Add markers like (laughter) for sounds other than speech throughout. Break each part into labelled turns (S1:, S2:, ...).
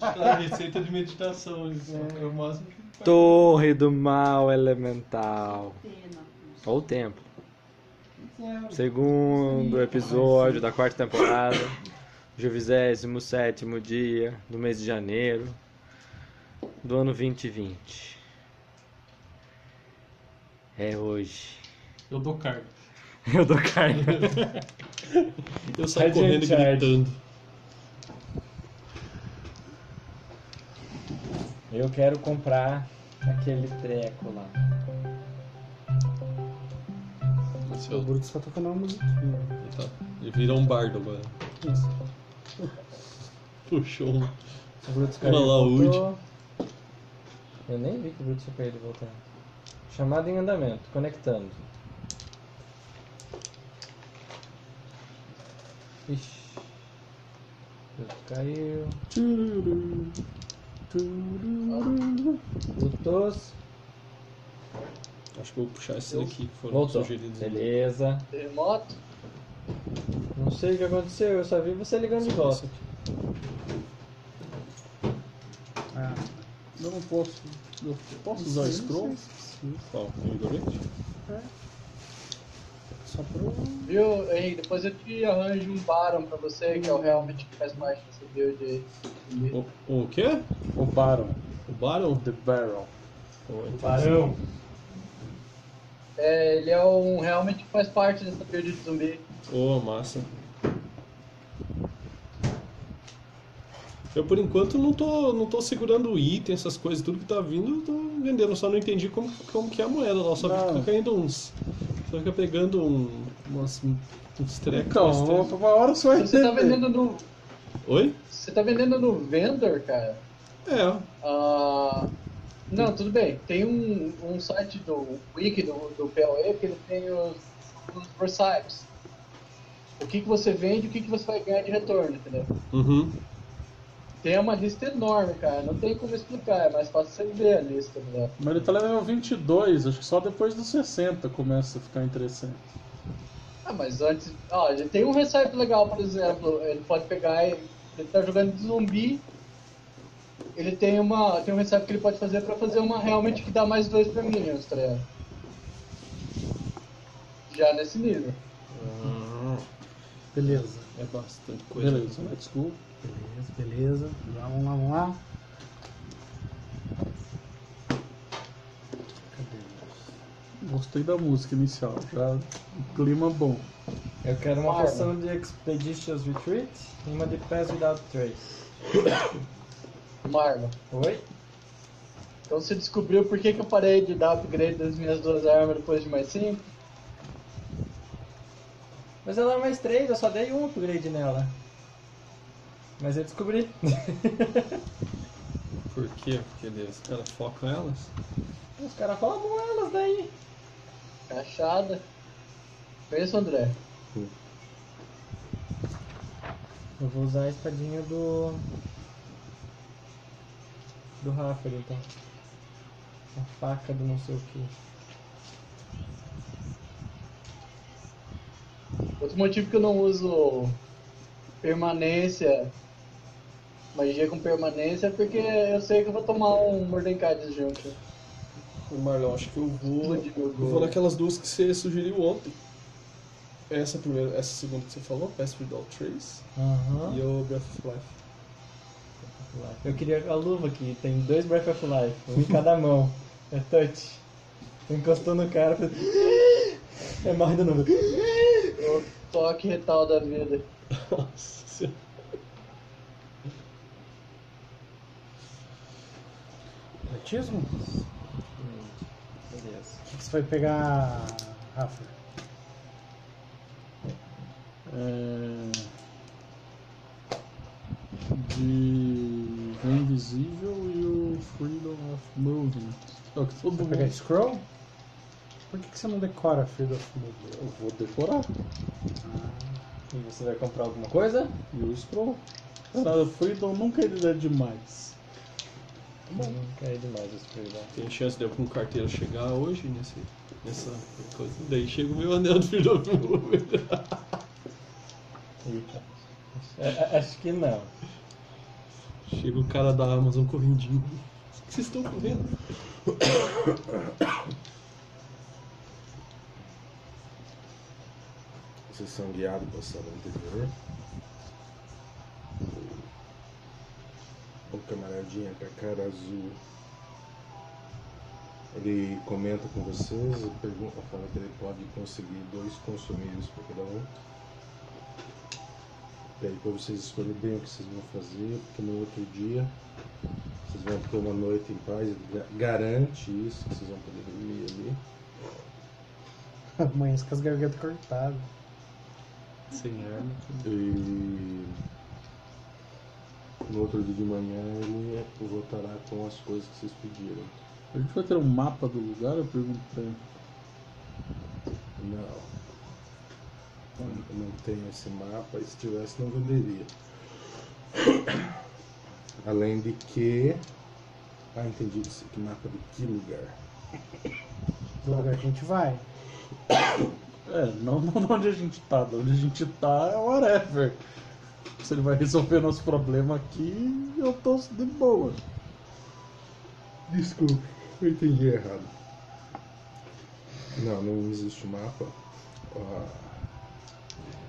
S1: Aquela receita de meditação, eles-
S2: É.
S1: eu mostro que faz.
S3: Torre do mal elemental.
S4: Atena.
S3: Ou tempo.
S1: Zero.
S3: Segundo episódio da quarta temporada, do 27 dia do mês de janeiro do ano 2020. É hoje. (laughs)
S1: Eu dou carga.
S3: Eu dou carga.
S1: Eu saio
S5: Head and
S1: correndo e
S5: charge.
S1: gritando.
S5: Eu quero comprar aquele treco lá.
S1: Seu-
S2: O Brooks só tá tocando uma musiquinha.
S1: Ele, Assim, tá- ele vira um bardo agora.
S2: Isso.
S1: Puxou um.
S5: O Brutus
S1: Uma laúde.
S5: voltou. Eu nem vi que o Brutus foi pra ele voltar. Chamada em andamento, conectando. Ixi. Brutus caiu. Brutus.
S1: Acho que eu vou puxar esses aqui que foram
S5: Voltou.
S1: sugeridos.
S5: Beleza.
S6: Terremoto?
S5: Não sei o que aconteceu, eu só vi você ligando de
S1: Só esse
S5: volta.
S1: aqui.
S2: Ah, eu não posso. Eu posso usar o scroll?
S1: Qual? O Igorete?
S2: Só pro.
S6: Viu, Henrique? Depois eu te arranjo um Baron pra você, que é o realmente que faz parte dessa build aí.
S1: O, o quê?
S2: O Baron.
S1: O Baron? Então,
S2: The Barrel.
S1: O-
S6: Barão. É, ele é um realmente que faz parte dessa build de zumbi.
S1: Ô, massa. Eu por enquanto não tô, não tô segurando o item, essas coisas, tudo que tá vindo, eu tô vendendo, só não entendi como, como que é a moeda lá, só
S2: Não.
S1: fica caindo uns. Só fica pegando um, umas, uns trecos.
S2: Então,
S1: umas tre-
S2: uma hora você vai
S6: Você tá
S2: entender.
S6: vendendo no.
S1: Oi?
S6: Você tá vendendo no vendor, cara?
S1: É,
S6: Ah, não, tudo bem. Tem um, um site do Wiki, do, do PLE, que ele tem os, os recites. O que, que você vende e o que, que você vai ganhar de retorno, entendeu?
S1: uhum.
S6: Tem uma lista enorme, cara. Não tem como explicar. É mais fácil você ler a lista, entendeu?
S2: Mas ele tá level 22, acho que só depois dos 60 começa a ficar interessante.
S6: Ah, mas antes. Ó, ele tem um recipe legal, por exemplo. Ele pode pegar. e- Ele tá jogando de zumbi. Ele tem uma. Tem um recipe que ele pode fazer pra fazer uma realmente que dá mais dois pra minions, tá ligado? Já nesse nível.
S2: Beleza.
S1: Ah, É bastante coisa.
S2: Beleza, tipo, let's go. Beleza, beleza. Vamos lá, vamos lá. Cadê? Gostei da música inicial, já um clima bom.
S5: Eu quero uma
S6: Claro.
S5: versão de Expeditious Retreat e uma de Pass Without Trace.
S6: Marlon.
S5: Oi?
S6: Então você descobriu por que, que eu parei de dar upgrade das minhas duas armas depois de mais cinco?
S5: Mas ela é mais 3, eu só dei um upgrade nela. Mas eu descobri. (laughs)
S1: Por quê? Porque eles, os caras focam elas.
S5: Os caras falam com elas daí.
S6: Cachada. Pensa, André.
S5: Eu vou usar a espadinha do. Do Rafa então. A faca do não sei o que.
S6: Outro motivo que eu não uso permanência, magia com permanência, é porque eu sei que eu vou tomar um Mordecai junto.
S1: Ô, Marlon, acho que eu vou.
S6: Explodir meu
S1: Eu vou
S6: gol.
S1: naquelas duas que você sugeriu ontem. Essa primeira, essa segunda que você falou, Pass Without Trace,
S2: Ah.
S5: Aham.
S1: e o Breath of Life.
S5: Eu queria a luva aqui, tem dois Breath of Life, um em cada mão. É touch. Encostou no cara, fez... é morre de novo.
S6: Eu toque retal da vida.
S1: Nossa senhora.
S2: Batismo? O
S5: Beleza.
S2: que que você vai pegar, Rafa? É... De Vem Invisível e o Freedom of Movement. É o que todo
S5: Você vai
S2: mundo...
S5: pegar scroll?
S2: Por que, que você não decora Freedom of Movement?
S1: Eu vou decorar.
S5: Ah. E você vai comprar alguma coisa?
S2: E o Scroll. Cara, o Freedom nunca ele é demais.
S5: Não cai Hum, demais o scroll. né?
S1: Tem chance de eu com carteira chegar hoje nesse, nessa coisa. Daí chega o meu anel do filho do mundo.
S2: (laughs)
S5: Eita. A- a- Acho que não.
S7: Chega o cara da Amazon correndinho. O que vocês estão correndo?
S8: Vocês são guiados pela sala anterior. O camaradinha com a cara azul. Ele comenta com vocês e pergunta, fala que ele pode conseguir dois consumíveis para cada um. E aí para vocês escolherem bem o que vocês vão fazer, porque no outro dia vocês vão ter uma noite em paz, ele ga- garante isso, que vocês vão poder dormir ali.
S5: Amanhã com as
S2: tá
S5: gargantas cortadas.
S1: Sem arma.
S8: E no outro dia de manhã ele voltará com as coisas que vocês pediram.
S1: A gente vai ter um mapa do lugar? Eu pergunto pra ele.
S8: Não. Eu não tenho esse mapa, e se tivesse não venderia. Além de que. Ah, entendi que que mapa de que lugar.
S5: Do lugar que a gente vai.
S1: É, não, não de onde a gente tá. De onde a gente tá é whatever. Se ele vai resolver nosso problema aqui, eu tô de boa.
S8: Desculpa, eu entendi errado. Não, não existe mapa. Ah,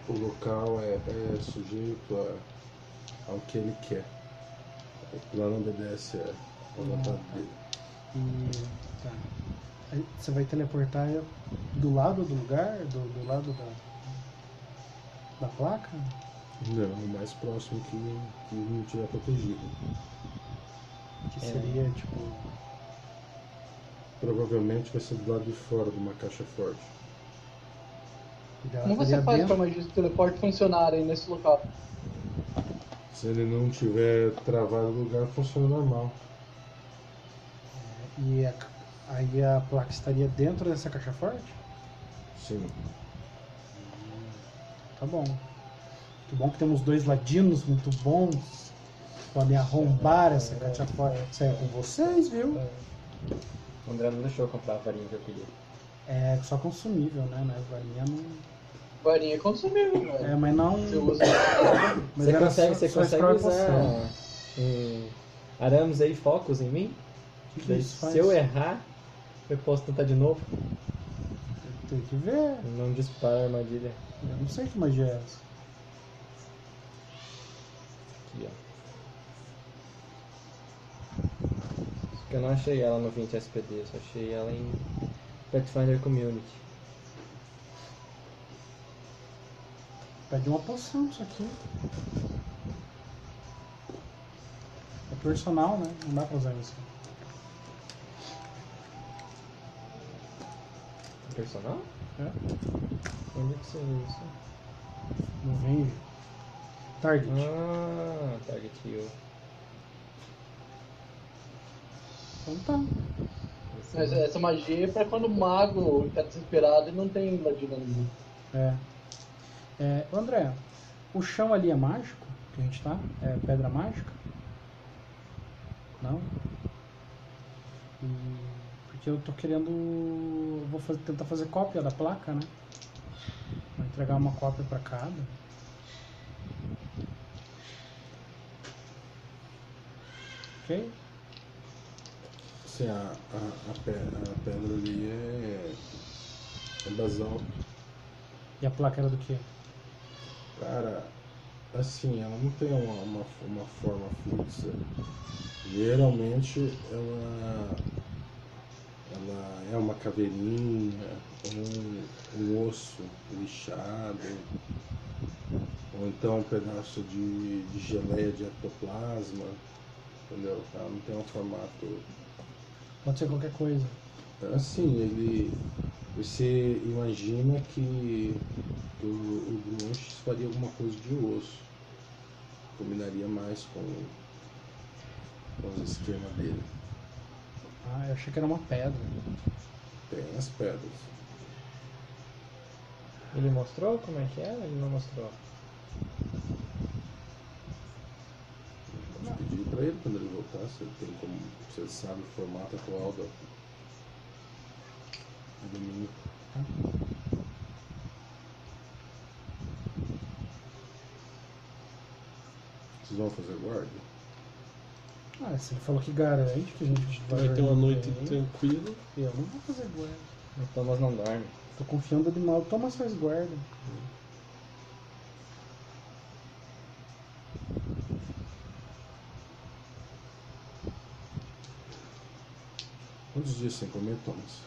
S8: o local é, é sujeito a- ao que ele quer. O plano obedece à vontade é dele.
S5: E. Tá. Aí Você vai teleportar do lado do lugar? Do, do lado da. Da placa?
S8: Não, é o mais próximo que, que não tiver protegido.
S5: Que seria tipo.
S8: Provavelmente vai ser do lado de fora de uma caixa forte.
S5: ideal
S6: Como você
S5: seria
S6: faz pra
S5: dentro-
S6: magia de teleporte funcionar aí nesse local?
S8: Se ele não tiver travado o lugar, funciona normal.
S5: E a, aí a placa estaria dentro dessa caixa forte?
S8: Sim.
S5: Tá bom. Muito bom que temos dois ladinos muito bons pra me arrombar essa caixa forte. Isso é com vocês, viu?
S9: O André não deixou eu comprar a varinha que eu queria.
S5: É só consumível, né? Mas varinha não.
S6: Varinha é consumível, velho.
S5: É, mas não.
S6: Você usa.
S5: Mas
S9: você
S5: era
S9: consegue,
S5: só-
S9: você
S5: só
S9: consegue
S5: escrava
S9: usar
S5: poção.
S9: hum, arames aí, focos em mim?
S5: Que que
S9: Daí,
S5: isso faz?
S9: se eu errar, eu posso tentar de novo.
S5: Tem que ver.
S9: Não dispara a armadilha.
S5: Eu não sei que magia é essa.
S9: Aqui, ó. Porque eu não achei ela no 20 SPD, só achei ela em Pathfinder Community.
S5: Pede uma poção isso aqui. É personal, né? Não dá pra usar isso.
S9: Personal?
S5: É.
S9: Onde é que você viu isso?
S5: Não vende. Target.
S9: Ah,
S3: tá,
S9: Target Heal.
S5: Então tá.
S6: Mas essa magia é pra quando o mago tá desesperado e não tem ladina no mundo.
S5: É. É, ô, André, o chão ali é mágico? Que a gente tá? É pedra mágica? Não? E- Porque eu tô querendo. Vou fazer- tentar fazer cópia da placa, né? Vou entregar uma cópia pra cada. Ok?
S8: Assim, a, a, a, pe- a pedra ali é, é basalto.
S5: E a placa era do quê?
S8: Cara, assim, ela não tem uma, uma, uma forma fixa. Geralmente ela, ela é uma caveirinha, ou um, um osso lixado, ou então um pedaço de, de geleia de ectoplasma, entendeu? Ela não tem um formato
S5: Pode ser qualquer coisa.
S8: Assim, ele. Você imagina que o, o Grunch faria alguma coisa de osso. Combinaria mais com, com os esquemas dele.
S5: Ah, eu achei que era uma pedra.
S8: Tem as pedras.
S9: Ele mostrou como é que era? Ele não mostrou.
S8: Pode pedir pra ele quando ele voltar, se ele tem como. Se ele sabe o formato atual da. do domínio. Vocês vão fazer guarda?
S5: Ah, se ele falou que garante que a gente
S7: Vai ter uma
S5: dormir
S7: noite
S5: bem,
S7: tranquila.
S5: Eu não vou fazer guarda.
S9: O Thomas não dorme.
S5: Tô confiando no mal. Thomas faz guarda.
S8: Quantos dias sem comer, Thomas?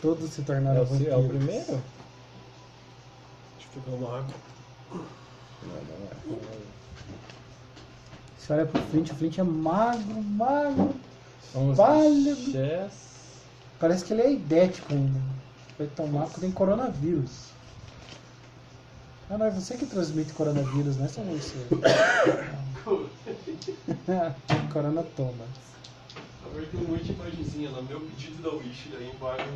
S5: Todos se
S9: É
S5: tornaram
S9: o, é o primeiro?
S7: Deixa eu pegar uma água.
S5: Você olha pro Flint, o Flint é magro, magro.
S9: Vamos
S5: Válido.
S9: Chess.
S5: Parece que ele é idético ainda. Vai tomar porque tem coronavírus. Ah, não, é você que transmite coronavírus, não é só você. Corona Thomas.
S7: Agora tem um monte de imagenzinha lá. Meu pedido da Wish aí embaixo.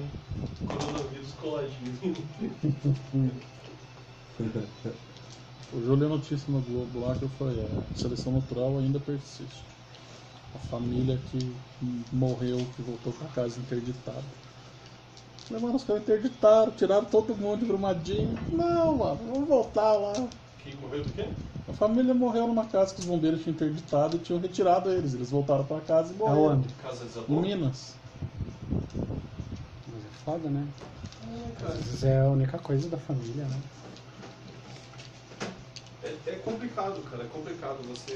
S7: Coronavírus coladinho.
S1: Hoje eu li a notícia no Globo lá que eu falei, é, a seleção natural ainda persiste. A família que morreu, que voltou pra casa interditada. Falei, mano, os caras interditaram, tiraram todo mundo de Brumadinho. Não, mano, vamos voltar lá.
S7: Quem morreu do quê?
S1: A família morreu numa casa que os bombeiros tinham interditado e tinham retirado eles. Eles voltaram pra casa e morreram.
S5: Aonde?
S7: Casa
S1: Em
S7: desabou?
S1: Minas.
S5: Mas é foda, né? Às vezes é a única coisa da família, né?
S7: É, é complicado, cara. É complicado você.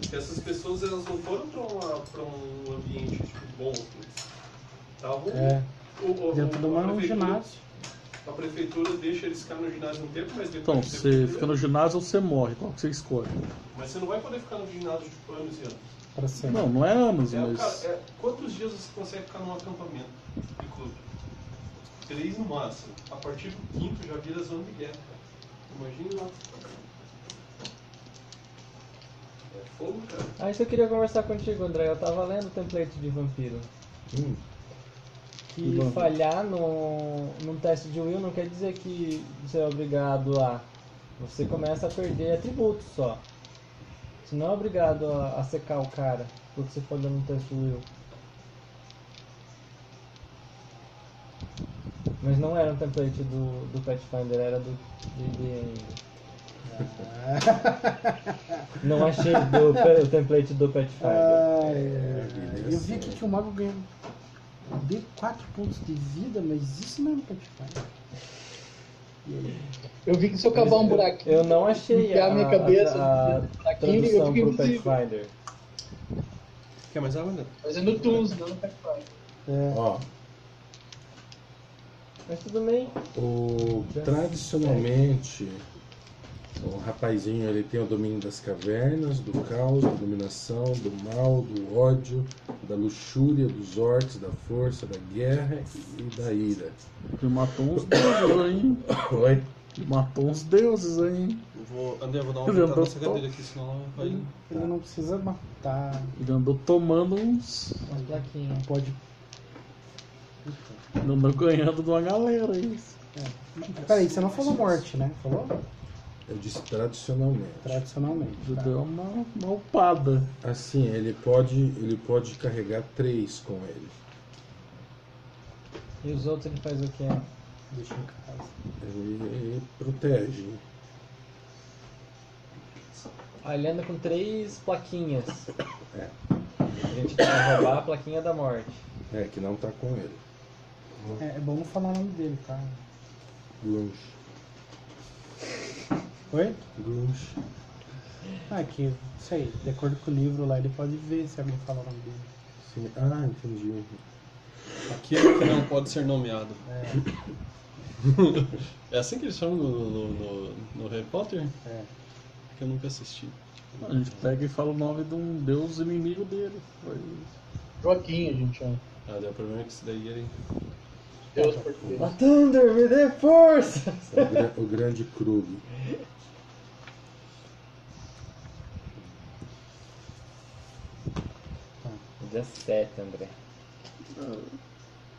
S7: Porque essas pessoas elas não foram pra, uma- pra um ambiente tipo, bom. Eles estavam.
S5: É,
S7: o- o-
S5: dentro de uma,
S7: a
S5: um
S7: prefeitura-
S5: ginásio.
S7: A prefeitura deixa eles ficar no ginásio um tempo, mas depois.
S1: Então,
S7: de
S1: você
S7: tempo-
S1: fica no ginásio ou você morre? Qual que você escolhe?
S7: Mas você não vai poder ficar no ginásio tipo anos e anos.
S5: Pra ser.
S1: Não, não é anos,
S7: É,
S1: mas.
S7: cara, é- quantos dias você consegue ficar num acampamento de clube? Três no máximo. A partir do quinto já vira zona de guerra. cara. Imagina lá. É fogo, cara.
S9: Ah, isso eu queria conversar contigo, André. Eu tava lendo o template de vampiro.
S8: Hum.
S9: Que
S8: Vamos.
S9: falhar no, num teste de will não quer dizer que você é obrigado a. Você começa a perder atributos só. Você não é obrigado a, a secar o cara porque você falhou no teste de will. Mas não era um template do, do Pathfinder, era do D&D
S6: (laughs)
S9: ainda. Não achei do, o template do Pathfinder.
S5: Ah, é.
S8: Guilherme,
S5: Eu vi aqui que o mago ganha de 4 pontos de vida, mas isso não é um Pathfinder.
S6: Eu vi que se eu cavar um buraquinho,
S9: Eu não achei
S6: enfiar
S9: a,
S6: a minha cabeça
S9: a, a
S6: no buraquinho, eu
S9: tradução
S6: fico
S9: pro
S6: invisível.
S9: Pathfinder.
S7: Quer mais água, André?
S6: Mas é no Tunes, não no Pathfinder.
S5: É,
S8: Ó,
S9: Mas tudo bem.
S8: O, tradicionalmente, o rapazinho ele tem o domínio das cavernas, do caos, da dominação, do mal, do ódio, da luxúria, dos orcs, da força, da guerra e da ira.
S1: Ele matou uns deuses aí, hein?
S8: (coughs) Oi?
S1: Ele Matou uns deuses aí, hein?
S7: Vou, André, vou dar
S1: uma voltada nessa cadeira
S7: aqui, senão vai.
S5: ele, ele não precisa matar,
S1: Ele andou tomando uns.
S9: Umas plaquinhas.
S5: não pode.
S1: Ele andou ganhando de uma galera é aí.
S5: É. Peraí, você não falou morte, né? Falou?
S8: Eu disse tradicionalmente.
S5: Tradicionalmente.
S1: Ele
S5: tá.
S1: deu uma, uma upada.
S8: Assim, ele pode, ele pode carregar três com ele.
S9: E os outros ele faz o quê?
S5: Deixa em casa.
S8: Ele, ele protege.
S9: Ah, ele anda com três plaquinhas. A gente vai roubar a plaquinha da morte.
S8: É, que não tá com ele.
S5: É, é bom não falar o nome dele, tá?
S8: Grunge.
S5: Oi?
S8: Grunge.
S5: Ah, é que, sei, de acordo com o livro lá, ele pode ver se alguém fala o nome dele.
S8: Sim. Ah, entendi.
S7: Aquilo que não pode ser nomeado. É, assim que eles chamam no, no, no- no Harry Potter?
S5: É.
S7: Que eu nunca assisti.
S1: Ah, A gente pega e fala o nome de um deus inimigo dele. Foi isso.
S6: Joaquim, a gente chama.
S7: Ah, daí o problema é que isso daí ele.
S6: Deus português.
S9: A Thunder, me dê força!
S8: É o, gra- o grande Krug.
S9: Dia 7, André.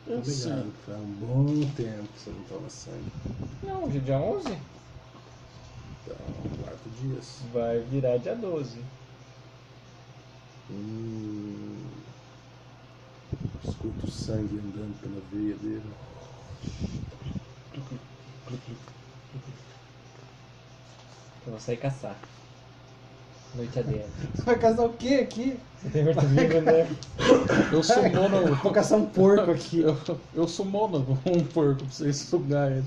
S1: Eu sei.
S8: Obrigado, faz um bom tempo que você não toma sangue.
S9: Não, hoje é dia 11?
S8: Então, quatro dias.
S9: Vai virar dia 12.
S8: Hum, escuto o sangue andando pela veia dele.
S9: Eu vou sair caçar. Noite adentro.
S5: Você vai caçar o quê aqui?
S9: Você (laughs) tem morto-vivo, né?
S1: Eu sou mono.
S5: Vou caçar um porco aqui.
S1: Eu, eu sou mono, um porco pra vocês sugar ele.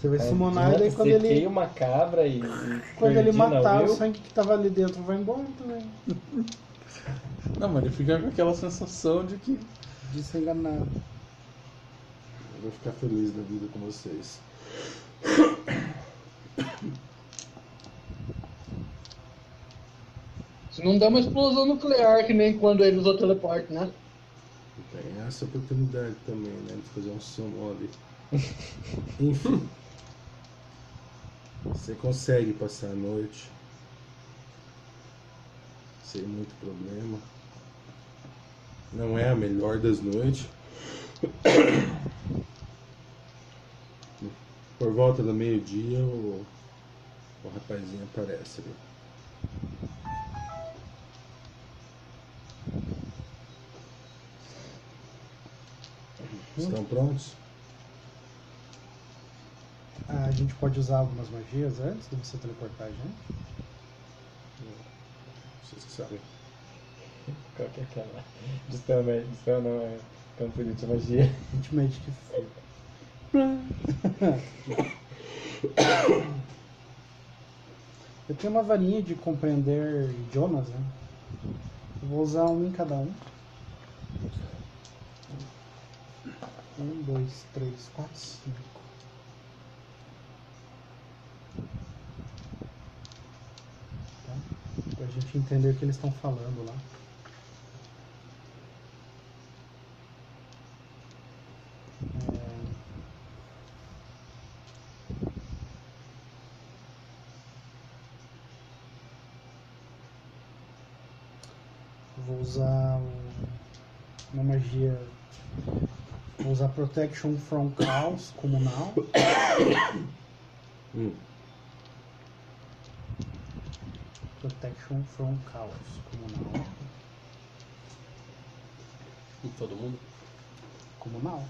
S5: Você vai summonar e daí quando
S9: É, Sequei
S5: ele,
S9: uma cabra e. e
S5: quando ele
S9: perdi
S5: matar, o
S9: navio.
S5: sangue que tava ali dentro vai embora também.
S1: Não, mas ele fica com aquela sensação de que
S5: Desenganado.
S8: Eu vou ficar feliz da vida com vocês.
S6: Se não dá uma explosão nuclear, que nem quando ele usou teleporte, né?
S8: E Tem é essa oportunidade também, né? De fazer um sumo ali. Enfim. Você consegue passar a noite. Sem muito problema. Não é a melhor das noites. (coughs) Por volta do meio-dia o, o rapazinho aparece ali. Estão prontos?
S5: Ah, a gente pode usar algumas magias antes de você teleportar a gente?
S8: Vocês que sabem.
S9: Qual que é aquela? Dispel, ma- dispel não é campo de magia.
S5: Ultimate que foi. Eu tenho uma varinha de compreender idiomas, né? Eu vou usar um em cada um. Um, dois, três, quatro, cinco. Tá? Pra gente entender o que eles estão falando lá. Vou usar o- uma magia. Vou usar Protection from Chaos comunal.
S8: Hum.
S5: Protection from Chaos comunal.
S10: Todo mundo?
S5: Comunal.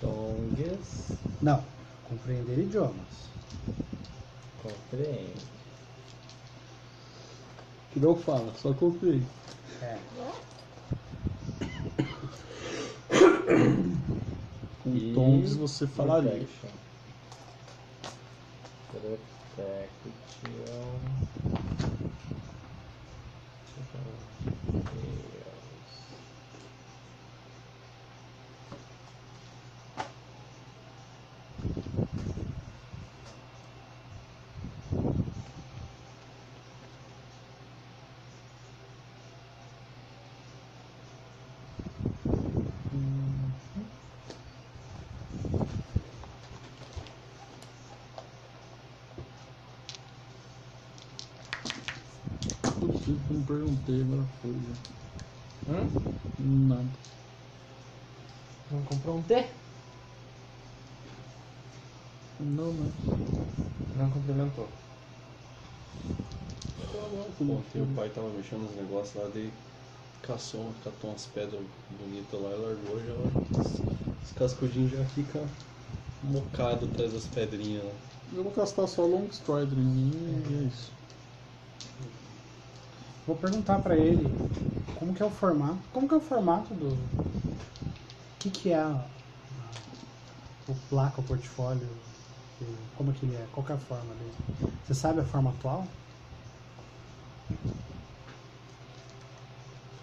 S9: Tongues.
S5: Não. Compreender idiomas.
S9: Compreende.
S1: que não fala, só copiei.
S5: É.
S1: Com
S9: E-
S1: tons você falaria.
S9: Protection. Protection.
S1: Putz, eu não perguntei agora foi. já.
S9: Hum?
S1: Não.
S9: Não comprou um T?
S1: Não, né? não.
S9: Não complementou.
S1: assim?
S10: Ontem o pai tava mexendo nos negócios lá, daí caçou, uma- catou umas pedras bonitas lá e largou já. ó. Os cascudinhos já ficam mocado atrás das pedrinhas lá.
S1: Eu vou castar só Long Strider em mim e é isso.
S5: Vou perguntar pra ele como que é o formato. Como que é o formato do. O que, que é a- a- o placa, o portfólio? e Como é que ele é? Qual que é a forma dele? Você sabe a forma atual?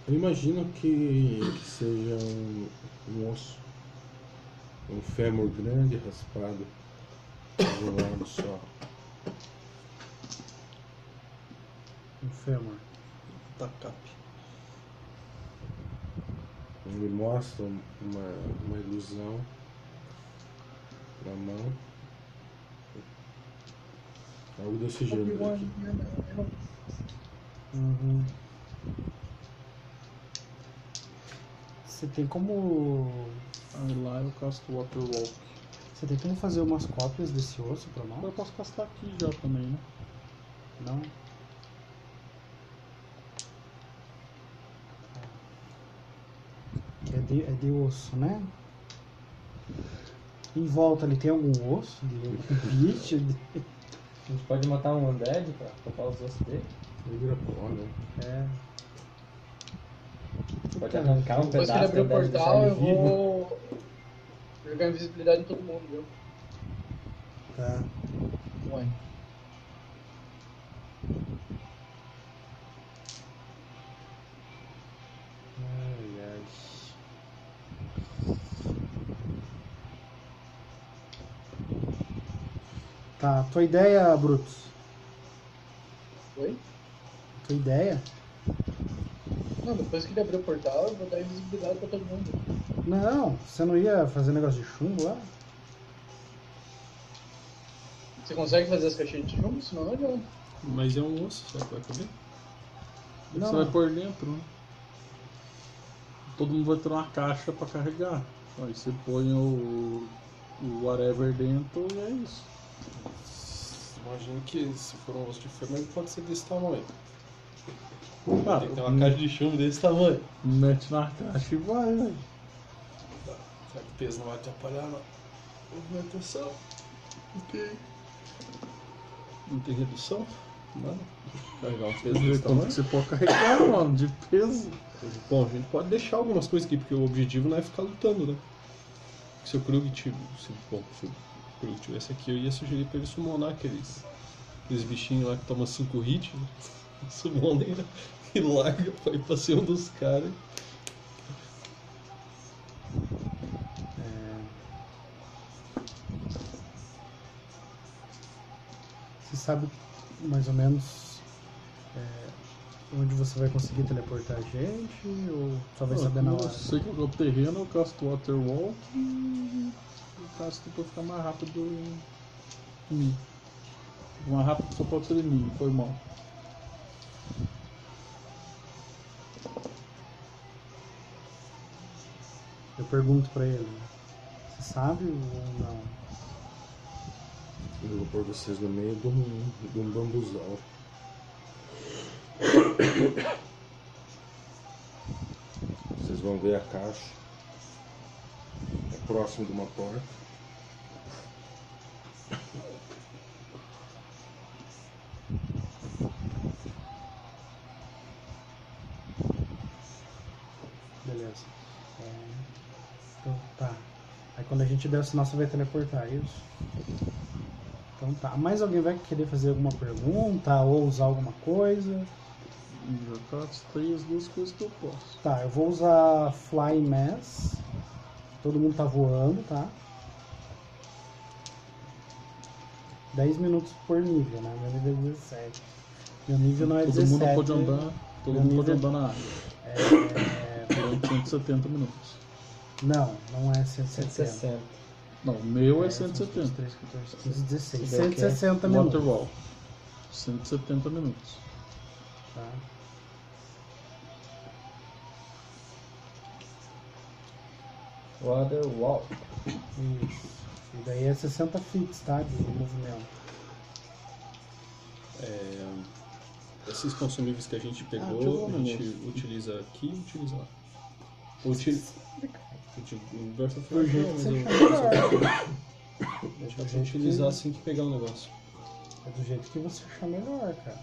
S8: Eu imagino que, que seja um, um osso, um fêmur grande raspado de um lado só.
S5: Um fêmur.
S10: Tacap.
S8: Ele mostra um, uma, uma ilusão na mão. Algo desse gênero. aqui.
S5: Uhum. Você tem como.
S1: Aí Ah, lá eu casto Waterwalk.
S5: Você tem como fazer umas cópias desse osso pra
S1: Agora
S5: nós?
S1: eu posso castar aqui já também, né?
S5: Não? Quer de, é de osso, né? Em volta ali tem algum osso? De bicho? De...
S9: A gente pode matar um undead pra tocar os ossos dele.
S8: Ele vira pó, né?
S9: É. Pode arrancar um
S6: Depois que ele abrir
S9: pedaço do
S6: o
S9: undead e
S6: portal,
S9: deixar ele
S6: eu
S9: vivo.
S6: vou jogar invisibilidade em todo mundo, viu?
S5: Tá.
S6: Ué.
S5: Tá, tua ideia, Brutus?
S6: Oi?
S5: Tua ideia?
S6: Não, depois que ele abrir o portal, eu vou dar invisibilidade pra todo mundo.
S5: Não, você não ia fazer negócio de chumbo lá?
S6: Você consegue fazer as caixinhas de chumbo? Senão não adianta.
S1: Mas é um osso, será que vai caber?
S5: Não.
S1: Você vai pôr dentro, né? Todo mundo vai ter uma caixa pra carregar. Aí você põe o, o whatever dentro e é isso.
S10: Imagino que se for um osso de ferro, ele pode ser desse tamanho.
S1: Cara, Ah,
S10: Tem que ter
S1: hum.
S10: uma caixa de chumbo desse tamanho.
S1: mete na caixa e vai, né? velho.
S10: Será que o peso não vai atrapalhar na movimentação? Ok. Não tem redução? Nada. Carregar um peso desse
S1: Quanto
S10: tamanho?
S1: que você pode carregar, mano, de peso.
S10: Bom, a gente pode deixar algumas coisas aqui, porque o objetivo não é ficar lutando, né? Se o Krug tivesse. Bom, se o Krug tivesse aqui, eu ia sugerir pra ele summonar aqueles. Aqueles bichinhos lá que tomam 5 hits, né? (laughs) Summona e, e larga pra ir pra cima dos caras.
S5: Você sabe mais ou menos é, onde você vai conseguir teleportar a gente? Ou só vai Tá saber na
S1: Eu
S5: hora?
S1: sei que o terreno, eu casto Water Walk e eu casto pra ficar mais rápido em mim. Mais rápido só pode ser em mim, foi mal.
S5: Eu pergunto pra ele. né? Você sabe ou não?
S8: Eu vou pôr vocês no meio de um, de um bambuzal. Vocês vão ver a caixa. É próximo de uma porta.
S5: Beleza. É, então tá. Aí quando a gente der o sinal, você vai teleportar, é isso? Então tá. Mais alguém vai querer fazer alguma pergunta ou usar alguma coisa?
S1: E eu castei as duas coisas que eu posso.
S5: Tá, eu vou usar Fly Mass. Todo mundo tá voando, tá? 10 minutos por nível, né? Meu nível é 17. Meu nível não é
S1: todo
S5: 17.
S1: mundo pode andar, todo
S5: Meu
S1: mundo pode
S5: nível-
S1: andar na Então, área
S5: É,
S1: durante 170 minutos.
S5: não, não é 170.
S9: 160.
S1: Não, o meu é,
S5: É, são
S1: 170.
S5: 3, 14, 15, 16.
S9: Deu o quê?
S5: 160
S1: Water
S5: minutos.
S1: Wall. 170 minutos.
S5: Tá.
S9: Water Walk.
S5: Isso. E daí é 60 fits, tá? De movimento.
S10: É, Esses consumíveis que a gente
S1: Ah, deixa eu ver
S10: pegou,
S1: um
S10: a gente
S1: negócio.
S10: utiliza aqui e utiliza lá. Util... Util... O Breath of Fire não, mas
S5: Você
S10: eu-
S5: chama
S10: a gente vai utilizar assim que pegar o negócio.
S5: É do jeito que você achar melhor, cara.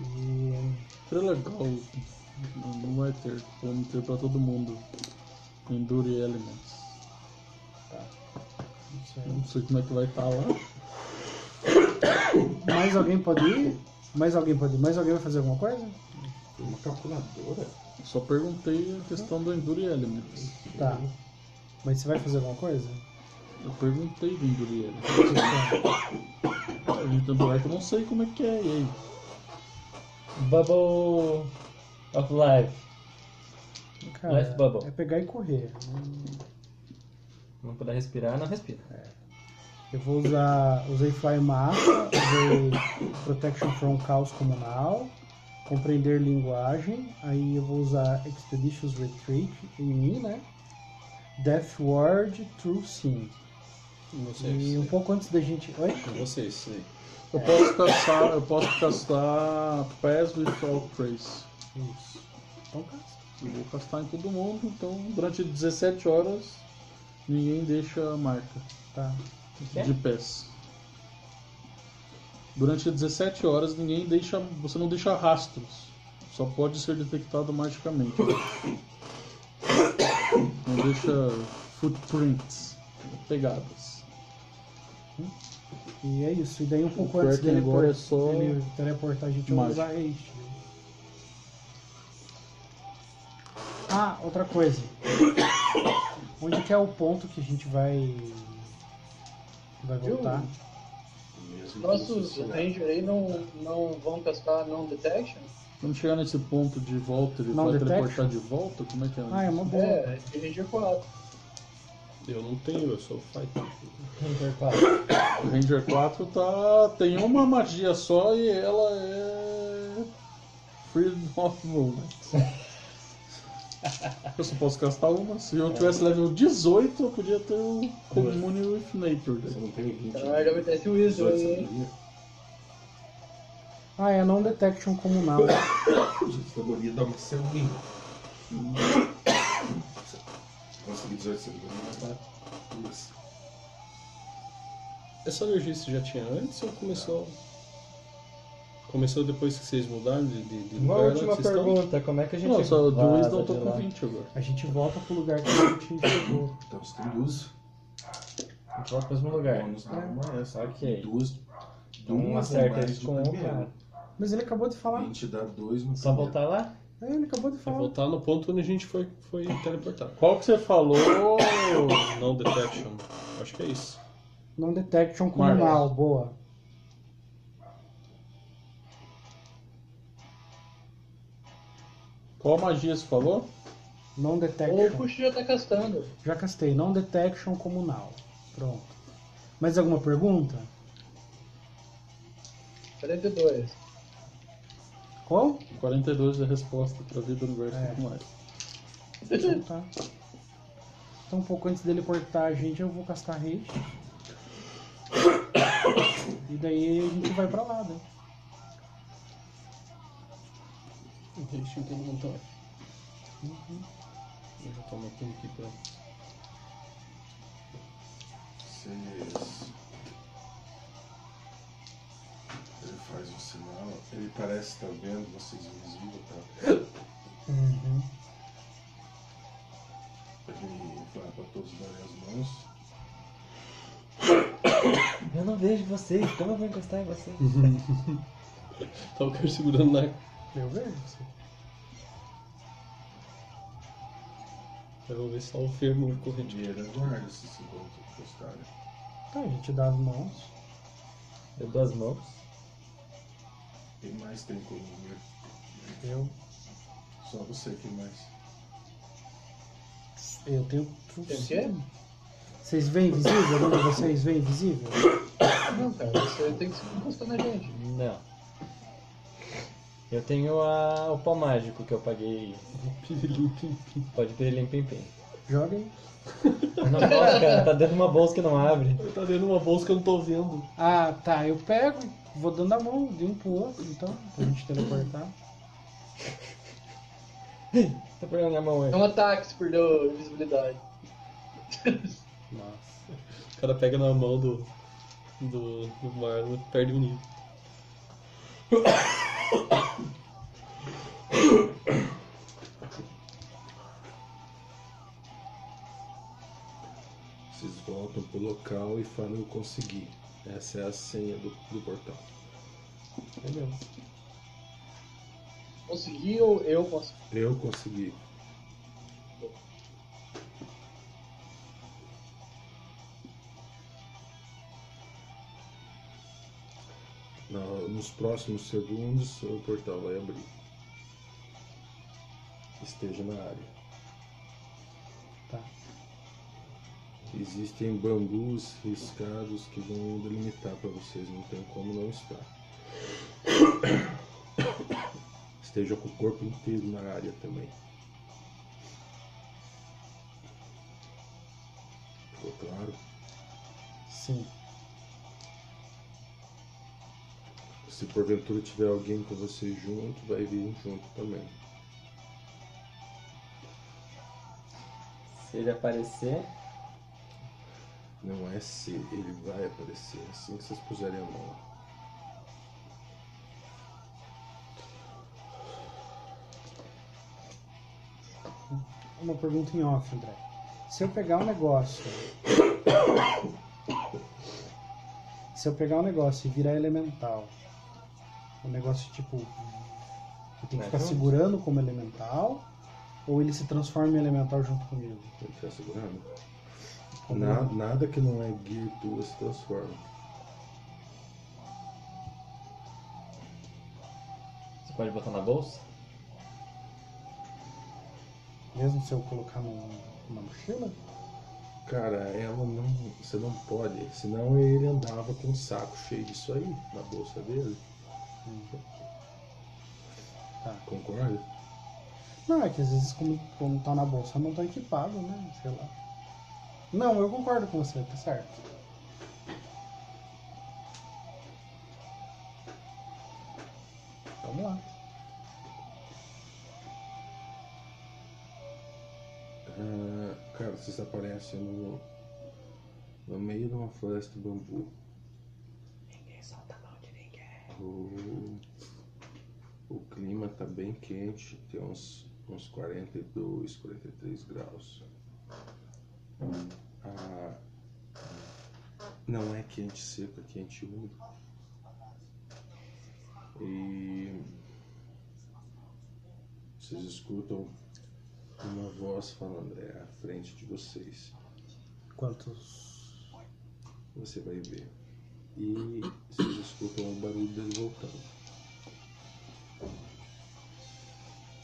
S5: E
S1: Foi legal. Não- Não vai ter. Vamos ter pra todo mundo. Endure Elements.
S5: não sei.
S1: Não sei como é que vai estar lá.
S5: Mais alguém pode ir? Mais alguém pode ir? Mais alguém vai fazer alguma coisa?
S8: Uma calculadora?
S1: Só perguntei a questão do Endure né? Elements.
S5: Tá. Mas você vai fazer alguma coisa?
S1: Eu perguntei do Endure (coughs) Elements. A gente tem buraco, eu não sei como é que é. E aí?
S9: Bubble of Life. Life bubble.
S5: é pegar e correr.
S9: Não puder respirar, não respira.
S5: Eu vou usar. Usei Fly Massa, usei Protection from Caos Comunal, Compreender Linguagem, aí eu vou usar Expeditious Retreat em mim, né? Death Ward, True Sim. E
S10: Vocês.
S5: um pouco antes da gente. Oi?
S10: Vocês, sim.
S1: Eu posso caçar. Eu posso caçar Pass Without Trace.
S5: Isso. Então casta.
S1: Eu vou castar em todo mundo, então durante 17 horas ninguém deixa a marca
S5: Tá.
S9: Quer?
S1: de pés. Durante 17 horas ninguém deixa. você não deixa rastros. Só pode ser detectado magicamente. não deixa footprints, pegadas.
S5: E é isso. E daí um pouco
S1: pior
S5: antes
S1: que
S5: dele
S1: agora
S5: por-
S1: é só
S5: dele teleportar a gente vai
S1: mágica.
S5: usar haste. né? Ah, outra coisa. (coughs) Onde que é o ponto que a gente vai. que vai voltar?
S8: Mesmo
S6: Nossos
S8: funcionar.
S6: Ranger aí não, não vão testar non detection?
S1: Quando chegar nesse ponto de volta, ele
S5: Não
S1: vai
S5: detecta?
S1: teleportar de volta? Como é que é?
S5: Ah, é uma boa.
S6: É, de Ranger 4.
S10: Eu não tenho, eu sou fighter.
S9: Ranger 4.
S1: O Ranger 4 tá. tem uma magia só e ela é. Freedom of
S9: (laughs)
S1: Movement. Eu só posso gastar uma. Se eu tivesse level 18, eu podia ter o Commune with Nature.
S8: Você
S1: daí.
S8: não tem 20.
S6: Então já vai ter esse Wisdom
S8: 18
S6: aí, hein?
S8: sabedoria.
S5: Ah, é não detection comunal.
S8: 18 sabedoria dá uma Hum. sanguinha. Consegui 18 sabedoria. Mas
S10: Essa energia você já tinha antes ou começou? Começou depois que vocês mudaram de, de, de
S9: Uma
S10: lugar lá que
S9: última
S10: vocês estão?
S9: pergunta, como é que a gente
S1: Não, só do
S9: vaza
S1: Wisdom eu tô
S9: de
S1: com
S9: lá?
S1: 20 agora.
S5: A gente volta pro lugar que a gente chegou.
S8: então você tem duas.
S9: A gente volta pro mesmo lugar.
S8: Bônus né? dá uma, essa
S9: É, Ok.
S8: Duas.
S9: Um
S8: duas
S9: acerta
S8: mais
S9: eles
S8: de
S9: com um,
S8: primeiro.
S9: cara.
S5: Mas ele acabou de falar.
S8: 20 dá dois no
S9: Só
S8: primeiro.
S9: voltar lá?
S5: É, ele acabou de
S10: É
S5: falar.
S10: voltar no ponto onde a gente foi, foi teleportado.
S1: Qual que você falou?
S10: Não detection. Acho que é isso.
S5: Não detection comunal, boa.
S1: Qual magia você falou?
S5: Não
S6: Ou o
S5: detection.
S6: Cuxo já tá castando.
S5: Já castei, não detection comunal. Pronto. Mais alguma pergunta?
S6: 42.
S5: Qual?
S1: 42 é a resposta pra vida do universo
S5: É.
S1: e tudo mais.
S5: Então tá. Então um pouco antes dele cortar a gente, eu vou castar haste. E daí a gente vai pra lá, né?
S10: Deixa eu ter vontade. um Eu já tô matando aqui pra.
S8: Vocês. Ele faz um sinal. Ele parece estar vendo vocês invisível, tá?
S9: Uhum.
S8: Ele vai pra todos darem as mãos.
S9: Eu não vejo vocês, como eu vou encostar em vocês?
S10: Tava com ele segurando na.
S5: Eu vejo. você.
S10: Eu vou ver se tá o fermo
S1: (laughs)
S10: corrente.
S8: E ele aguarda se se encontram postarem.
S5: Tá, a gente dá as mãos.
S9: Eu dou as mãos.
S8: Quem mais tem como ver?
S5: Eu,
S8: Só você que é mais.
S5: eu tenho.
S6: Tem o quê?
S5: Vocês veem visível? Algum de vocês veem visível?
S6: Não, cara, você tem que se encostar na gente.
S9: Não. Eu tenho a- o pau mágico que eu paguei. Pode pirilim pim pim.
S5: Joga aí.
S9: Não pode, cara, tá dentro de uma bolsa que não abre.
S10: Ele tá dentro de uma bolsa que eu não tô vendo.
S5: Ah, tá. Eu pego, vou dando a mão de um pro outro, então, pra gente teleportar.
S9: Tá pegando minha mão aí.
S6: É um ataque, se perdeu a visibilidade.
S10: O cara pega na mão do. do. do Marlon e perde o nível.
S8: Vocês voltam pro local e falam eu consegui. Essa é a senha do, do portal.
S6: Consegui ou eu consegui?
S8: Eu consegui. Na- Nos próximos segundos o portal vai abrir. Esteja na área.
S5: Tá.
S8: Existem bambus riscados que vão delimitar para vocês, não tem como não estar. Esteja com o corpo inteiro na área também. Ficou claro?
S5: Sim.
S8: um Se porventura tiver alguém com vocês junto, vai vir junto também.
S9: Se ele aparecer,
S8: Não é se ele vai aparecer, é assim que vocês puserem a mão.
S5: Uma pergunta em off, André. Se eu pegar um negócio. se eu pegar um negócio e virar elemental. Um negócio tipo. Eu tenho que ficar
S3: Legal.
S5: segurando como elemental? Ou ele se transforma em elemental junto comigo?
S8: Ele tá segurando. Na- nada que não é Gear 2 se transforma.
S11: Você pode botar na bolsa?
S5: Mesmo se eu colocar num- numa mochila?
S8: Cara, ela não. Você não pode. Senão ele andava com um saco cheio disso aí na bolsa dele.
S5: Tá.
S8: Concorda?
S5: Não, é que às vezes como, como tá na bolsa não tá equipado, né? Sei lá. Não, eu concordo com você, tá certo. Vamos lá.
S8: Ah, cara, vocês aparecem no. No meio de uma floresta de bambu. Ninguém solta a mão de ninguém. O, o clima tá bem quente, tem uns, uns 42, 43 graus. Ah, não é quente seco, é quente úmido. E vocês escutam uma voz falando, é à frente de vocês.
S5: Quantos.
S8: Você vai ver. E vocês escutam o barulho dele voltando.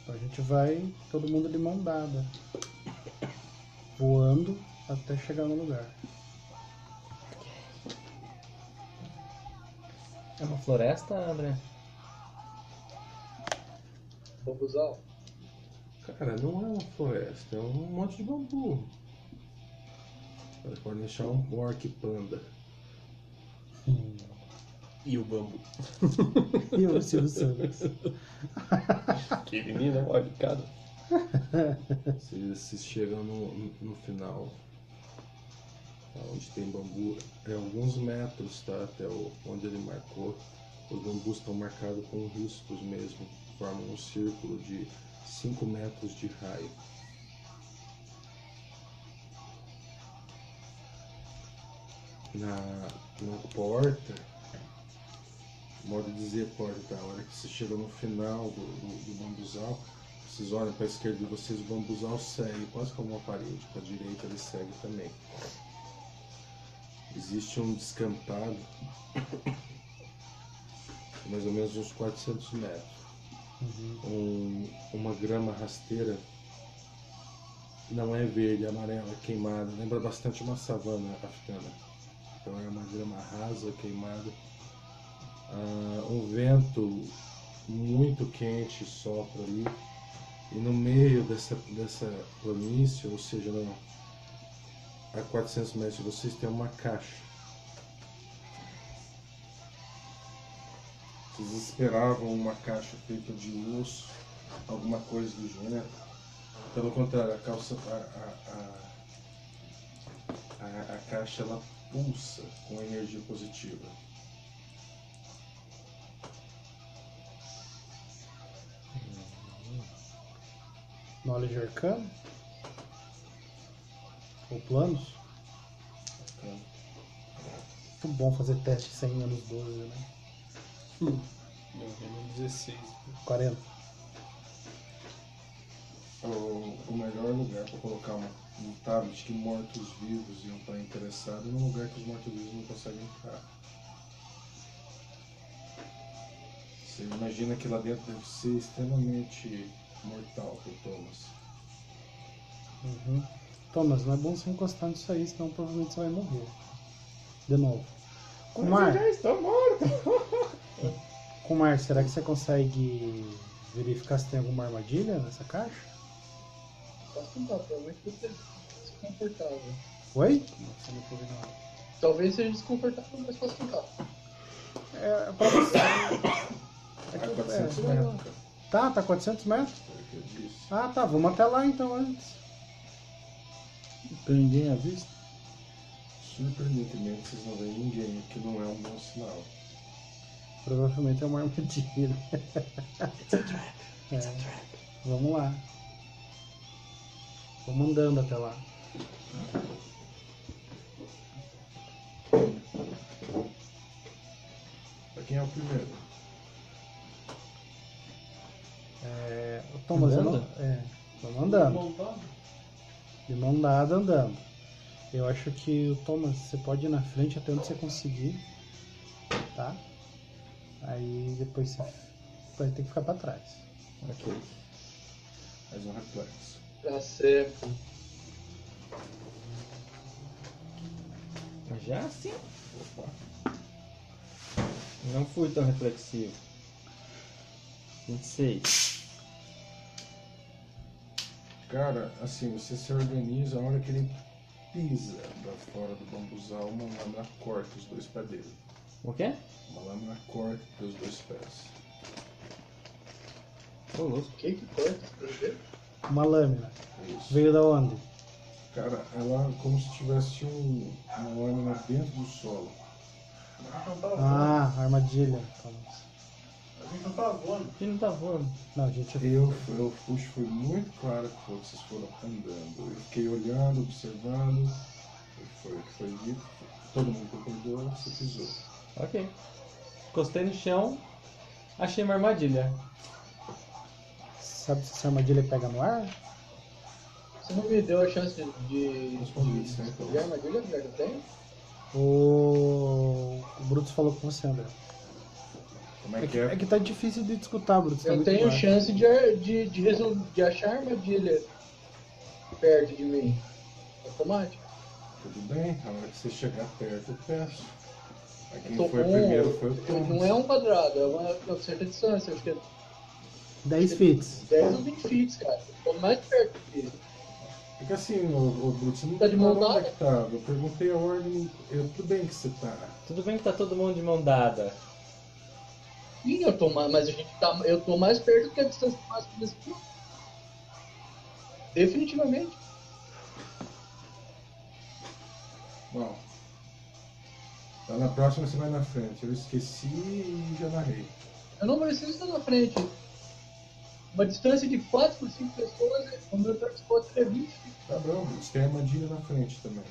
S5: Então a gente vai todo mundo de mão dada. Voando até chegar no lugar.
S9: é uma floresta, André?
S6: Bambuzal.
S8: Cara, não é uma floresta, é um monte de bambu. Ela pode deixar um orc panda.
S10: E o bambu.
S5: E o Silvio Santos.
S10: Que menina, olha, cara.
S8: Vocês, vocês chegam no, no- no final, onde tem bambu, é alguns metros, tá? Até o, onde ele marcou. Os bambus estão marcados com riscos mesmo, formam um círculo de 5 metros de raio. Na, na porta, modo de dizer porta, tá? A hora que você chega no final do, do, do bambuzal, vocês olham para a esquerda de vocês, o bambuzal segue quase como uma parede, para a direita ele segue também. Existe um descampado, mais ou menos uns 400 metros. Um- uma grama rasteira, não é verde, é amarela, é queimada, lembra bastante uma savana africana. Então é uma grama rasa, queimada. Ah, um vento muito quente sopra ali. E no meio dessa, dessa planície, ou seja, no- a 400 metros de vocês, tem uma caixa. Vocês esperavam uma caixa feita de osso, alguma coisa do gênero. Pelo contrário, a calça, a, a, a, a, a caixa ela pulsa com energia positiva.
S5: Knowledge Arcano? Ou planos?
S8: Então,
S5: Muito bom fazer teste sem anos 12, né?
S10: Meu reino é 16.
S5: 40.
S8: É O, o melhor lugar para colocar uma- um tablet que mortos-vivos iam estar interessados é num lugar que os mortos-vivos não conseguem entrar. Você imagina que lá dentro deve ser extremamente mortal pro Thomas.
S5: Uhum. Thomas, não é bom você encostar nisso aí, senão provavelmente você vai morrer. De novo. Kumar. já estou morto! (laughs) Kumar, será que você consegue verificar se tem alguma armadilha nessa caixa?
S6: Posso tentar, provavelmente deve ser desconfortável.
S5: Oi?
S6: Talvez seja desconfortável, mas posso tentar.
S5: É, é pra você. (coughs) É
S8: A
S5: que-
S8: 400
S5: é,
S8: metros,
S5: Tá, tá 400 metros?
S8: foi o que eu disse.
S5: Ah, tá, vamos até lá então antes.
S1: Tem ninguém à vista?
S8: Surpreendentemente, vocês não veem ninguém, o que não é um bom sinal.
S5: Provavelmente é uma armadilha. É. Vamos lá. Vamos andando até lá.
S8: Pra quem é o primeiro?
S5: É, ô, Thomas, eu não. É, vamos andando.
S8: Montado?
S5: De mão dada andando. Eu acho que o Thomas, você pode ir na frente até onde você conseguir. Tá? Aí depois você vai ter que ficar pra trás.
S8: Ok. Mais um reflexo.
S6: Pra ser.
S9: Já sim. Não fui tão reflexivo. 26.
S8: Cara, assim, você se organiza a hora que ele pisa pra fora do bambuzal, uma lâmina corta os dois pés dele.
S9: O quê?
S8: Uma lâmina corta os dois pés.
S9: Ô, louco.
S6: O que que corta?
S5: Uma lâmina.
S8: É isso.
S5: Veio da onde?
S8: Cara, ela é como se tivesse um, uma lâmina dentro do solo.
S5: Ah, armadilha. Thomas.
S12: A gente não tá voando.
S13: Ele não tá voando.
S5: Não, gente, eu...
S8: Eu, eu puxo, foi muito claro que vocês foram andando. Eu fiquei olhando, observando. e Foi o que foi dito. Todo mundo concordou, você pisou.
S9: Ok. Encostei no chão, achei uma armadilha.
S5: sabe se essa armadilha pega no ar?
S6: Você não me deu a chance de. de,
S8: Os convites, né? Então,
S6: de armadilha que eu tenho?
S5: O, o Brutus falou com você, André.
S8: como
S5: É
S8: é
S5: que,
S8: que
S5: é
S8: é?
S5: que tá difícil de escutar, Brutus. tá
S6: Eu
S5: muito
S6: tenho
S5: baixo.
S6: chance de, ar- de, de, resol- de achar armadilha perto de mim. É Automático.
S8: Tudo bem, a hora que você chegar perto, eu peço. Aí quem
S6: Tô
S8: foi
S6: com-
S8: primeiro foi o Tom.
S6: Não é um quadrado, é uma, uma certa distância. Acho que é
S5: 10 fits.
S6: 10 ou 20 feet, cara. Tô mais perto disso.
S8: Fica assim, ô, ô Bruto, você não
S6: Tá de mão
S8: falou onde
S6: dada?
S8: é que tava. Eu perguntei a ordem, eu, tudo bem que você tá.
S9: Tudo bem que tá todo mundo de mão dada.
S6: Sim, eu tô mais, mas a gente tá, eu tô mais perto do que a distância máxima desse filme. Definitivamente.
S8: Bom, tá na próxima você vai na frente. Eu esqueci e já narrei.
S6: Eu não preciso estar na frente. Uma distância de 4 por 5 pessoas, o meu dark spot é 20 feet.
S8: Tá bom, Bruto, tem armadilha na frente também.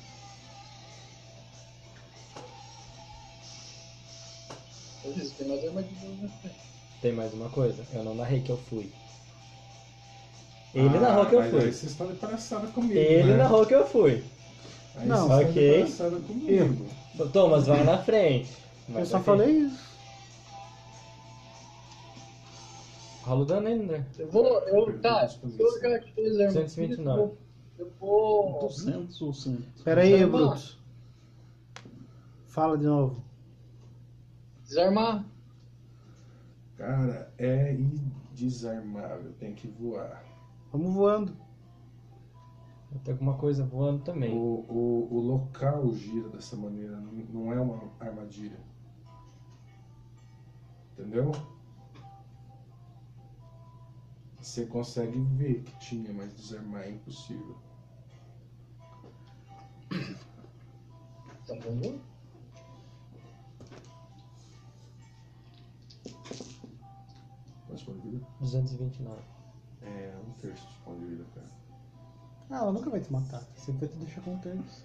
S6: Eu disse, tem mais armadilha na frente.
S9: Tem mais uma coisa? Eu não narrei que eu fui.
S14: Ah,
S9: Ele narrou que eu
S8: Ah, mas
S9: fui.
S8: Aí vocês estão de palhaçada comigo.
S9: Ele
S8: né?
S9: narrou que eu fui.
S8: Aí
S5: Não,
S8: vocês estão
S9: ok.
S8: de palhaçada comigo.
S9: Thomas, vai na frente.
S5: Eu
S9: Mas
S5: só
S9: ok.
S5: falei isso.
S9: Rola o dano ainda. né?
S6: Eu vou, eu, tá, eu já fiz a armadilha.
S9: 129.
S6: Eu vou.
S1: 200 ou 100?
S5: Pera aí,
S6: Desarmar.
S5: Brutus. Fala de novo.
S6: Desarmar.
S8: Cara, é indesarmável, tem que voar.
S5: Vamos voando.
S9: Tem alguma coisa voando tá? também.
S8: O, o, o local gira dessa maneira, não, não é uma armadilha. Entendeu? Você consegue ver que tinha, mas desarmar é impossível.
S6: Então vamos.
S8: Quantos pontos de vida?
S9: 229.
S8: É, um terço de ponto de vida, cara.
S5: Ah, ela nunca vai te matar. Sempre vai te deixar (laughs) contente.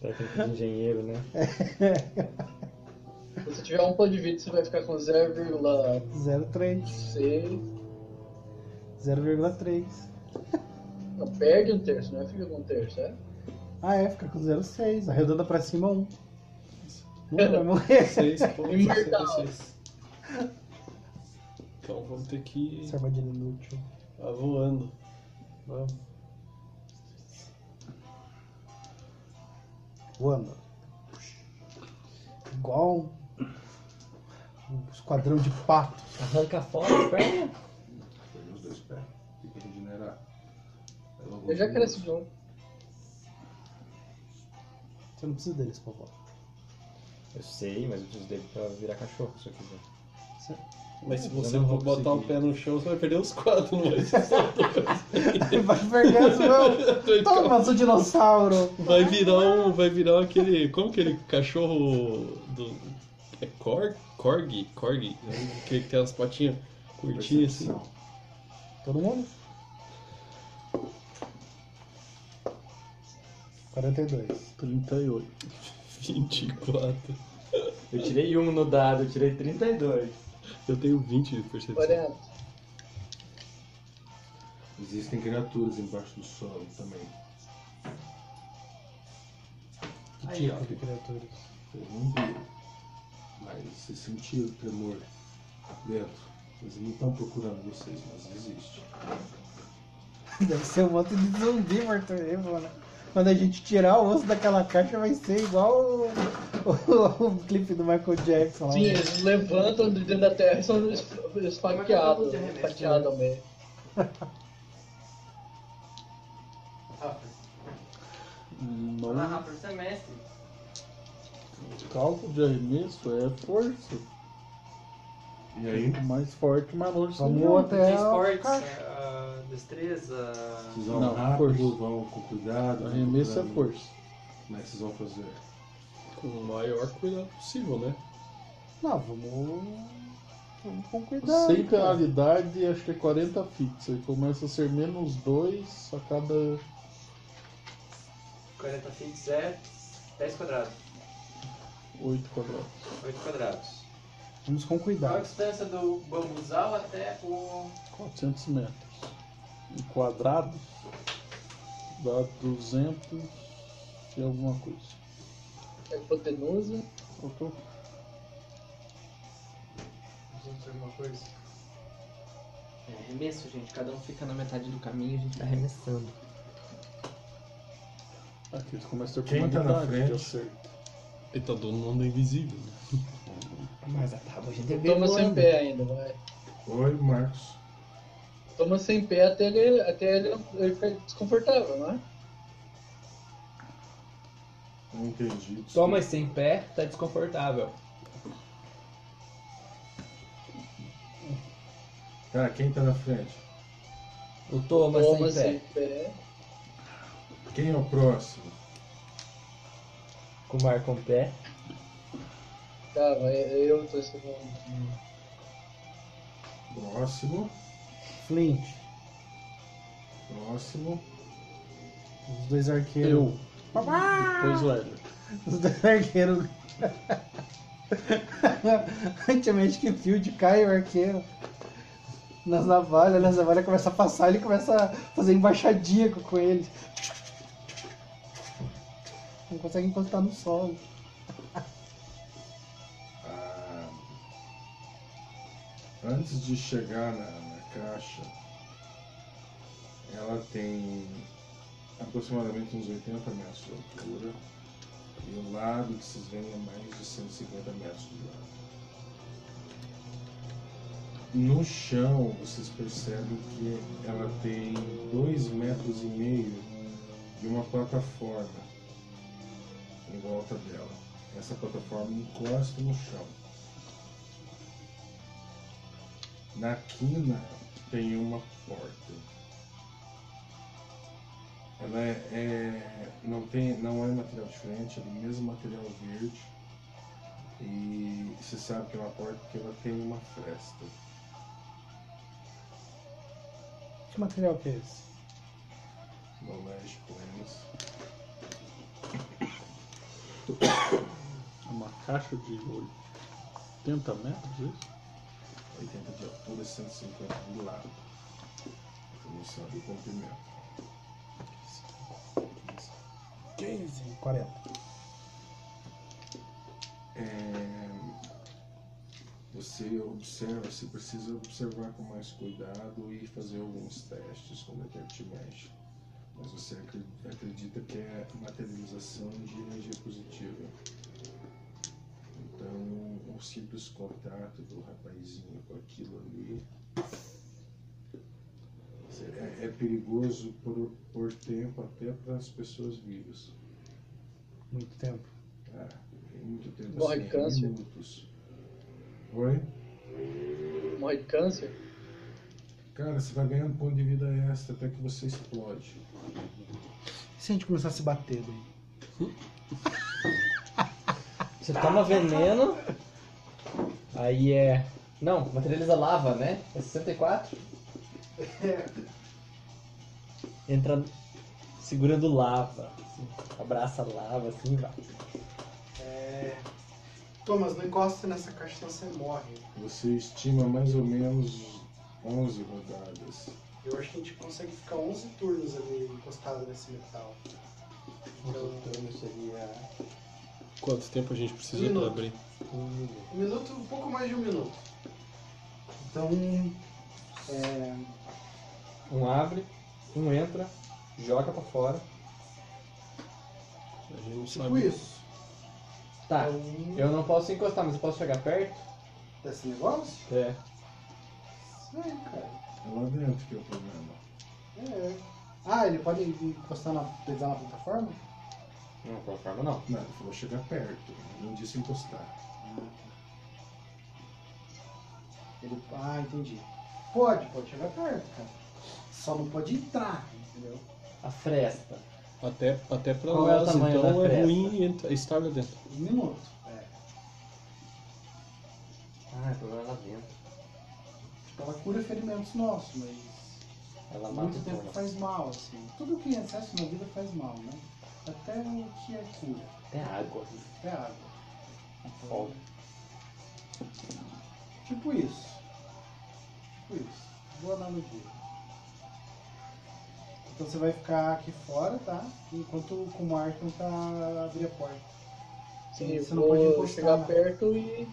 S9: Técnico de engenheiro, né?
S6: Se você tiver um ponto de vida, você vai ficar com 0,6.
S5: 0,3. 0,3.
S6: Não, perde um terço, não é fica com um terço, é?
S5: Ah, é, fica com 0,6. Arredonda pra cima 1. Nunca vai morrer.
S1: 6,66. Então vamos ter que ir
S5: Essa armadilha inútil.
S10: tá
S1: ah, voando. Vamos.
S5: Voando. Igual um um esquadrão de pato.
S9: Arranca fora a perna.
S8: Foi nos dois pés. Tem que regenerar. É logo
S6: Eu já
S8: os
S6: cresci de um.
S5: Você não precisa deles, por favor.
S9: Eu sei, mas eu preciso dele pra virar cachorro se eu quiser.
S5: Você-
S10: Mas se
S1: Eu
S10: você
S1: não
S10: for
S1: vou
S10: botar o
S1: conseguir.
S10: pé no chão, você vai perder os quatro, não vai ser só dois.
S5: Vai perder as mãos.
S10: Dois
S5: Toma, seu dinossauro.
S10: Vai virar um. Vai virar aquele. Como aquele cachorro do. É Korg? Korg? Korg? É Aquele que tem as patinhas curtinhas assim.
S8: Percepção.
S1: Todo mundo?
S5: 42.
S1: 38.
S10: 24.
S11: Eu tirei um no dado, eu tirei 32.
S10: Eu tenho 20 de percepção.
S6: 40.
S8: Existem criaturas embaixo do solo também.
S5: Que
S8: Aí,
S5: tipo
S8: ó.
S5: de criaturas?
S8: Eu não vi. Mas você sentiu o tremor dentro. Eles não estão procurando vocês, mas existe.
S5: Deve ser um monte de zumbi morto mesmo, né? Quando a gente tirar o osso daquela caixa, vai ser igual o, o, o clipe do Michael Jackson lá.
S6: Sim, eles levantam de dentro da terra e são es- esfaqueados. Esfaqueados ao meio.
S1: Não.
S14: Fala, Rafa, você é mestre.
S1: Cálculo de arremesso é força.
S8: E aí?
S1: O mais forte, mais longe você
S5: Vamos
S1: joga.
S5: até
S14: Tem
S5: a
S14: esportes, É, a destreza.
S8: Vocês vão
S1: Não,
S8: rápido,
S1: força.
S8: vão com cuidado. vão
S1: Arremesso é
S8: procurando.
S1: força.
S8: Como é que vocês vão fazer?
S10: Com o maior cuidado possível, né?
S5: Não, vamos. Vamos com cuidado.
S1: Sem
S5: cara.
S1: penalidade, acho que é 40 fixo. Aí começa a ser menos 2 a cada.
S14: 40 fits é 10 quadrados.
S1: 8 quadrados.
S14: 8 quadrados.
S5: Vamos com
S15: Tá.
S14: Qual a
S5: cuidado.
S14: distância do bambuzal até o.
S1: 400 metros. Em quadrados dá 200 e alguma coisa.
S6: É hipotenusa.
S1: Faltou?
S14: Gente, alguma coisa? É arremesso, gente. Cada um fica na metade do caminho, a gente tá arremessando.
S1: Aqui eles começam a ter
S8: Quem tá na
S1: penalidade de
S8: frente?
S1: acerto.
S10: E tá todo mundo invisível, né?
S5: Mas a tábua já deve
S6: Toma sem pé ainda, vai.
S8: Oi, Marcos.
S6: Toma sem pé até ele, até ele, ele ficar desconfortável, não é?
S8: Não entendi.
S9: Toma esse em pé, tá desconfortável.
S8: Tá, quem tá na frente?
S9: O toma,
S6: Toma
S9: sem
S6: sem
S9: pé.
S6: pé.
S8: Quem é o próximo?
S9: Com o Marco em pé.
S6: Tá, vai, eu tô segundo.
S8: Próximo.
S5: Flint,
S8: Próximo.
S5: os dois arqueiros.
S1: Eu. Depois o Hélio.
S5: Os dois arqueiros. (laughs) Antigamente que Field cai o arqueiro nas navalhas, nas navalhas começa a passar, ele começa a fazer embaixadinha com com ele. Não consegue encostar no solo.
S8: Ah, antes de chegar na, na caixa, ela tem aproximadamente uns 80 metros de altura e o lado que vocês veem é mais de 150 metros do lado. No chão, vocês percebem que ela tem 2 metros e meio de uma plataforma em volta dela. Essa plataforma encosta no chão. Na quina tem uma porta. Ela é, é- não, tem, não é material diferente, é do mesmo material verde. E você sabe que é uma porta porque ela tem uma fresta.
S5: Que material que é esse?
S8: Knowledge planes.
S1: É uma caixa de 80 metros, é isso?
S8: 80 de altura e 150 do lado. Você não sabe Então, o comprimento.
S5: 15, 40.
S8: É, Você observa, você precisa observar com mais cuidado e fazer alguns testes quando a te mexe. Mas você acre- acredita que é materialização de energia positiva. Então, um simples contato do rapazinho com aquilo ali cê- é, é perigoso por, por tempo até para as pessoas vivas. É.
S5: Muito tempo.
S8: Ah, tem muito tempo
S6: Morre
S8: assim,
S6: de câncer.
S8: minutos. Oi?
S6: ele morre de câncer.
S8: Cara, você vai ganhando ponto de vida extra até que você explode.
S5: E se a gente começar a se bater daí?
S9: Você
S14: Ah!
S9: toma veneno. Aí é. Não, materializa lava, né? É 64. Entra segurando lava. assim. Abraça a lava, assim, vai.
S15: É... Thomas, não encosta nessa caixa senão você morre.
S8: Você estima mais ou menos 11 rodadas.
S15: Eu acho que a gente consegue ficar 11 turnos ali encostado nesse metal. Então,
S11: Então seria.
S10: Quanto tempo a gente precisa
S15: Minuto.
S10: pra abrir?
S15: um minuto, um pouco mais de um minuto.
S5: Então,
S3: Um abre, um entra, joga pra fora.
S10: A gente não
S15: Tipo
S10: sabe.
S15: isso.
S3: Tá,
S15: É um
S3: eu não posso encostar, mas eu posso chegar perto?
S15: desse negócio?
S3: É.
S15: Sei, cara.
S8: É lá dentro que é o problema.
S15: É. Ah, ele pode encostar na, pegar na plataforma?
S3: Não, de qualquer forma não.
S8: Não, ele falou chegar perto. ele Não disse encostar.
S15: Ah. Ele, ah, entendi. Pode, pode chegar perto, cara. Só não pode entrar, entendeu?
S9: A fresta.
S10: Até, até pra
S9: Qual é o
S10: nós,
S9: tamanho da
S10: então, é
S9: fresta?
S10: ruim entra- estar lá dentro.
S15: Um minuto. É.
S3: Ah, o problema é lá dentro.
S15: Tipo, ela cura ferimentos nossos, mas
S9: Tá
S3: Ela mata
S15: muito
S3: o
S15: tempo
S3: problema.
S15: faz mal, assim. Tudo que é excesso na vida faz mal, né? Até o que é cura,
S3: Até água.
S15: até a água. Então,
S3: Fogo.
S15: Tipo isso. Tipo isso. Boa analogia. Então você vai ficar aqui fora, tá? Enquanto o Marco tá abrir a porta.
S6: Sim,
S15: Você
S6: você
S15: não
S6: não vou
S15: pode encostar,
S6: chegar
S15: né?
S6: perto e.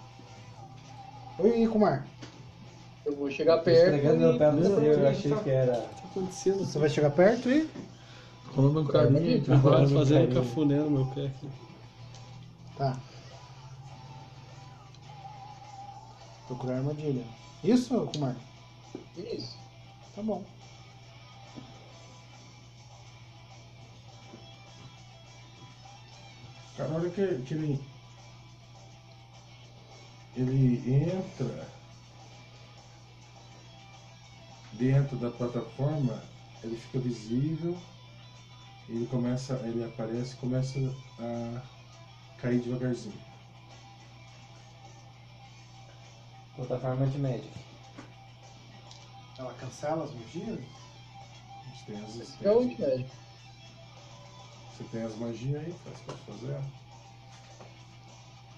S15: Oi, Kumar.
S6: Eu vou chegar
S9: Tô
S6: perto.
S9: esfregando meu pé no
S15: Não,
S9: seu, eu
S15: não,
S9: achei
S15: não.
S9: que era.
S10: O que tá acontecendo?
S5: você vai chegar perto e.
S10: Rolando um
S9: tá
S10: carinho,
S6: Carinho,
S10: cara. Vai
S9: rolando um
S10: fazendo
S9: carinho.
S10: cafuné no meu pé aqui.
S5: Tá. Procurar armadilha. Isso, Kumar?
S6: Isso.
S5: Tá bom.
S8: Cara, na hora que, que ele. Ele entra dentro da plataforma, ele fica visível, ele começa. ele aparece e começa a cair devagarzinho.
S3: Plataforma de média.
S15: Ela cancela as magias?
S8: Você tem as, você tem
S6: É
S8: as-
S6: onde, velho?
S8: você tem as magias aí, cara, você pode fazer?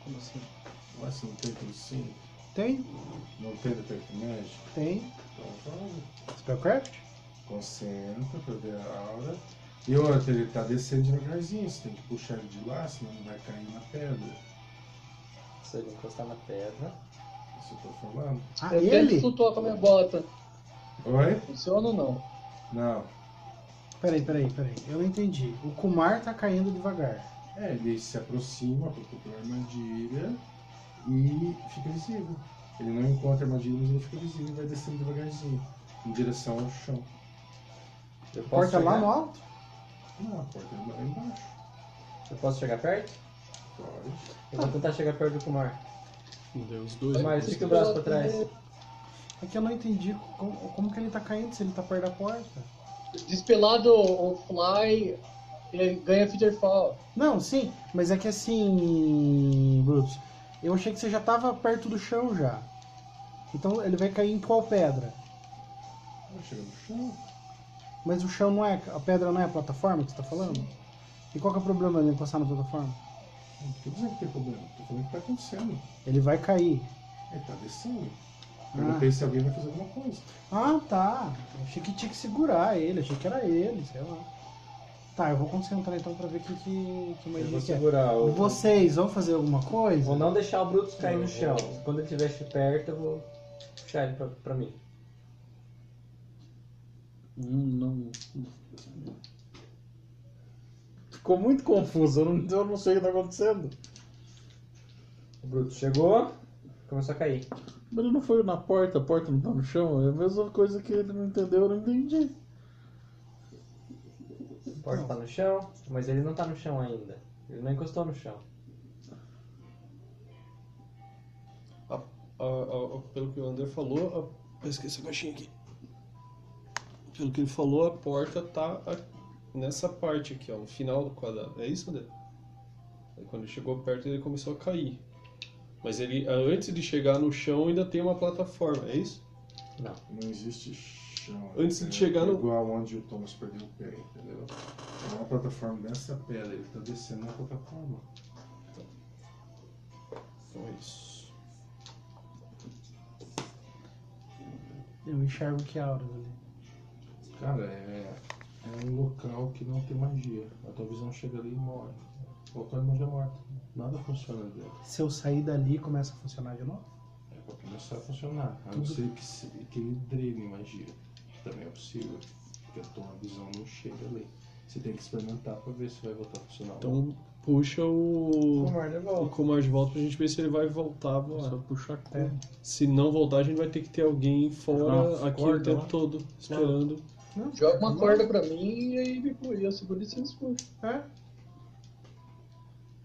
S15: Como assim?
S8: Mas você não tem tudo sim,
S5: Tem?
S8: não tem detecto médico,
S5: Tem.
S8: então faz.
S5: Spellcraft?
S8: Concentra pra ver a aura. E outra, ele tá descendo devagarzinho, você tem que puxar ele de lá, senão ele vai cair na pedra.
S3: Se ele encostar na pedra.
S8: Isso eu tô falando.
S5: Ah,
S6: Eu tento
S5: ele?
S6: flutuar com a minha bota.
S8: Oi?
S6: Funciona ou não?
S8: Não.
S5: Peraí, peraí, peraí. Eu não entendi. O Kumar tá caindo devagar.
S8: É, ele se aproxima pra procurar a armadilha e fica visível. Ele não encontra a armadilha, mas ele fica visível e vai descendo devagarzinho, em direção ao chão.
S3: Eu posso
S5: Porta
S3: chegar...
S5: lá no alto?
S8: Não, a porta é lá embaixo.
S3: Eu posso chegar perto?
S8: Pode.
S3: Eu vou tentar chegar perto do Kumar.
S10: Deu os dois.
S3: Kumar,
S10: depois.
S3: estica o braço pra trás.
S5: É que eu não entendi como, como que ele tá caindo, se ele tá perto da porta.
S6: Despelado ou fly, ele ganha Feeder Fall.
S5: Não, sim, mas é que assim, Brutus, eu achei que você já tava perto do chão já. Então ele vai cair em qual pedra?
S8: Vai chegar no chão.
S5: Mas o chão não é. A pedra não é a plataforma que você tá falando? E qual que é o problema dele encostar na plataforma?
S8: Não tô dizendo que tem problema, tô falando que tá acontecendo.
S5: Ele vai cair.
S8: Ele tá descendo. Perguntei se alguém vai fazer alguma coisa.
S5: Ah, tá. Achei que tinha que segurar ele, achei que era ele, sei lá. Tá, eu vou concentrar então pra ver que, que, que
S3: Eu vou
S5: magia que é.
S3: segurar o.
S5: Vocês vão fazer alguma coisa?
S3: Vou não deixar o Brutus cair
S5: Eu
S3: no chão.
S5: vou-
S3: Quando ele estiver perto, eu vou puxar ele pra, pra mim.
S1: Não, não.
S9: Ficou muito confuso, eu não, eu não sei o que tá acontecendo.
S3: O Brutus chegou, começou a cair.
S1: Mas ele não foi na porta, a porta não tá no chão. É a mesma coisa que ele não entendeu, eu não entendi.
S3: A porta tá no chão, mas ele não tá no chão ainda. Ele não encostou no chão.
S1: a- a- a- pelo que o André falou, a, eu esqueci a caixinha aqui. Pelo que ele falou, a porta tá a- nessa parte aqui, ó, no final do quadrado. É isso, André? Aí quando ele chegou perto, ele começou a cair. Mas ele, antes de chegar no chão, ainda tem uma plataforma, é isso?
S16: Não.
S8: Não existe chão.
S1: Antes de
S8: É
S1: chegar no-
S8: Igual onde o Thomas perdeu o pé, entendeu? É uma plataforma dessa pedra, ele tá descendo na plataforma.
S1: Então é isso.
S5: Eu enxergo que é auras ali.
S8: Cara, é, é um local que não tem magia. A tua visão chega ali e morre. O local de magia é morta. Nada funciona ali dentro.
S5: Se eu sair dali, começa a funcionar de novo?
S8: É pra começar a funcionar. A não
S5: Tudo.
S8: ser que, se- que ele drene magia. que Também é possível. Porque a tua visão não chega ali. Você tem que experimentar pra ver se vai voltar a funcionar.
S1: Então puxa o.
S8: Kumar de volta.
S1: O Kumar de volta pra gente ver se ele vai voltar a voar.
S17: Só
S1: puxar a
S17: Ah, É.
S1: Se não voltar, a gente vai ter que ter alguém fora
S17: Ah,
S1: aqui o
S17: corda
S1: tempo
S17: lá.
S1: todo, esperando.
S6: Joga uma corda pra mim e aí fico- e eu seguro isso e escudo.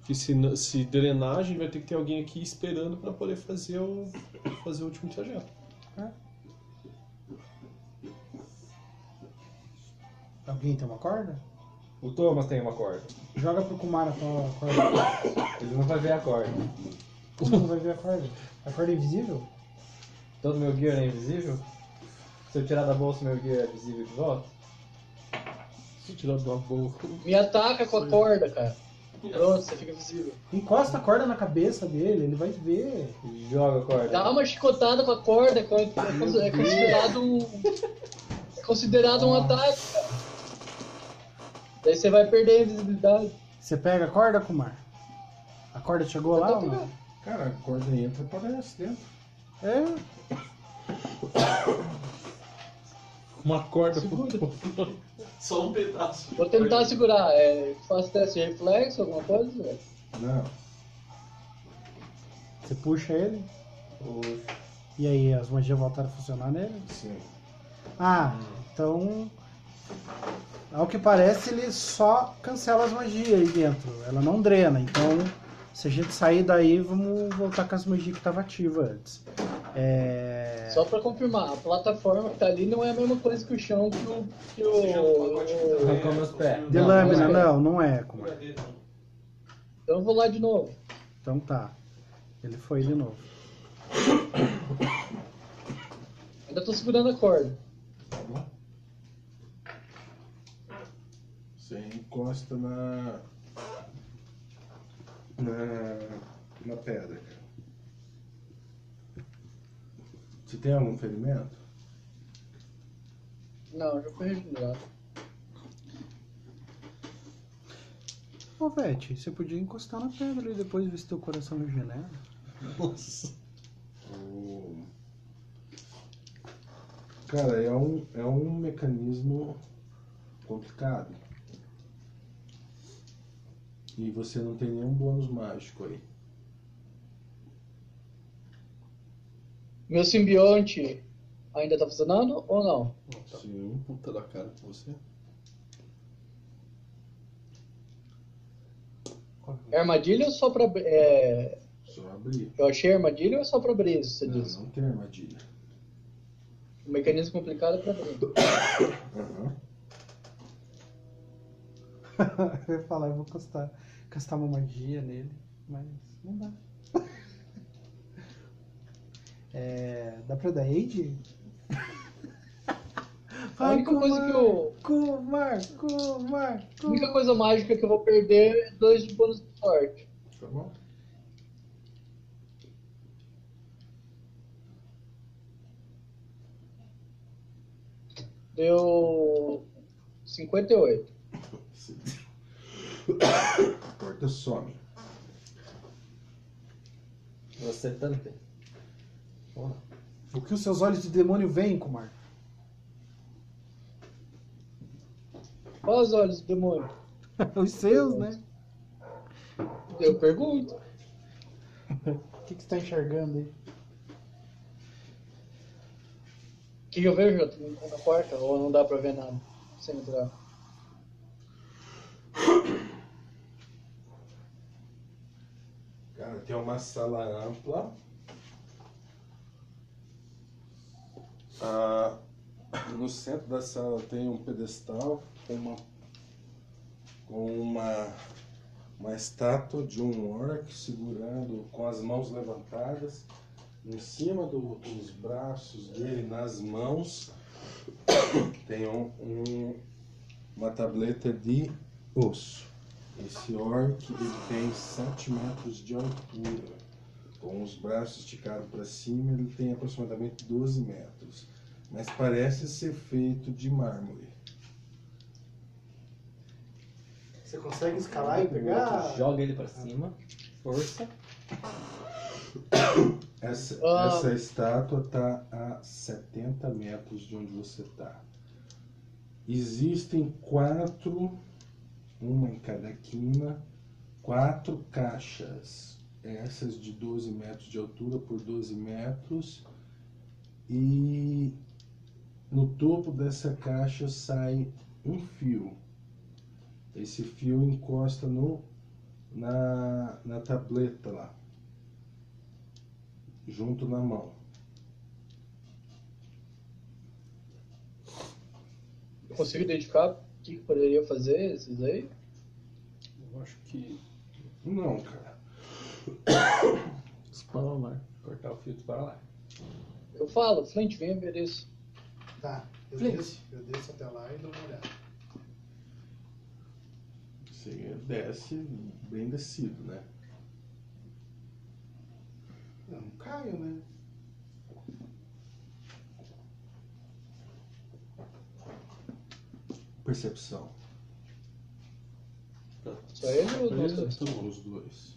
S1: E se, n- se drenar, a gente vai ter que ter alguém aqui esperando pra poder fazer o, fazer o último trajeto.
S5: Alguém tem uma corda?
S9: O Thomas tem uma corda.
S5: Joga pro Kumar a tua corda.
S9: Ele não vai ver
S8: (laughs)
S9: a corda.
S5: Como não vai ver a corda? A corda é invisível?
S9: Todo meu gear é invisível? Se eu tirar da bolsa, meu gear é visível de volta?
S1: Se tirar da boca.
S6: Me ataca com a corda, cara. Pronto, você fica visível.
S5: Encosta a corda na cabeça dele, ele vai ver.
S9: Joga a corda.
S6: Dá uma chicotada com a corda, é con- é cons- é considerado um. É considerado um ataque, cara. Daí você vai perder a invisibilidade.
S5: Você pega a corda, Kumar? A corda chegou lá ou não?
S8: Cara, a corda entra e aparece dentro.
S5: É,
S17: Uma corda
S10: Só um pedaço.
S6: Vou tentar segurar. É, faço teste de reflexo, alguma coisa? velho?
S8: Não.
S5: você puxa ele. E aí, as magias voltaram a funcionar nele?
S8: Sim.
S5: Ah, então. Ao que parece, ele só cancela as magias aí dentro. Ela não drena. Então, se a gente sair daí, vamos voltar com as magias que estavam ativas antes. É.
S6: Só pra confirmar, a plataforma que tá ali não é a mesma coisa que o chão que o. Que o,
S10: é um
S9: Arrancou meus
S10: né?
S9: pés.
S5: De lâmina, não, não é. Kumar.
S6: né? Então eu vou lá de novo.
S5: Então tá. Ele foi de novo.
S6: Ainda tô segurando a corda.
S8: Você encosta na. na. na pedra, cara. Você tem algum ferimento?
S6: Não, já foi regenerado.
S5: Ô, Vete, você podia encostar na pedra e depois ver se teu coração regenera.
S1: Nossa.
S8: O- Cara, é um, é um mecanismo complicado. E você não tem nenhum bônus mágico aí.
S6: Meu simbionte ainda tá funcionando ou não?
S8: Sim.
S1: Puta da cara pra você.
S6: É armadilha ou só pra. abri- É...
S8: Só abrir.
S6: Eu achei armadilha ou é só pra abrir isso? Você
S8: Não,
S6: disse?
S8: não tem armadilha.
S6: Um mecanismo complicado é pra abrir.
S8: Aham.
S5: eu ia falar, eu vou castar, castar uma magia nele, mas não dá. (laughs) É, dá pra dar
S6: (laughs)
S5: aid?
S6: A única coisa que eu.
S5: Kumar, Kumar,
S6: A única coisa mágica que eu vou perder é dois de bônus de sorte.
S8: Tá bom?
S6: Deu. 58.
S8: Sim. A porta some.
S9: Você também.
S5: O que os seus olhos de demônio veem, Kumar?
S6: (laughs) Olha os olhos do demônio.
S5: Os seus, né?
S6: Eu pergunto.
S5: O que, que você tá enxergando aí?
S6: O que eu vejo Tá na porta? Ou não dá pra ver nada? Sem entrar.
S8: Cara, tem uma sala ampla Ah, no centro da sala tem um pedestal com uma, com uma, uma estátua de um orc segurando com as mãos levantadas. Em cima do- dos braços dele, nas mãos, (coughs) tem um- um- uma tableta de osso. Esse orc ele tem 7 metros de altura. Com os braços esticados para cima, ele tem aproximadamente 12 metros. Mas parece ser feito de mármore.
S15: Você consegue escalar e
S8: Ah.
S15: pegar?
S11: Joga ele pra cima. Força.
S8: Essa,
S15: Ah.
S8: essa estátua está a 70 metros de onde você está. Existem quatro, uma em cada quina, quatro caixas. Essas de 12 metros de altura por 12 metros. E no topo dessa caixa sai um fio. Esse fio encosta no, na, na tableta lá junto na mão.
S6: Eu consigo identificar o que, que poderia fazer esses aí?
S1: Eu acho que.
S8: Não, cara.
S1: Esparalar.
S18: Cortar o fio do Paraná.
S6: Eu falo, Flint, vem ver isso.
S15: Tá, eu
S6: Flint.
S15: desço, eu desço até lá e dou uma olhada.
S8: Você desce bem descido, né?
S15: Eu não caio, né?
S8: Percepção.
S6: Só ele ou nós dois?
S8: São Então, os dois.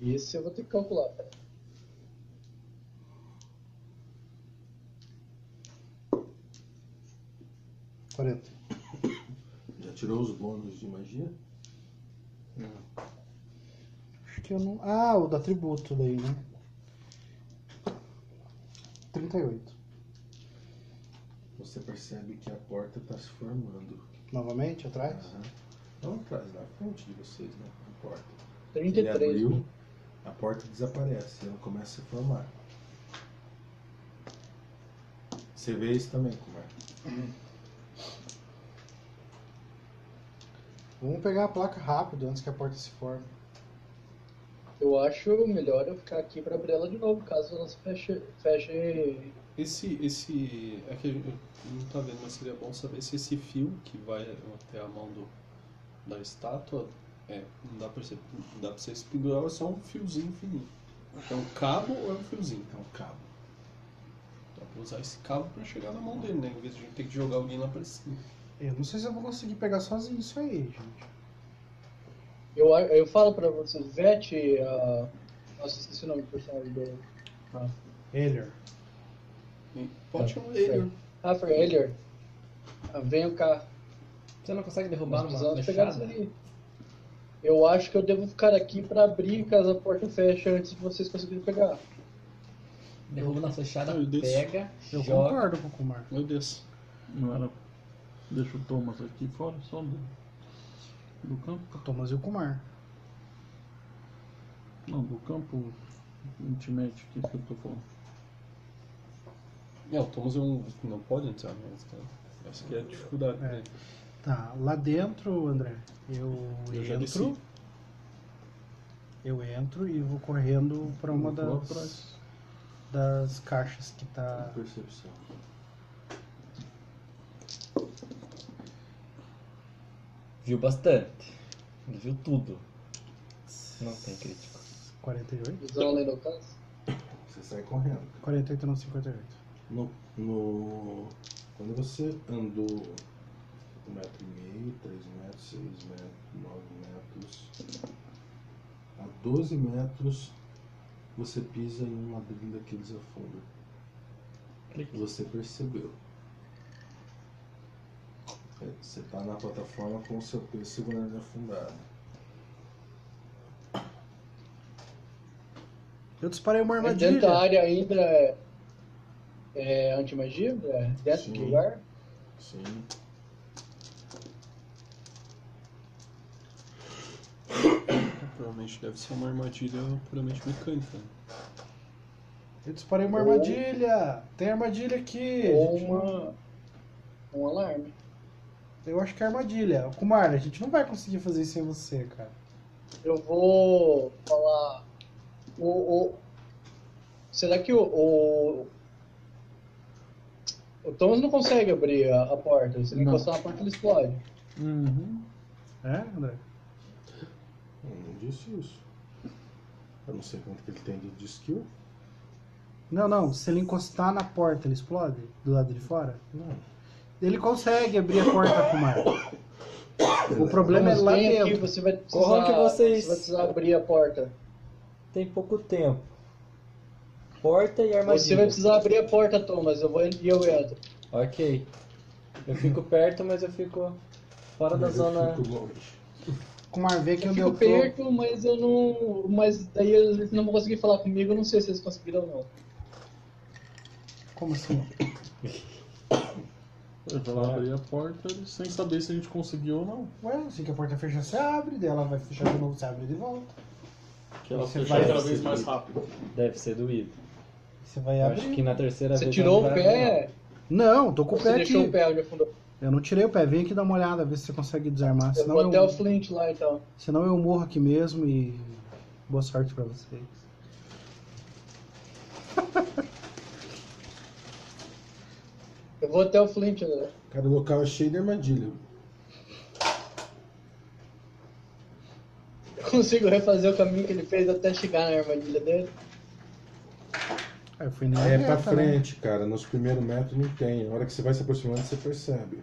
S6: Isso eu vou ter que calcular.
S8: Já tirou os bônus de magia?
S5: Acho que eu não. Ah, o da tributo daí, né? 38.
S8: Você percebe que a porta está se formando.
S5: Novamente, atrás?
S8: Aham. Não atrás, na frente de vocês, né? A porta.
S6: 33.
S8: Ele abriu, a porta desaparece, ela começa a se formar. Você vê isso também, Kumar.
S5: Vamos pegar a placa rápido antes que a porta se forme.
S6: Eu acho melhor eu ficar aqui pra abrir ela de novo, caso ela se feche. feche...
S10: Esse, esse, é que a gente não tá vendo, mas seria bom saber se esse fio que vai até a mão do, da estátua, é, não dá pra você, não dá pra você se pendurar, é só um fiozinho fininho. É um cabo ou é um fiozinho?
S8: É um cabo.
S10: Dá pra usar esse cabo pra chegar na mão dele, né? Em vez de a gente ter que jogar alguém lá pra cima.
S5: Eu não sei se eu vou conseguir pegar sozinho isso aí, gente.
S6: Eu, a- eu falo pra vocês, Vete. a. Nossa, esqueci o nome do personagem dele.
S5: Elher.
S10: Pode chamar ele.
S6: Ah, foi Elliot. Ah, venho cá.
S11: Você não consegue derrubar
S6: Nós
S11: numa
S6: precisamos pegar isso
S11: flechada?
S6: aí. Eu acho que eu devo ficar aqui pra abrir caso a porta feche antes de vocês conseguirem pegar.
S11: Derruba na flechada,
S10: Eu desço.
S11: pega,
S5: Eu
S11: joga.
S5: concordo com o Kumar.
S10: Meu Deus.
S1: Não era. Deixa o Thomas aqui fora, só do, do campo.
S5: O Thomas e o Kumar.
S1: Não, do campo intimate aqui que eu tô falando.
S10: É, o Thomas é um, não pode entrar, mas tá? Essa que é a dificuldade, né?
S5: Tá, lá dentro, André, eu,
S10: Eu já
S5: entro.
S10: desci.
S5: Eu entro e vou correndo pra uma
S1: Eu vou
S5: das,
S1: atrás.
S5: das caixas que tá.
S8: Percepção.
S11: Viu bastante. Viu tudo. Não tem crítico.
S5: 48?
S6: Visão além do alcance.
S8: Você sai correndo.
S5: 48 não, 58.
S8: No, no- Quando você andou um metro e meio, três metros, seis metros, nove metros, a 12 metros você pisa em um abrir daqueles afunda. Você percebeu. É, Você está na plataforma com o seu peso segurando ele afundado.
S5: Eu disparei
S1: É
S5: uma
S6: Dentro da
S5: armadilha.
S6: área ainda é, é anti-magia? É dentro do
S8: Sim.
S6: lugar?
S8: Sim.
S10: Provavelmente deve ser uma armadilha puramente mecânica. né?
S5: Eu disparei uma armadilha! Tem armadilha aqui!
S6: Ou
S5: gente.
S6: uma- Um alarme.
S5: Eu acho que é armadilha. Kumar, a gente não vai conseguir fazer isso sem você, cara.
S6: Eu vou falar. O, o- será que o, o. O Thomas não consegue abrir a, a porta. Se ele
S1: Não.
S6: encostar na porta, ele explode.
S1: Uhum.
S5: É, André?
S8: Eu não disse isso. Eu não sei quanto que ele tem de de skill.
S5: Não, não. Se ele encostar na porta, ele explode? Do lado de fora?
S8: Não.
S5: Ele consegue abrir a porta, Kumar. O problema é
S6: Thomas,
S5: lá
S6: vem
S5: dentro.
S6: aqui, você vai precisar,
S9: Corram que vocês-
S6: você vai precisar abrir a porta.
S9: Tem pouco tempo. Porta e armadilha.
S6: Você vai precisar abrir a porta, Thomas. Eu vou en- e eu entro.
S9: Ok. Eu fico perto, mas eu fico fora da
S8: Mas eu
S9: zona.
S8: fico longe.
S5: Kumar, vê aqui
S6: Eu
S5: onde
S6: fico
S5: eu tô.
S6: perto, mas eu não. Mas daí eles não vão conseguir falar comigo. Eu não sei se eles conseguiram ou não.
S5: Como assim?
S1: Ele vai lá abrir a porta ele- sem saber se a gente conseguiu ou não.
S5: Ué, assim que a porta fecha, você abre, daí ela vai fechar de novo, você abre de volta.
S1: Que ela
S5: Você
S1: fecha
S5: vai-
S1: cada vez mais rápido.
S19: Deve ser doído.
S5: Você vai
S19: Eu
S5: abrir.
S19: acho que na terceira
S6: Você
S19: vez.
S6: tirou
S19: não
S6: o
S19: vai
S6: pé?
S5: Não, tô com o
S6: Você
S5: pé é
S6: deixou
S5: aqui.
S6: o pé onde afundou.
S5: Eu não tirei o pé, vem aqui dar uma olhada, ver se você consegue desarmar.
S6: Eu
S5: Senão
S6: vou
S5: eu,
S6: até o Flint lá então.
S5: senão eu morro aqui mesmo e boa sorte pra vocês.
S6: Eu vou até o Flint, né? André.
S8: Cara, o local é cheio de armadilha.
S6: Eu consigo refazer o caminho que ele fez até chegar na armadilha dele.
S5: Ah, eu fui nem
S8: É pra frente, cara. Nos primeiros metros não tem. A hora que você vai se aproximando, você percebe.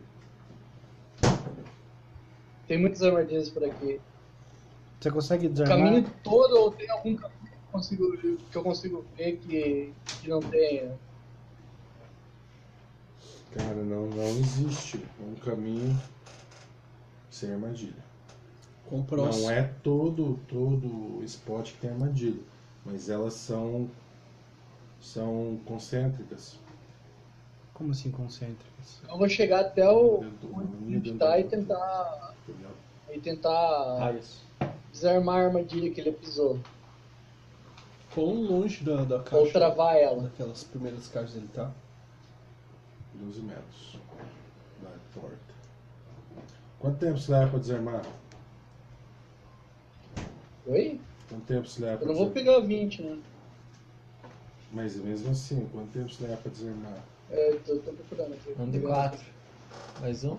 S6: Tem muitas armadilhas por aqui.
S5: Você consegue
S6: O
S5: desarmar?
S6: caminho todo ou tem algum caminho que eu consigo, que eu consigo ver que, que não tenha?
S8: Cara, não, não existe um caminho sem armadilha.
S1: Com o próximo.
S8: Não é todo todo spot que tem armadilha, mas elas são são concêntricas.
S5: Como assim concêntricas?
S6: Eu vou chegar até o
S8: Dentro do
S6: onde o Flint tá e tentar.
S8: entendeu?
S6: E
S19: Ah,
S6: tentar
S19: isso.
S6: desarmar a armadilha que ele pisou.
S20: Quão
S1: um
S20: longe da, da caixa?
S6: Ou travar ela.
S20: Daquelas primeiras caixas ele tá?
S8: 12 metros da porta. Quanto tempo você leva pra desarmar?
S6: Oi?
S8: Quanto tempo você leva
S6: Eu
S8: pra
S6: não vou
S8: desarmar?
S6: pegar 20, né?
S8: Mas mesmo assim, quanto tempo você leva pra desarmar?
S6: É, eu tô, tô procurando aqui.
S19: Um de quatro. Mais um.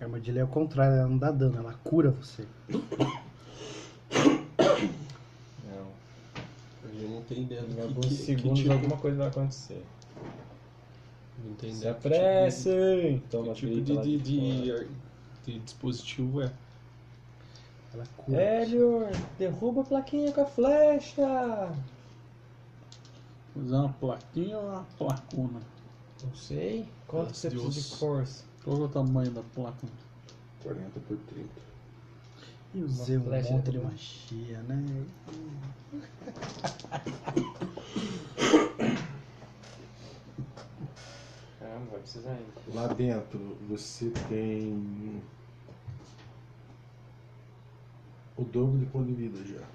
S5: A armadilha é o contrário, ela não dá dano, ela cura você.
S20: Não. Eu não tenho ideia do
S19: Em
S20: que,
S19: alguns
S20: que, que
S19: segundos
S20: tipo.
S19: alguma coisa vai acontecer.
S20: Não tenho
S19: Se
S20: ideia que
S19: apressem!
S20: tipo
S19: Toma
S20: de, que tipo
S19: grita lá
S20: de, de,
S19: fora.
S20: de, de dispositivo é.
S5: Ela cura.
S9: É, Hélio, derruba a plaquinha com a flecha!
S1: Usar uma plaquinha ou uma placuna?
S19: Não sei. Quanto você
S20: Deus.
S19: precisa de força?
S1: Qual que é o tamanho da placa?
S8: 40 por 30.
S5: E usei um
S19: flecha
S5: monte de
S19: derruba.
S5: magia, né?
S19: Ah, não vai precisar ainda.
S8: Lá dentro você tem o dobro de ponto de vida já.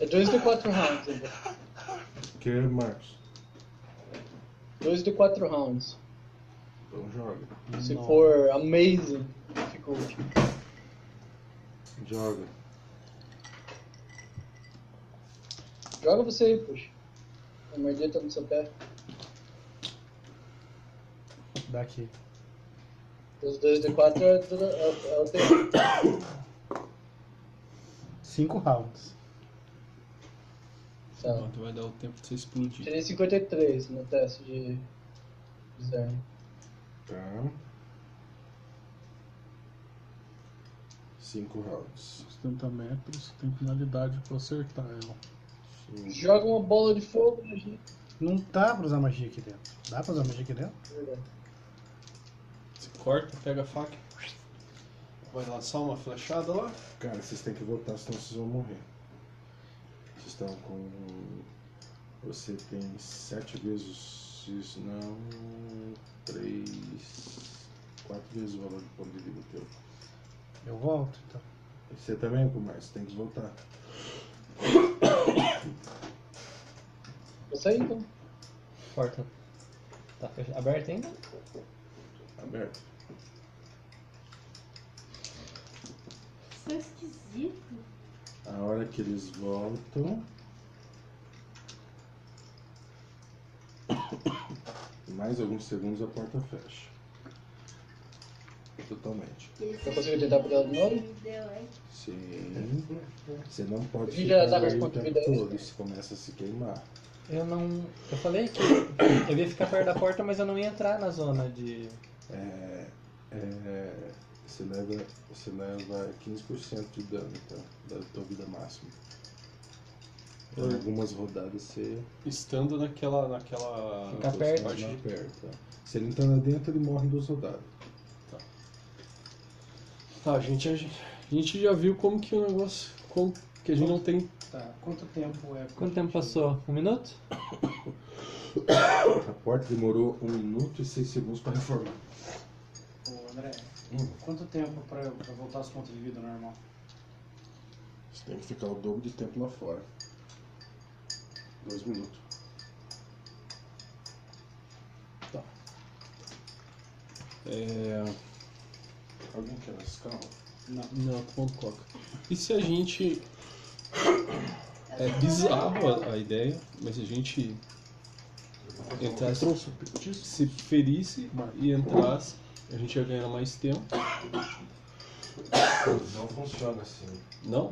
S6: É 2 de 4 rounds, André.
S8: Que é Marcos?
S6: 2 de 4 rounds.
S8: Então joga.
S6: Se for amazing, fica útil.
S8: Joga.
S6: Joga você aí, puxa. A mordida tá no seu pé.
S5: Daqui.
S6: Os 2 de 4 é, tudo- é, o- é o tempo.
S5: Cinco rounds.
S6: Tá.
S20: Quanto vai dar o tempo de você explodir.
S6: Tirei 53 no teste de desarme.
S8: Tá. Cinco rounds.
S1: 70 metros, um tem penalidade pra acertar ela.
S8: Cinco.
S6: Joga uma bola de fogo na gente.
S5: Não dá pra usar magia aqui dentro. Dá pra usar magia aqui dentro?
S6: Verdade.
S20: Você corta, pega a faca. Vai lá só uma flechada lá.
S8: Cara, vocês têm que voltar, senão vocês vão morrer. Vocês estão com Você tem sete vezes isso, não. Três. Quatro vezes o valor do ponto de vida teu.
S5: Eu volto, então.
S8: Você também, Comércio, tem que voltar.
S6: Isso aí então.
S11: Porta. Tá fech- aberta ainda?
S8: Aberto.
S21: Isso é esquisito.
S8: A hora que eles voltam. (coughs) Em mais alguns segundos a porta fecha. Totalmente.
S21: tá
S6: Eu consigo tentar pegar o Nori?
S21: é
S8: Sim. Você não pode
S6: E já
S8: ficar
S6: dá
S8: aí o
S6: resposta
S8: tempo
S6: vida extra?
S8: todo. Você começa a se queimar.
S9: Eu não. Eu falei que eu ia ficar perto da porta, mas eu não ia entrar na zona de.
S8: É, é, você, leva, você leva 15% de dano tá? da tua vida máxima. Em
S10: Oi.
S8: algumas rodadas você
S10: Estando naquela. naquela
S8: Fica perto. né?
S10: parte de
S8: Fica perto, é. Se ele entrar lá dentro, ele morre em duas rodadas.
S10: Tá, a gente, a gente- a gente já viu como que o negócio. Como que a gente não tem.
S15: Tá, quanto tempo é?
S9: Quanto tempo passou? Um minuto?
S8: A porta demorou 1 minuto e 6 segundos para reformar.
S15: Ô, André,
S8: Hum.
S15: quanto tempo pra, pra voltar aos pontos de vida normal?
S8: Você tem que ficar o dobro de tempo lá fora. Dois minutos.
S10: É...
S8: Alguém quer escala?
S15: Não.
S10: Não, tomando coca. E se a gente. É bizarro a, a ideia, mas se a gente entrasse, se ferisse e entrasse, a gente ia ganhar mais tempo.
S18: Não funciona assim.
S10: Não?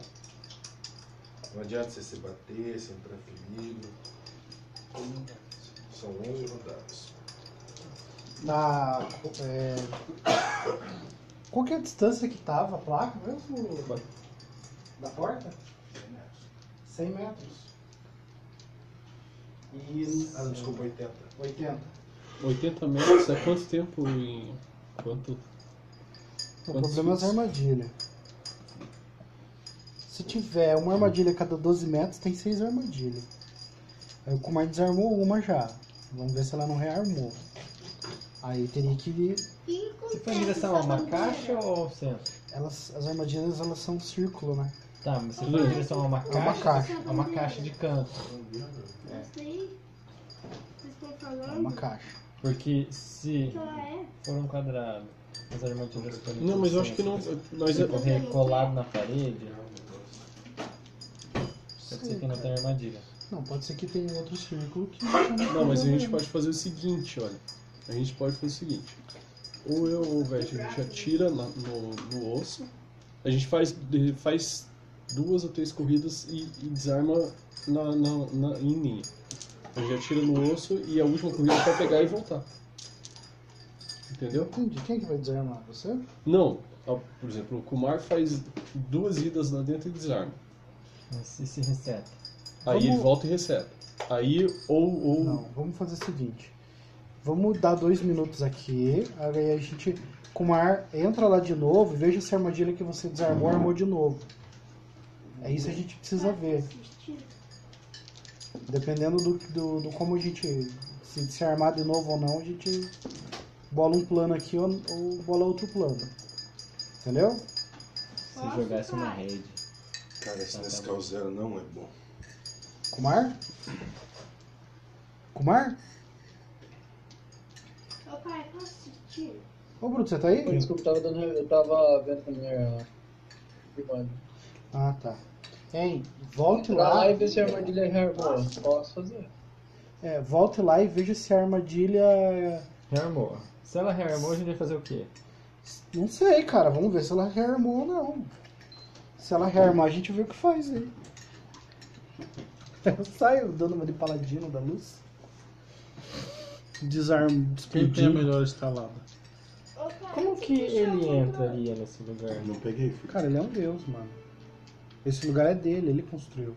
S18: Não adianta você se bater, se entrar ferido. São 11 rodadas.
S5: Na. É... Qual que é a distância que tava a placa mesmo?
S15: Da porta? 100 metros. E.
S18: Ah, desculpa, 80.
S15: 80.
S10: 80 metros é quanto tempo em. Quanto.
S5: O
S10: quantos
S5: problema é as
S10: fits?
S5: armadilhas. Se tiver uma armadilha a cada 12 metros, tem seis armadilhas. Aí o Kumar desarmou uma já. Vamos ver se ela não rearmou. Aí teria que vir.
S21: É, Você tá
S9: foi em direção a uma caixa ou ao centro?
S5: Elas, as armadilhas elas são um círculo, né?
S9: Tá, mas você foi em direção a uma
S5: É uma
S9: caixa?
S5: caixa.
S9: A uma caixa de canto.
S21: Não sei. Vocês estão
S5: É
S21: falando?
S5: uma caixa.
S9: Porque se
S21: Que ela é?
S9: for um quadrado, as armaduras forem
S10: Não, mas é, eu acho que não.
S9: todas
S10: Nós
S9: assim, correr colado na parede, pode ser
S5: Sim,
S9: que não tenha armadilha.
S5: Não, pode ser que tenha outro círculo que.
S10: Não, mas a gente pode fazer o seguinte, olha. A gente pode fazer o seguinte. Ou eu ou o Vete, a gente atira na- no, no osso. A gente faz, de- faz duas ou três corridas e, e desarma na, na, na- em linha. A gente atira no osso e a última corrida é pra pegar e voltar. Entendeu?
S5: Entendi. Quem é que vai desarmar? Você?
S10: Não. ó, Por exemplo, o Kumar faz duas idas lá dentro e desarma.
S9: Mas e se reseta?
S10: Aí
S5: Vamos-
S10: ele volta e recebe. Aí ou. ou...
S5: Não, vamos fazer o seguinte. Vamos dar dois minutos aqui, aí a gente, com o ar, entra lá de novo, veja se a armadilha que você desarmou armou de novo. É isso que a gente precisa ver. Dependendo do, do, do como a gente se, se armar de novo ou não, a gente bola um plano aqui ou, ou bola outro plano. Entendeu?
S21: Se
S3: jogasse uma rede.
S8: Cara, esse Nescau Zero não é bom.
S5: Kumar? Kumar?
S21: Ô pai, posso assistir?
S5: Ô Bruto, você tá aí?
S6: Desculpa, eu tava, dando, eu tava vendo com a minha irmã.
S5: Ah, tá. Hein, volte
S6: Pra
S5: lá.
S6: lá e ver se a armadilha é rearmou. Posso fazer.
S5: É, volte lá e veja se a armadilha.
S9: Rearmou. Se ela rearmou, a gente vai fazer o quê?
S5: Não sei, cara. Vamos ver se ela rearmou ou não. Se ela rearmar, a gente vê o que faz (laughs) aí. Eu saio dando uma de paladino da luz. Desarmo,
S1: Quem tem a
S5: despedindo.
S1: melhor escalada?
S9: Como que ele é? entraria nesse lugar?
S8: Não peguei, filho.
S5: Cara, ele é um deus, mano. Esse lugar é dele, ele construiu.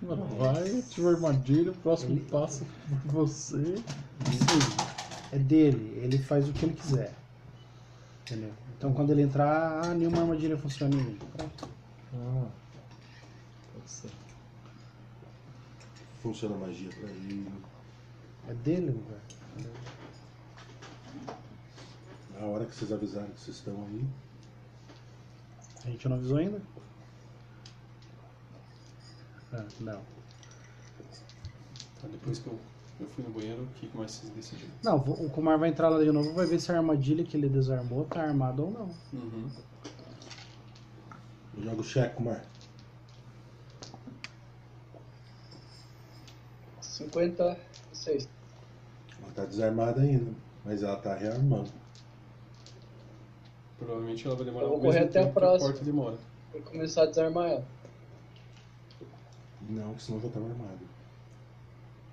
S1: Mano, vai, ativa a armadilha, o próximo passo é você.
S5: Sim, é dele. Ele faz o que ele quiser. Entendeu? Então quando ele entrar, ah, nenhuma armadilha funciona em mim. Pronto.
S9: Ah, pode ser.
S8: funciona a magia pra ele.
S5: É dele, lugar.
S8: Na hora que vocês avisarem que vocês estão aí,
S1: A gente não avisou ainda? Ah, não.
S10: Tá, depois que eu, eu fui no banheiro, o que que mais vocês decidiram?
S5: Não, vou- o Kumar vai entrar lá de novo, vai ver se a armadilha que ele desarmou tá armada ou não.
S10: Uhum.
S8: eu jogo cheque, Kumar.
S6: 56.
S8: Ela tá desarmada ainda, mas ela tá rearmando.
S10: Provavelmente ela vai demorar
S6: Eu
S10: o
S6: vou
S10: mesmo
S6: correr até a
S10: tempo que
S6: próxima.
S10: porta demora.
S6: Vou começar a desarmar ela.
S8: Não, porque senão já tava armada.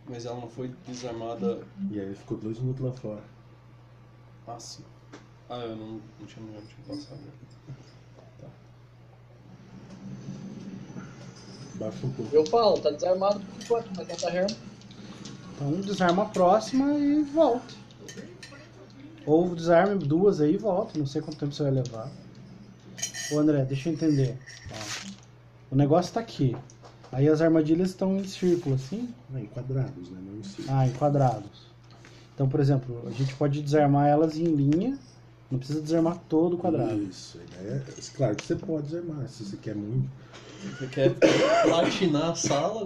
S10: Mas ela não foi desarmada.
S8: E aí ficou dois minutos lá fora.
S10: Ah, sim. Ah, eu não, não tinha não tinha passado.
S8: Baixa um pouco.
S6: Eu falo, tá desarmado por enquanto, mas ela tá armada.
S5: Então desarma a próxima e volta. Ou desarme duas aí e volta, não sei quanto tempo você vai levar. Ô André, deixa eu entender. Ó, O negócio tá aqui. Aí as armadilhas estão em círculo, assim?
S8: Não, em quadrados, né? Não em círculo.
S5: Ah, em quadrados. Então, por exemplo, a gente pode desarmar elas em linha. Não precisa desarmar todo o quadrado.
S8: Isso, a ideia é. Claro que você pode desarmar, se você quer muito.
S10: Você quer platinar a sala?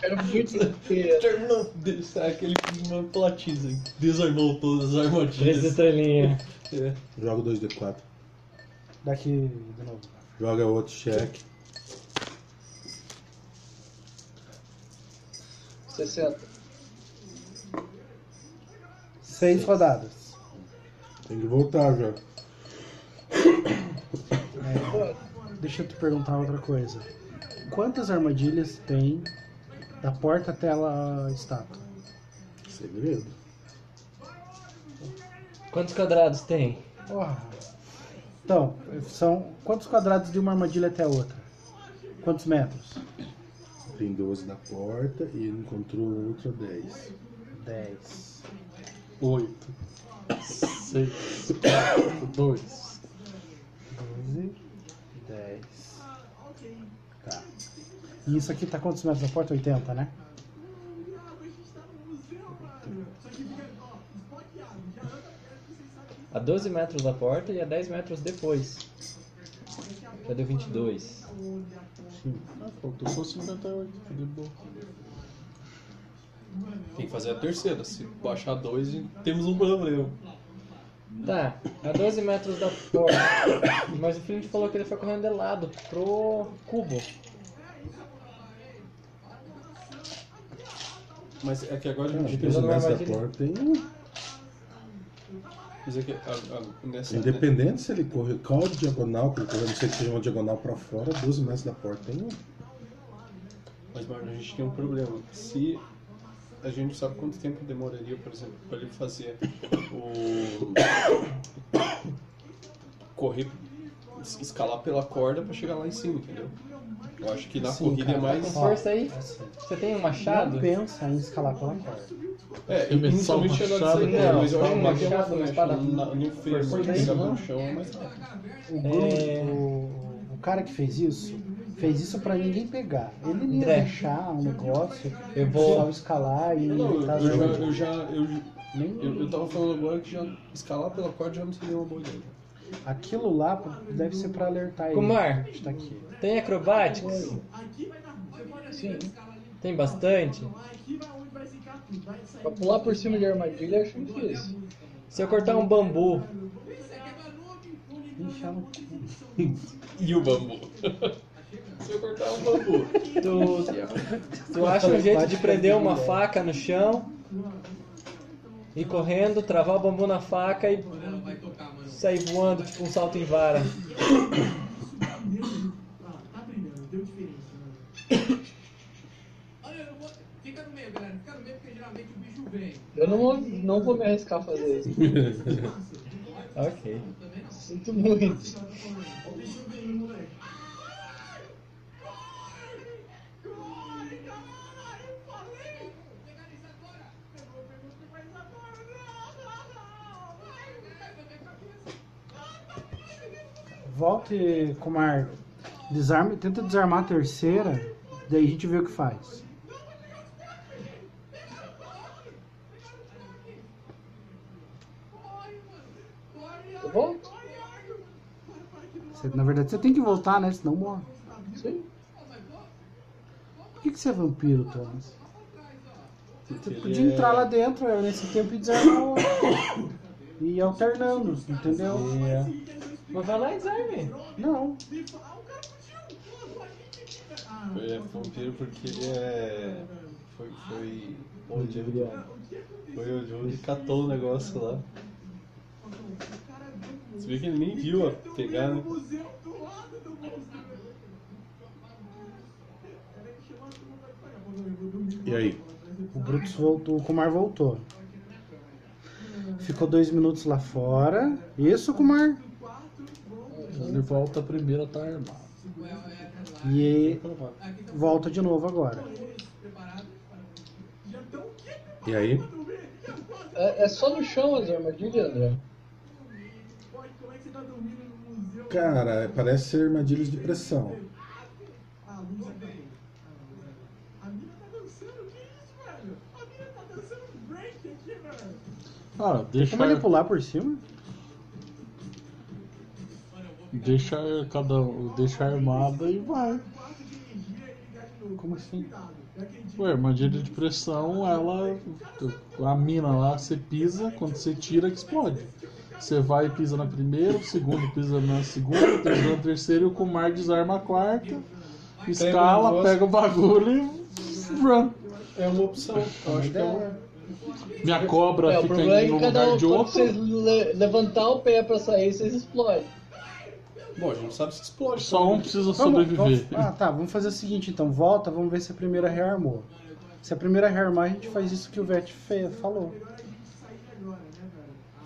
S6: Quero muito
S10: Terminou. de- Aquele que uma platiza. Desarmou todas as armadilhas.
S9: Três estrelinhas.
S10: É.
S8: Joga 2D4.
S5: Daqui de novo.
S8: Joga outro cheque.
S6: 60.
S5: Seis rodadas.
S8: Tem que voltar já.
S5: É, deixa eu te perguntar outra coisa. Quantas armadilhas tem da porta até a estátua?
S8: Segredo.
S9: Quantos quadrados tem?
S5: Porra. Então, são quantos quadrados de uma armadilha até a outra? Quantos metros?
S8: Tem 12 na porta e encontrou outra 10.
S5: 10.
S1: 8, 6, 2.
S5: 12, 10. Tá. E isso aqui tá quantos metros da porta? 80, né?
S3: A 12 metros da porta e a 10 metros depois. Já deu 22.
S1: Ah, faltou só 58, tá de boa.
S10: Tem que fazer a terceira. Se baixar dois, temos um problema.
S9: Tá, a 12 metros da porta. Mas o Flint falou que ele foi correndo de lado pro cubo.
S10: Mas é que agora a
S8: Não,
S10: gente
S8: tem
S10: precisa.
S8: mais da
S10: Mas
S8: porta tem. um.
S10: é que a, a, nessa.
S8: Independente se ele correu, qual diagonal que ele correu, não sei que seja uma diagonal pra fora, 12 metros da porta tem um.
S10: Mas, Marlon, a gente tem um problema. Se a gente sabe quanto tempo demoraria, por exemplo, para ele fazer o. correr, es- escalar pela corda para chegar lá em cima, entendeu? Eu acho que na
S5: Sim,
S10: corrida
S5: cara,
S10: é mais.
S5: com
S9: Força aí. Você tem um machado?
S5: Não pensa em escalar pela porta.
S10: É, eu inicialmente eu não sei,
S9: Não,
S10: mas eu acho que é né?
S9: só
S10: bater
S9: um
S10: uma
S9: machado, uma
S10: flecha
S9: espada.
S10: na- no
S9: Força
S10: ferro,
S9: aí,
S10: chegar
S9: né?
S10: no chão é mais rápido.
S5: O, Gru-
S9: É.
S5: o- o cara que fez isso, fez isso pra ninguém pegar. Ele não ia
S9: André.
S5: deixar um negócio,
S9: Eu vou-
S5: só escalar e
S10: Não, eu,
S5: tá
S10: eu já.
S5: zoando.
S10: Eu, já eu, eu, eu tava falando agora que já escalar pela corda já não seria uma boa ideia.
S5: Aquilo lá deve ser pra alertar ele.
S9: Kumar.
S5: A gente tá aqui.
S9: Tem acrobáticos?
S6: Sim.
S9: Tem bastante?
S6: Pra pular por cima de armadilha, eu acho difícil.
S9: Se eu cortar um bambu,
S5: Enfiar no cu.
S10: E o bambu? Se eu cortar um bambu.
S9: tu, tu acha um jeito de prender uma faca no chão e correndo, travar o bambu na faca e sair voando tipo um salto em vara.
S6: Eu não vou, não vou me arriscar a
S1: (laughs)
S6: fazer isso.
S9: Ok.
S6: Sinto muito.
S5: Volte, Kumar. Desarme, tenta desarmar a terceira Daí a gente vê o que faz.
S6: Eu volto?
S5: Você- na verdade, você tem que voltar, né? Senão morre.
S6: Sim.
S5: Por que, que você é vampiro, Thomas? Você
S10: Ele
S5: podia
S10: é-
S5: entrar lá dentro era nesse tempo e desarmar o... E ir alternando, entendeu?
S11: Mas vai lá e desarme.
S5: Não.
S10: Ele é vampiro porque ele é. Foi. Foi. Onde ele. Foi onde ele catou o negócio lá. Se bem que ele nem viu a pegar, né?
S5: E aí? O Brutus voltou, o Kumar voltou. Ficou dois minutos lá fora. Isso, Kumar?
S1: Ele volta primeiro a estar armado.
S5: E volta de novo agora.
S8: E aí?
S6: É, é só no chão as armadilhas, André?
S8: Cara, parece ser armadilhas de pressão.
S1: Cara,
S5: Tem
S1: deixa,
S5: como ele pular por cima?
S1: deixa cada um, deixa armada e vai. Como assim? Ué, armadilha de pressão, ela. A mina lá, você pisa, quando você tira, que explode. Você vai e pisa na primeira, o segundo pisa na segunda, o terceiro na terceira, e o Kumar desarma a quarta,
S6: um
S1: escala,
S10: negócio.
S1: pega o bagulho e run.
S10: É uma opção. Eu acho que é uma.
S1: Minha cobra
S6: É, o
S1: fica
S6: problema é
S1: em
S6: que
S1: um
S6: cada
S1: lugar
S6: um,
S1: de
S6: quando
S1: outro.
S6: vocês le- levantar o pé pra sair, vocês explodem.
S10: Bom, a gente não sabe se explode.
S1: Só um precisa
S5: Vamos-
S1: sobreviver.
S5: vamos- ah, tá. Vamos fazer o seguinte então. Volta, vamos ver se a primeira rearmou. Se a primeira rearmar, a gente faz isso que o Vett fe- falou.
S1: um.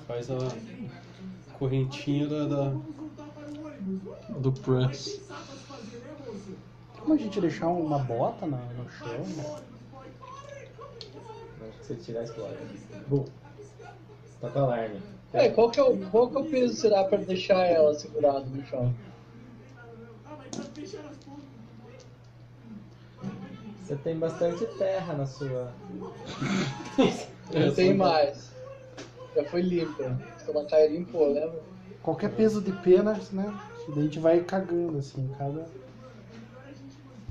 S10: Faz a correntinha da. da...
S1: Do press.
S5: Como a gente deixar uma bota na- no chão? né?
S11: Acho que se tirar, explode. Bum. Tá com alarme.
S6: Ué, qual que, é o, qual que é o peso será pra deixar ela segurada no chão?
S11: Você tem bastante terra na sua.
S10: É,
S6: Não tem mais. Já foi limpa. Se ela cair limpou, lembra?
S5: Qualquer peso de penas, né? Daí a gente vai cagando assim, cada.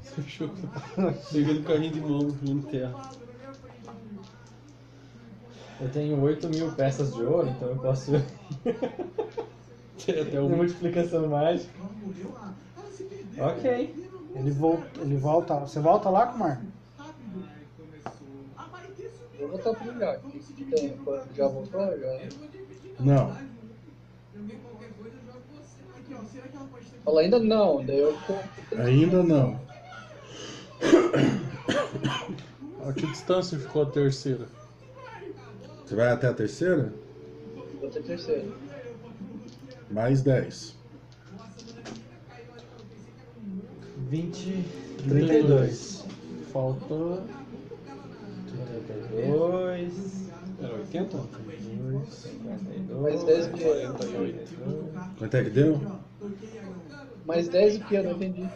S10: Fechou. Chega do carrinho de mão no terra.
S11: Eu tenho 8 mil peças de ouro, então eu posso. (laughs)
S10: Tem até
S11: Uma
S10: um.
S11: multiplicação mágica. Ok.
S5: Ele volta, ele volta. Você volta lá, Kumar?
S6: Vou voltar pro lugar. O que que tem? Já voltou? Já.
S8: Não.
S6: Ela ainda não, daí eu tô.
S8: Ainda não.
S1: A que distância ficou a terceira?
S8: Você vai até a terceira?
S6: Vou ter terceiro.
S8: Mais 10.
S11: 20.
S8: 32.
S1: Falta.
S11: 32.
S10: Era 80?
S11: 52.
S6: Mais 10 o quê?
S10: 48.
S8: Quanto é que deu?
S6: Mais 10 o quê? Eu não entendi.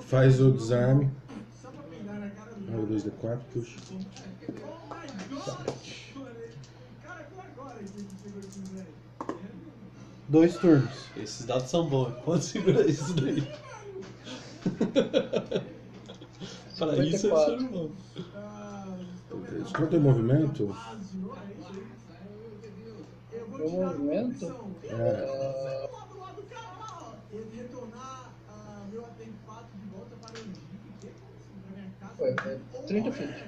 S8: Faz o desarme. Rola 2d4, puxa.
S5: Dois turnos.
S10: Esses dados são bons. Quando segura isso daí? Para isso é
S6: 54.
S10: ser bom.
S8: Eles não tem é movimento?
S6: Meu movimento?
S8: É,
S6: Ah, Ué, é 30 feet.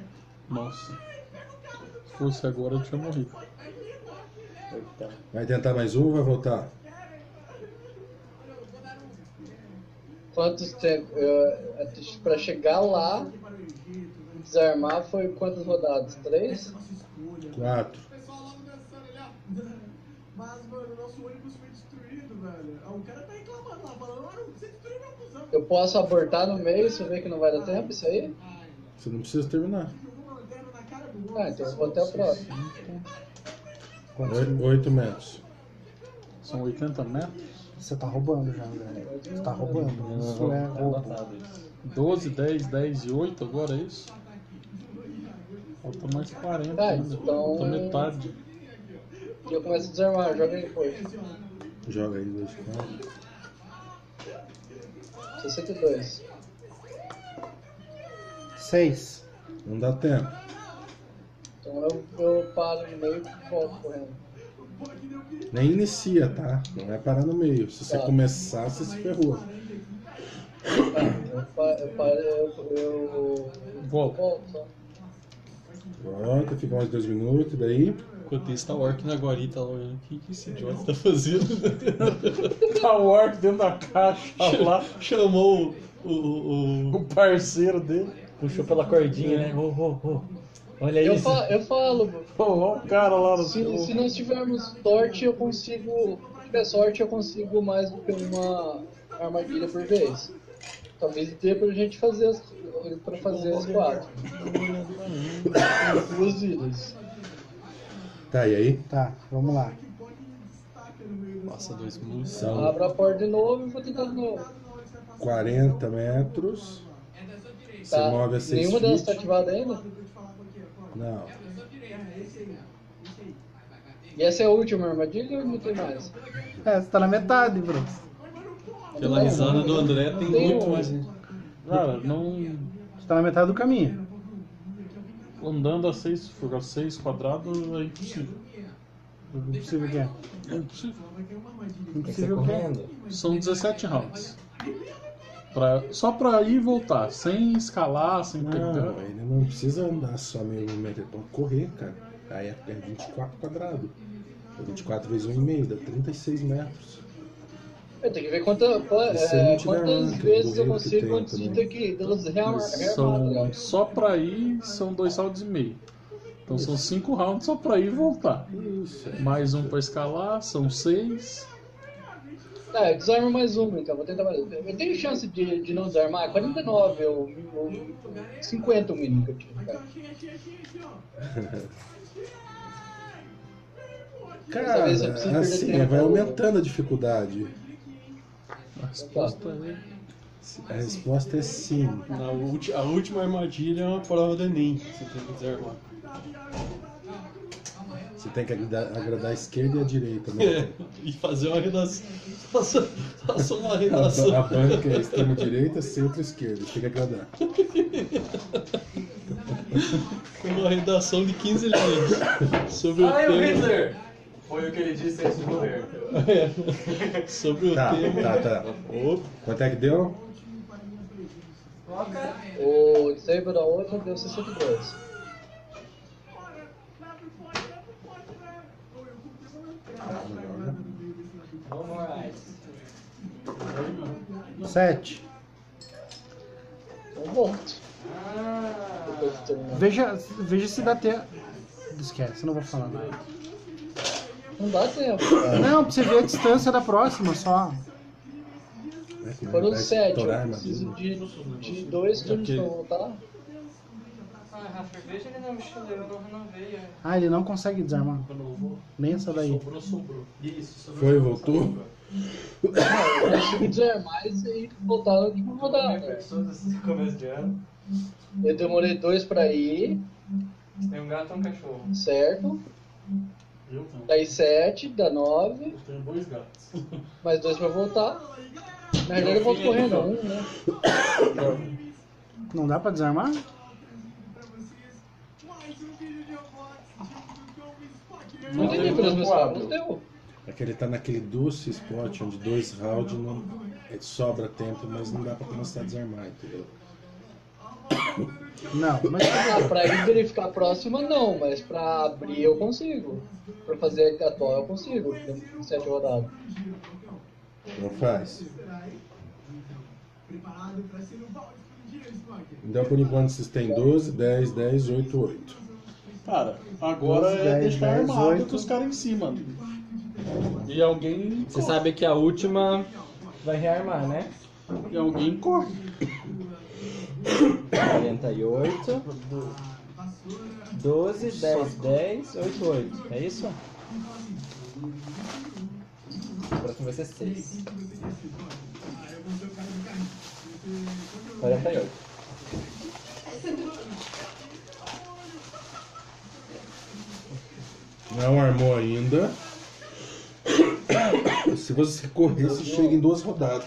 S1: Nossa. Se fosse agora, eu tinha morrido.
S8: vai tentar mais um ou vai voltar?
S6: Quantos tempo. eh, até pra chegar lá, desarmar foi quantas rodadas? Três?
S8: Quatro.
S6: Eu posso abortar no meio se eu ver que não vai dar tempo isso aí?
S8: Você não precisa terminar.
S6: Ah,
S21: É,
S6: então eu vou até a próxima.
S8: Oi- Oito metros.
S1: São 80 metros?
S5: né? Você tá roubando já, velho. Você tá roubando. Isso é roubo.
S11: Anotado isso.
S1: 12, 10, 10 e 8 agora, é isso? Falta mais 40
S6: Tá,
S1: ainda.
S6: então-
S1: Tá metade.
S6: E eu começo a desarmar, joga aí, força.
S8: Joga aí dois de cara.
S6: 62.
S5: Seis.
S8: Não dá tempo.
S6: Então eu, eu paro no meio e volto correndo.
S8: Nem inicia, tá? Não é parar no meio. Se você
S6: Tá.
S8: começar, você se ferrou.
S6: Ah, Eu, pa- eu paro, eu, eu
S1: Volta.
S6: volto.
S8: Volta, fica mais dois minutos, daí.
S10: Enquanto isso, tá o Orc na guarita lá olhando. O que, que esse idiota
S1: (laughs)
S10: tá fazendo?
S1: Tá o orc dentro da caixa lá.
S10: Chamou o, o,
S1: o parceiro dele.
S9: Puxou pela cordinha, né? Ô, ô, ô. Olha
S8: É
S6: Eu,
S9: isso.
S6: fa- eu falo, mano.
S1: o cara lá no
S6: se, se nós tivermos sorte, eu consigo. Se tiver sorte, eu consigo mais do que uma armadilha por vez. Talvez dê pra gente fazer as, pra fazer as quatro. Duas ilhas.
S8: Tá, e aí?
S5: Tá, vamos lá.
S10: Passa dois muros.
S8: São
S6: Abra a porta de novo e vou tentar de novo.
S8: 40 metros. Você
S6: Ah. Tá.
S8: move a 6
S6: Nenhuma delas
S8: feet.
S6: tá ativada ainda?
S8: Não.
S6: E essa é a última armadilha ou não tem mais?
S5: É, você tá na metade, Bruce.
S10: Pela risada do André, tem muito
S1: um.
S10: mais.
S1: Cara, não.
S5: Você tá na metade do caminho.
S1: Andando a 6 seis quadrados é impossível.
S5: Impossível que é.
S1: É impossível.
S5: Impossível que é.
S1: São 17 rounds. Pra- só pra ir e voltar, sem escalar, sem pegar.
S8: Não, ele não precisa andar só meio um metro, ele pode correr, cara. Aí é é 24 quadrado. É 24 vezes 1,5, dá 36 metros.
S6: Eu tenho que ver quanta, qua-
S8: E se não
S6: é,
S8: tiver
S6: quantas
S8: arma, que
S6: vezes eu
S8: eu duvido
S6: consigo
S8: que tenha
S6: antes de ter
S8: também.
S6: que delas rearmar.
S8: é
S1: São, só pra ir são dois rounds e meio. Então são cinco rounds só pra ir e voltar. Mais um pra escalar, são seis.
S6: Tá, eu desarmo mais uma então, vou tentar mais uma. Eu tenho chance de, de não desarmar? é 49 ou, ou 50 o mínimo que eu tive, cara.
S8: Cara,
S6: vez eu preciso um perder
S8: assim,
S6: tempo. né?
S8: vai aumentando a dificuldade.
S1: A
S6: Então,
S1: resposta
S6: tá.
S1: é.
S8: A resposta é sim.
S10: Na ulti- a última armadilha é uma prova do Enem. Você tem que desarmar.
S8: Você tem que agradar, agradar a esquerda e a direita, né?
S10: (laughs) É, e fazer uma redação. Faça, faça uma
S8: A,
S10: redação.
S8: ba- a banca é extrema direita, centro esquerda. Tem que agradar.
S10: Uma redação de 15 linhas. Sobre o
S14: Ai, o
S10: tema.
S14: Hitler! Foi o que ele disse antes de
S10: (laughs)
S14: morrer.
S10: É. Sobre o
S8: Tá,
S10: tema.
S8: tá, tá. Quanto é que deu?
S6: O disable da outra deu 62.
S10: Tá, né?
S8: Né?
S14: Alright.
S5: Sete.
S6: Então volto.
S5: Veja, veja se dá tempo. Esquece, não vou falar nada.
S6: Não dá tempo.
S5: Não, pra você ver a distância da próxima só.
S6: Foram né?
S5: Vai
S6: 7,
S5: estourar
S6: eu
S5: a
S6: preciso de, de dois turnos pra voltar.
S14: Ah, Rafa, veja ele na mochila, eu não renovei. é.
S5: Ah, ele não consegue desarmar. Nem essa daí.
S14: Isso, sobre
S8: Foi, voltou?
S6: Eu consigo desarmar é e sair- voltar no último rodada.
S14: pessoas assim, começo de ano.
S6: né? Eu demorei dois pra ir,
S14: Tem um gato e um cachorro.
S6: certo?
S1: Eu não.
S6: Daí 7, dá 9,
S1: Tenho dois gatos.
S6: mais dois pra voltar. Na verdade eu volto correndo, um, né?
S5: Não dá pra desarmar?
S6: Não tem nem pelos meus cabos, deu.
S8: É que ele tá naquele doce spot onde dois rounds não é, sobra tempo, mas não dá pra começar a desarmar, entendeu?
S5: Não, mas. tá
S6: Ah, pra ir verificar a próxima não, mas pra abrir eu consigo. Pra fazer a atual eu consigo, tem sete rodadas.
S8: Não faz. Então por enquanto vocês têm 12, 10, 10, 8, 8.
S1: Cara, agora
S5: 12,
S1: é
S5: 10,
S1: deixar
S5: 10,
S1: armado
S5: 8.
S1: com os caras em cima. E alguém.
S3: Você sabe que a
S5: (laughs)
S3: última vai rearmar, né?
S1: E alguém corre.
S3: 48. 12, 10, 10, 8, 8. É isso?
S14: O próximo vai ser 6.
S11: 48.
S8: Não armou ainda. Se você correr, você chega em duas rodadas.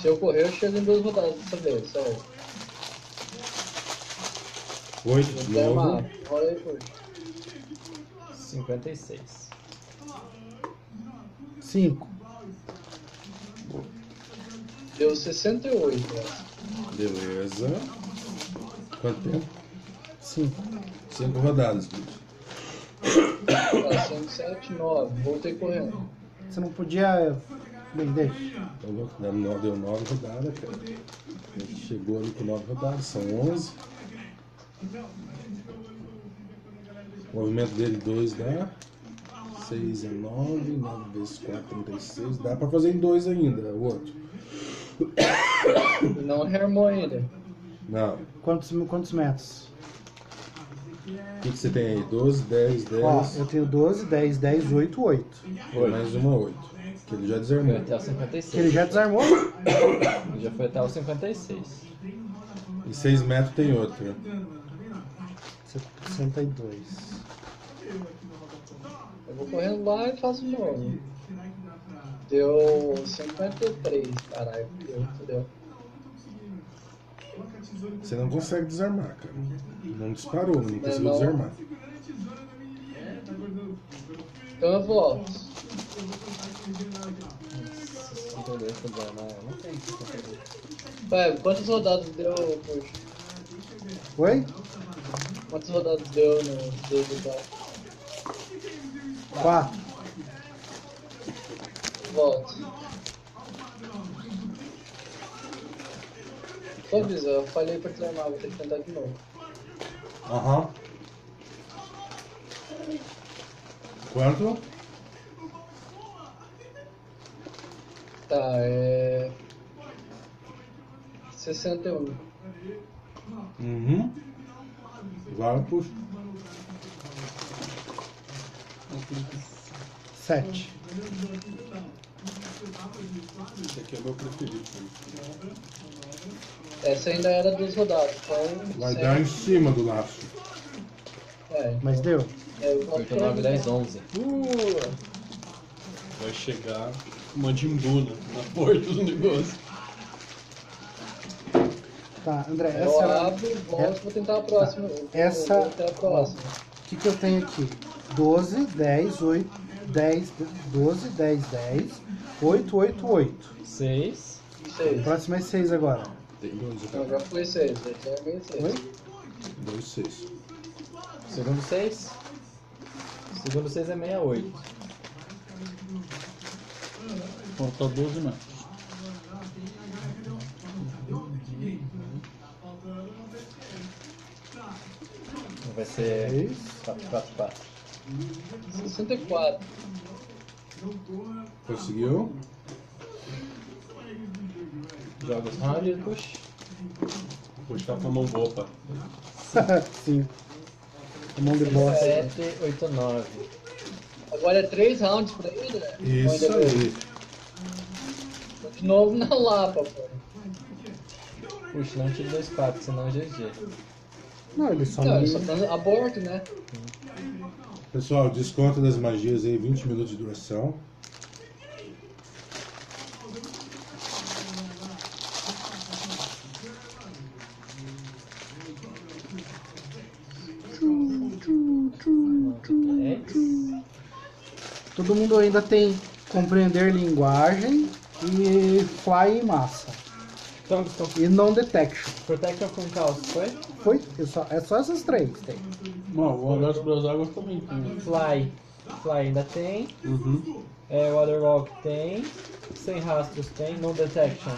S6: Se eu correr, eu chego em duas rodadas dessa vez, sério.
S8: Oito de
S6: Tem uma
S8: novo.
S6: hora aí, poxa.
S11: 56.
S5: 5.
S6: Deu 68. né?
S8: Beleza. Quanto tempo?
S5: 5.
S8: Cinco rodadas, bicho.
S6: Passando 7, 9. Voltei correndo.
S5: Você não podia. Bem, deixa.
S8: Tá louco? Deu no- deu nove rodadas, cara. A gente chegou ali com nove rodadas, são onze. O movimento dele, dois dá. Seis é nove, nove vezes quatro, trinta e seis. Dá pra fazer em dois ainda, o outro.
S6: Não rearmou ainda.
S8: Não.
S5: Quantos, quantos metros?
S8: O que, que você tem aí? Doze, dez, dez.
S5: Ó, eu tenho 12, 10, 10, 8, 8.
S8: Mais uma oito. Que ele já desarmou.
S11: Até o 56.
S5: Ele já desarmou?
S11: Ele já foi até o 56.
S8: E seis metros tem outro. né?
S5: 62.
S6: Eu vou correndo lá e faço de novo. Deu 53, caralho. Deu, fudeu.
S8: Você não consegue desarmar, cara. Não disparou, não conseguiu
S6: não.
S8: desarmar.
S6: Então eu volto. Vai, quantas rodadas deu, poxa?
S5: Oi?
S6: Quantas rodadas deu no dele lá?
S5: 4.
S6: Volto. Só avisa, eu falhei pra treinar, vou ter que tentar de novo.
S8: Aham. Quanto?
S6: Tá, é. 61.
S8: Uhum. um Agora puxa.
S5: 7.
S10: Esse aqui é o meu preferido.
S6: Essa ainda era duas rodadas, então.
S8: Vai
S6: cem.
S8: dar em cima do laço.
S6: É,
S5: Mas deu?
S6: é, eu volto
S11: 8, 9, 10, 11.
S8: Uh,
S10: Vai chegar uma dimbuna na porta do negócio.
S5: Tá, André, essa
S6: Eu
S5: era.
S6: abro, volto, vou tentar a próxima. Eu vou-
S5: Essa-
S6: eu vou Até a próxima.
S5: O que, que eu tenho aqui? 12, 10, 8, 10, 12, 10, 10, 8, 8, 8.
S11: 6.
S5: O
S6: 6.
S5: próximo é 6 agora. (laughs)
S8: Tem dois,
S6: Não, já né? fui 6, já tinha ganho 6.
S5: Oi?
S8: dois, seis.
S11: Segundo 6. Segundo 6 é 68.
S1: Falta 12 metros.
S11: Vai ser 4, 4, 4.
S6: 64.
S8: Conseguiu?
S11: Joga os rounds e puxa.
S10: Vou puxar com a mão boa, pá.
S5: 5. Mão de bola.
S11: 7, 8, 9.
S6: É. Agora é 3 rounds pra ele, né?
S8: Isso
S6: Olha,
S8: aí.
S6: tô De novo na lapa, pô.
S11: Puxa, não tira dois 4, senão é GG.
S5: Não, ele só
S10: Então,
S6: Não,
S5: não.
S6: ele só tá aborto, né?
S8: Pessoal, desconto das magias aí, 20 minutos de duração.
S5: Todo mundo ainda tem compreender linguagem e fly e massa.
S11: Então, então,
S5: E non detection.
S11: Protection com caos, foi?
S5: Foi? Eu só, é só essas três que tem.
S1: Não, o Olhar sobre as Águas também tem.
S11: Fly. Fly ainda tem. É, Waterwalk tem. Sem rastros tem. No Detection.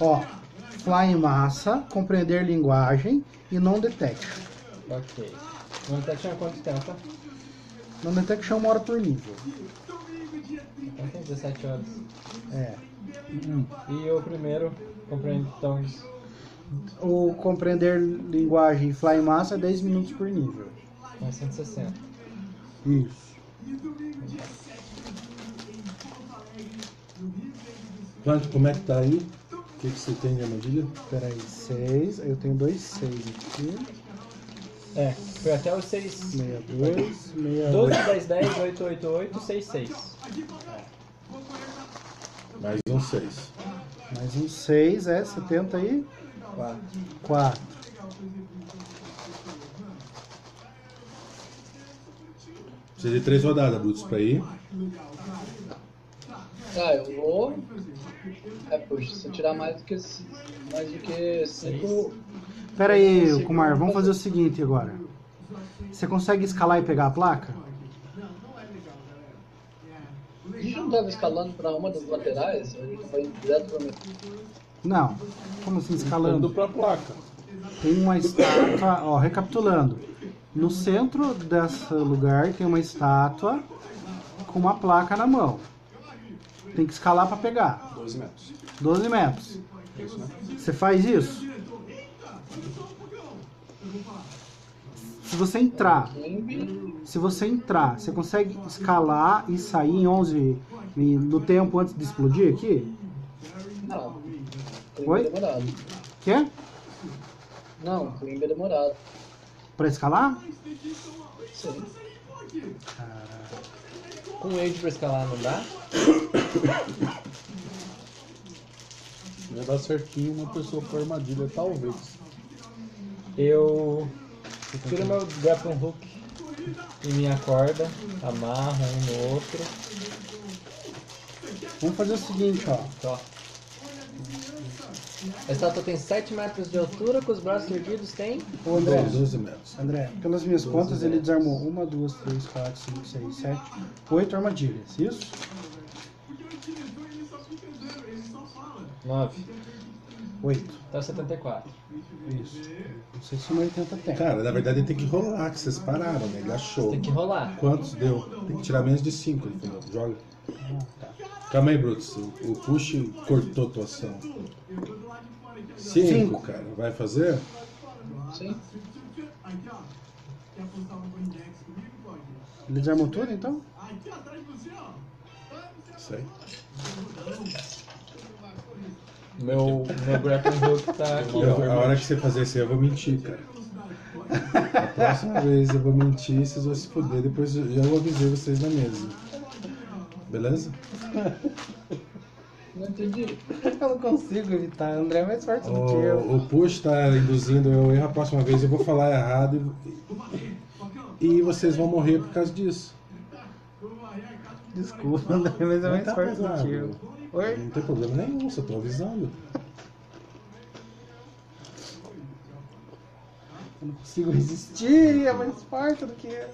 S5: Ó, fly em massa, compreender linguagem e non detection.
S11: Ok. No
S9: tá,
S11: Detection é quanto tempo?
S5: Non detection é uma hora por nível.
S9: Tá,
S11: Então tem 17 horas.
S5: É.
S11: E o primeiro, compreende então.
S5: O compreender linguagem e fly em massa é 10 minutos por nível.
S11: Mais 160.
S5: Isso.
S8: Plant, como é que tá aí? O que, que você tem de armadilha?
S5: Peraí, 6. Eu tenho dois 6 aqui.
S9: É, foi até os 6.
S5: 62, 68.
S9: 12, 10, 10, 8, 8, 8, 6, 6.
S8: Mais um 6.
S5: Mais um 6, é, 70 aí. 4. 4.
S8: Precisa de três rodadas, Brutus, pra ir.
S6: Ah, eu vou. É, poxa, se eu tirar mais do que. esse- Mais do que. Cinco.
S5: Pera aí, Kumar, vamos fazer o seguinte agora. Você consegue escalar e pegar a placa?
S6: A gente não tava escalando pra uma das laterais? A gente vai direto pra
S5: Não. Como assim, escalando?
S1: Indo pra placa.
S5: Tem uma estátua, ó, recapitulando. No centro desse lugar tem uma estátua com uma placa na mão. Tem que escalar pra pegar.
S15: 12 metros.
S5: 12 metros.
S15: É isso, né?
S5: Você faz isso? Se você entrar, se você entrar, você consegue escalar e sair em 11 mi- no tempo antes de explodir aqui?
S6: Não. Climb
S5: Oi?
S6: é demorado.
S5: Quer?
S6: Não, climb é demorado.
S5: Pra escalar?
S6: Sim.
S9: Com aid pra escalar não dá?
S1: Vai dar certinho uma pessoa com armadilha, talvez.
S9: Eu tiro meu grappling hook e minha corda, amarro um no outro.
S5: Vamos fazer o seguinte, ó.
S9: Tó. A estátua tem 7 metros de altura, com os braços erguidos tem.
S5: Ô, André.
S8: 12 metros.
S5: André, pelas minhas
S9: Doze
S5: contas, ele
S9: metros.
S5: desarmou uma, duas, três, quatro, cinco, seis, sete, oito armadilhas, isso?
S9: 9.
S5: Oito.
S9: Tá 74.
S5: Isso. Não sei se uma 80 tem.
S8: Cara, na verdade ele tem que rolar, que vocês pararam, né? Ele achou.
S9: Tem que rolar.
S8: Quantos deu? Tem que tirar menos de 5, ele falou. Joga. Calma aí, Brutus. O, o push cortou tua ação. 5,
S6: Cinco.
S8: cara. Vai fazer?
S6: Sim.
S5: Ele desarmou tudo, então?
S8: Isso aí.
S9: Meu, meu grappling
S1: é
S9: hook tá aqui.
S8: Eu- a hora que você fazer isso aí, eu vou mentir, cara. A próxima vez eu vou mentir, vocês vão se foder. Depois eu eu avisei vocês na mesa. Beleza?
S6: Não entendi.
S5: Eu não consigo evitar. André é mais forte do que eu.
S8: O, o push tá induzindo eu ao erro. A próxima vez eu vou falar errado e, e vocês vão morrer por causa disso.
S5: Desculpa, André, mas é
S8: Não
S5: mais
S8: tá
S5: forte do
S8: pesado.
S5: que eu. Oi?
S8: Não tem problema nenhum, só tô avisando.
S5: Eu não consigo resistir, é mais forte do que eu.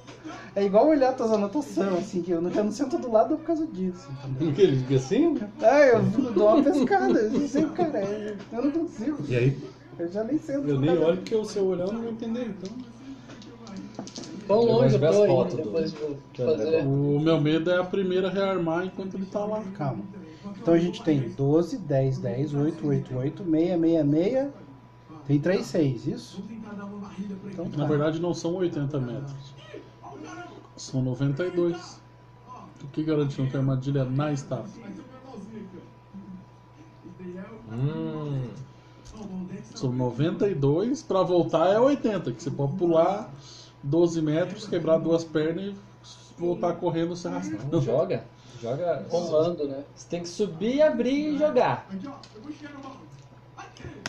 S5: É igual olhar tuas anotações, assim, que eu não, eu não sento do lado por causa disso.
S1: é
S10: Porque ele fica assim?
S5: Ah, eu dou uma pescada, eu não sei, cara, eu eu não consigo.
S8: E aí?
S5: Eu já nem sento.
S10: Eu
S5: do
S10: nem
S5: lado.
S10: olho porque se eu olhar eu não vou entender, então.
S6: Quão
S3: Eu
S6: longe
S3: gosto de
S6: eu
S3: ver as
S6: tô
S3: fotos
S6: aí
S3: do-
S6: depois de
S3: que eu
S6: fazer.
S1: O meu medo é a primeira rearmar enquanto ele tá lá.
S5: Calma. Então a gente tem 12, 10, 10, 8, 8, 8, 6, 6, 6. Tem 3, 6, isso? Então
S1: Na
S5: tá.
S1: verdade não são 80 metros. São 92. O que garante não ter armadilha na estátua?
S3: Hum.
S1: São 92, pra voltar é 80, que você pode pular 12 metros, quebrar duas pernas e voltar correndo se arrastando.
S9: Joga. Joga.
S6: Rolando, né?
S9: Você tem que subir, abrir e jogar.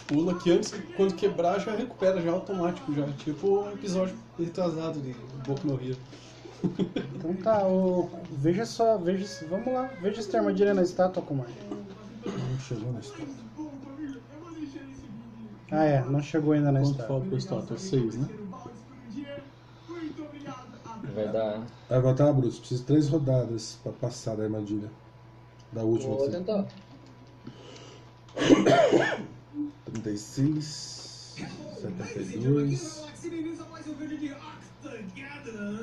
S10: Pula que antes, quando quebrar, já recupera, já é automático, já. Tipo um episódio retrasado de Boku no Hero.
S5: Então tá, ô, veja só, veja se. Vamos lá, veja se tem armadilha na estátua, Kumar.
S8: Não chegou na história.
S5: Ah é, não chegou ainda na
S1: Quanto
S5: estátua.
S1: falta pra estátua? 6, né?
S3: Vai dar.
S8: Vai voltar, Brutus. Precisa tá, de três rodadas pra passar da armadilha. Da última.
S6: Vou
S8: que você-
S6: tentar.
S8: 36, 72.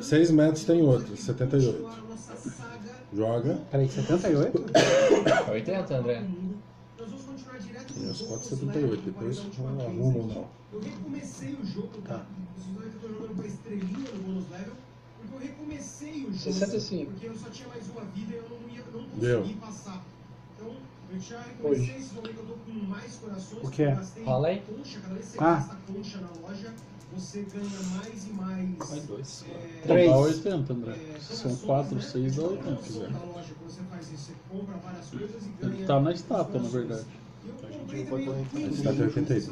S8: 6 metros tem outro, 78. Joga.
S5: Peraí, 78?
S9: É 80, André?
S8: Tem os 478. Depois não arrumam, não.
S5: Tá.
S6: 65.
S8: Deu.
S1: Hoje.
S5: O que é?
S9: Rola aí.
S5: Ah,
S1: Mais dois.
S5: Três.
S1: É, Dá 80, André.
S10: É,
S1: São 4, 6, dá 80. Ele tá na estátua, na verdade.
S8: Está até 82.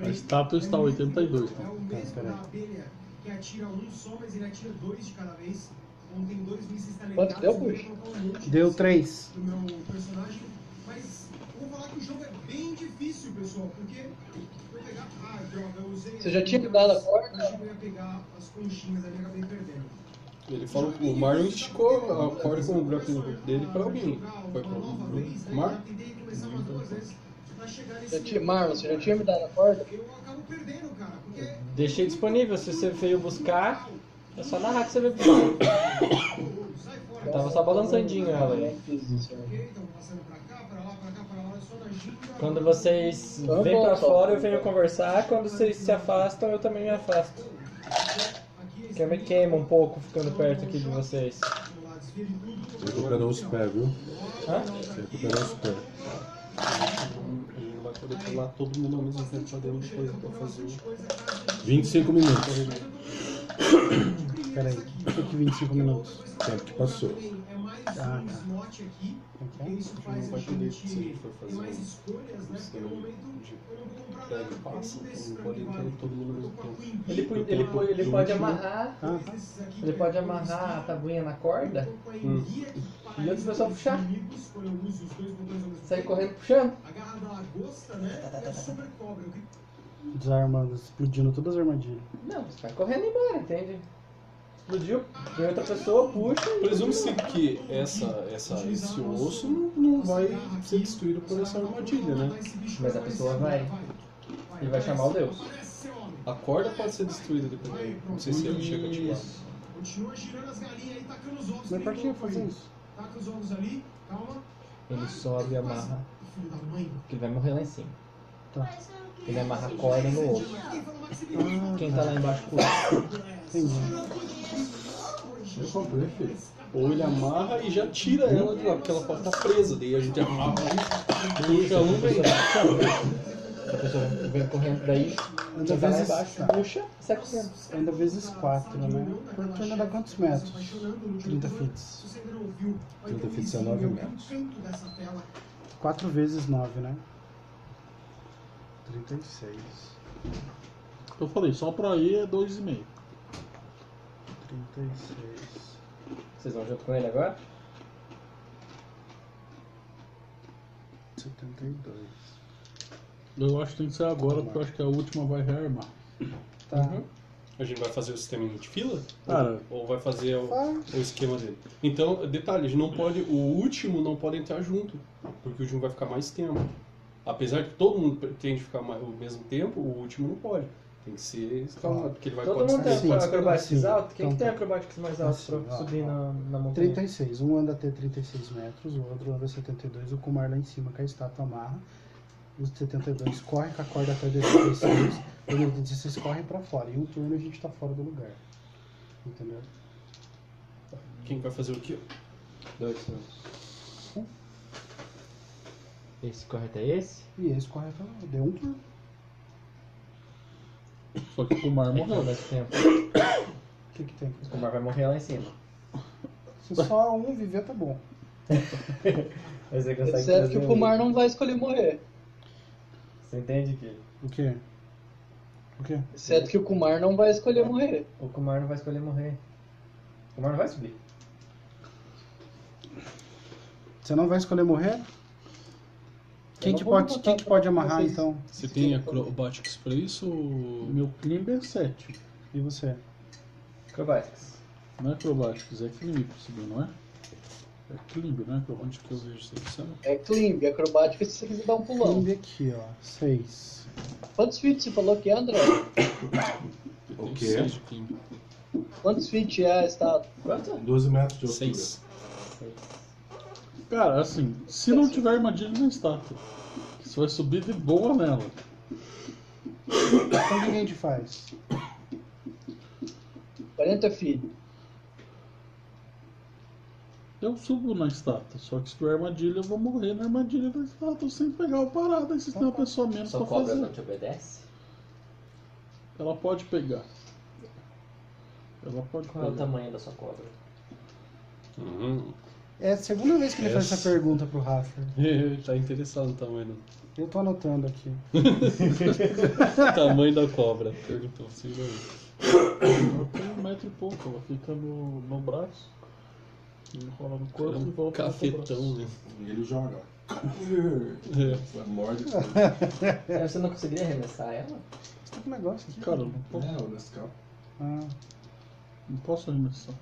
S1: A estátua está 82, né?
S5: tá,
S6: Quanto deu, puxa?
S5: Deu três.
S6: Você já tinha dado a corda?
S10: Ele falou que o Mario esticou a corda com o buraco no corpo dele pra alguém. Foi pra algum Mar?
S6: Já tinha, Marlon, você já tinha me dado a corda?
S9: Deixei disponível, se você veio buscar, é só narrar que você veio buscar. Eu tava só balançandinho ela aí. Quando vocês
S6: Vamos
S9: vêm pra
S6: voltar.
S9: fora, eu venho conversar. Quando vocês se afastam, eu também me afasto. Que eu me queimo um pouco ficando perto aqui de vocês.
S8: Você recuperou os pés, viu?
S9: Hã?
S8: Você recuperou os pés.
S10: Ele não vai poder pular todo mundo ao mesmo tempo pra dentro depois pra fazer o
S8: 25 minutos.
S5: Peraí, o que que 25 minutos?
S8: Tempo que passou.
S5: Ah,
S10: Não vai poder se ele for fazer o esquema de pega e passa, então não pode entrar todo mundo ao mesmo tempo.
S9: Ele, pu- ele, pu- ele pode amarrar.
S5: tá.
S9: Ele pode amarrar a tabuinha na corda
S10: Hum.
S9: e outro pessoal puxar. Sai correndo puxando.
S6: né? É
S5: Desarmando, explodindo todas as armadilhas.
S9: Não, você vai correndo embora, entende? Explodiu, vem outra pessoa, puxa e.
S10: Presume-se que essa, essa, esse osso não, não vai ser destruído por essa armadilha, né?
S9: Mas a pessoa vai. E vai chamar o Deus.
S10: A corda pode ser destruída dependendo. Não sei se ele chega a ativar.
S5: Mas pra que fazer isso?
S9: Ele sobe e amarra. Porque ele vai morrer lá em cima. Ele é amarra a corda no osso. Quem tá lá embaixo com
S8: Eu comprei, filho.
S10: Ou ele amarra e já tira ela de lá, porque ela pode estar presa. Daí a gente amarra um, puxa
S9: Então,
S10: um, vem.
S9: a pessoa vem correndo daí.
S5: Ainda
S9: Quem tá lá
S5: vezes,
S9: embaixo
S5: tá.
S9: puxa e sai correndo.
S5: ainda vezes 4, né? Por turno dá quantos metros? 30 fits.
S8: 30 feet 19 metros.
S5: 4 vezes 9, né? 36.
S1: Eu falei, só pra ir é 2,5.
S5: 36.
S9: Vocês vão junto com ele agora?
S5: 72.
S1: Eu acho que tem que ser agora, porque eu acho que a última vai rearmar.
S5: Tá.
S9: Uhum.
S10: A gente vai fazer o sistema de fila?
S1: Cara.
S10: Ou vai fazer o, o esquema dele? Então, detalhe, a gente não pode, o último não pode entrar junto, porque o último vai ficar mais tempo. Apesar de todo mundo pretende ficar mais, o mesmo tempo, o último não pode. Tem que ser escalado, porque ele vai
S9: Todo
S10: pode
S9: mundo tem
S10: sair.
S5: Sim,
S9: acrobáticas
S5: sim.
S9: altas? Quem que
S5: Então
S9: tem
S5: tá.
S9: acrobáticas mais altas pra
S5: Assim, ó,
S9: subir
S5: ó.
S9: na, na montanha?
S5: 36. Um anda até 36 metros, o outro anda 72. O Kumar lá em cima com a estátua amarra. Os 72 corre com a corda até 36. O 86 corre pra fora. Em um turno a gente tá fora do lugar. Entendeu?
S10: Quem vai fazer o quê?
S22: Dois, Esse correto é esse?
S5: E esse corre até lá. Deu um turno.
S1: Só que o Mar
S9: Aí não,
S1: morreu.
S9: dá esse tempo.
S5: O que, que tem?
S9: O Kumar vai morrer lá em cima.
S5: Se só um viver, tá bom.
S9: Mas você consegue
S6: Exceto que
S9: trazer
S6: o
S9: um.
S6: Kumar não vai escolher morrer.
S9: Você entende que
S5: O quê? O quê?
S6: Exceto que o Kumar não vai escolher morrer.
S9: o Kumar não vai escolher morrer. O Kumar não vai subir.
S5: Você não vai escolher morrer? Quem
S6: não
S5: que
S6: vou
S5: pode,
S6: botar
S5: quem que
S6: pra
S5: pode amarrar
S6: vocês.
S5: então?
S10: Você tem acrobáticos pra isso? ou-
S1: Meu climb é 7.
S5: E você?
S9: Acrobatics.
S1: Não é acrobáticos, é climb pra subir, não é? É climb, não é acrobático que eu vejo isso aqui, sabe?
S6: É climb, acrobática se (laughs) você quiser dar um pulão.
S5: Climb aqui, ó. 6.
S6: Quantos feet você falou que é, André?
S10: Eu tenho
S8: quê?
S10: seis de climb.
S6: Quantos feet é a estátua?
S9: Quanto?
S8: 12 metros de altura.
S10: Seis.
S1: Cara, assim, se não tiver armadilha na estátua, você vai subir de boa nela.
S5: Então o que a gente faz?
S6: 40 feet.
S1: Eu subo na estátua, só que se tiver armadilha, eu vou morrer na armadilha da estátua sem pegar o parada, e se tem uma pessoa menos
S9: Sua
S1: pra
S9: cobra
S10: né?
S1: fazer.
S9: não te obedece?
S1: Ela pode pegar. Ela
S10: Ah,
S1: pode
S9: Qual é o
S10: tá
S1: pegar.
S9: tamanho da sua cobra?
S10: Hum.
S23: É a segunda vez que ele faz
S10: Essa.
S23: essa pergunta pro Rafa.
S10: tá interessado no tamanho do
S23: Eu tô anotando aqui.
S10: tamanho da cobra, perguntou assim, seguramente.
S1: Ela tem um metro e pouco, ela fica no, no braço, enrola no corpo
S10: É um
S1: e volta pro
S10: cafetão,
S1: braço.
S10: né?
S8: E ele joga.
S1: É.
S8: Morde. (laughs)
S9: Mas Você não conseguiria arremessar ela?
S23: Você tá com um negócio
S10: né?
S23: aqui.
S1: Cara, eu não posso,
S8: É, o Nescau.
S23: Ah,
S1: não posso arremessar.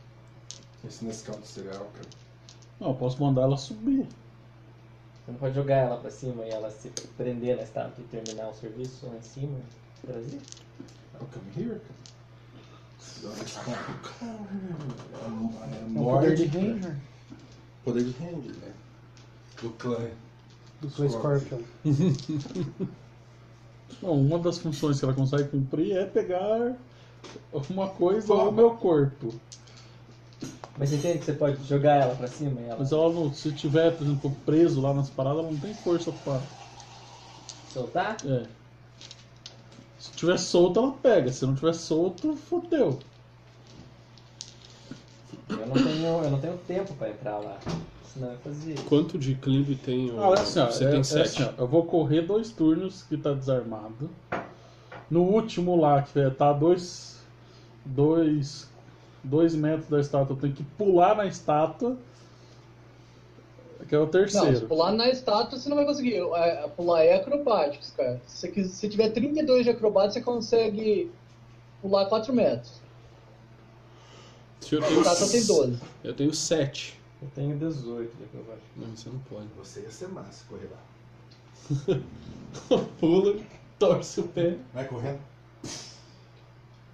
S8: Esse Nescau do cereal, cara.
S1: Não, eu posso mandar ela subir.
S9: Você não pode jogar ela pra cima e ela se prender na estátua e terminar o serviço lá em cima? Brasil?
S8: I'll É come here, cara. Joga esse cara. Caramba, é
S23: é um poder de
S8: morde. cara.
S23: Ranger
S8: Poder de hand, né? Do clã.
S23: do Play Scorpion.
S1: Não, uma das funções que ela consegue cumprir é pegar alguma coisa ao meu corpo.
S9: Mas você entende que você pode jogar ela pra cima e ela.
S1: Mas ela não, se tiver, por exemplo, preso lá nas paradas, ela não tem força pra.
S9: Soltar?
S1: É. Se tiver solta, ela pega. Se não tiver solto, fodeu.
S9: Eu não tenho, eu não tenho tempo pra entrar lá. Senão eu fazia.
S10: Quanto de clive tem o.
S1: Ah, olha assim, ó,
S10: Você
S1: é-
S10: tem
S1: é
S10: sete.
S1: assim, ó, eu vou correr dois turnos que tá desarmado. No último lá, que é- tá dois, dois, dois metros da estátua, eu tenho que pular na estátua. Que é o
S6: Não, se
S1: terceiro.
S6: pular na estátua você não vai conseguir. É, é, Pular é acrobáticos, cara. Se você quis- se tiver 32 de acrobática, você consegue pular 4 metros.
S10: Se
S1: Tá,
S10: eu
S6: A
S10: tenho,
S6: estátua tem 12.
S10: eu tenho sete.
S9: Eu tenho né, 18 de acrobática.
S10: Não, você não pode.
S8: Você ia ser massa correr lá.
S10: Pula, torce o pé.
S8: Vai correndo?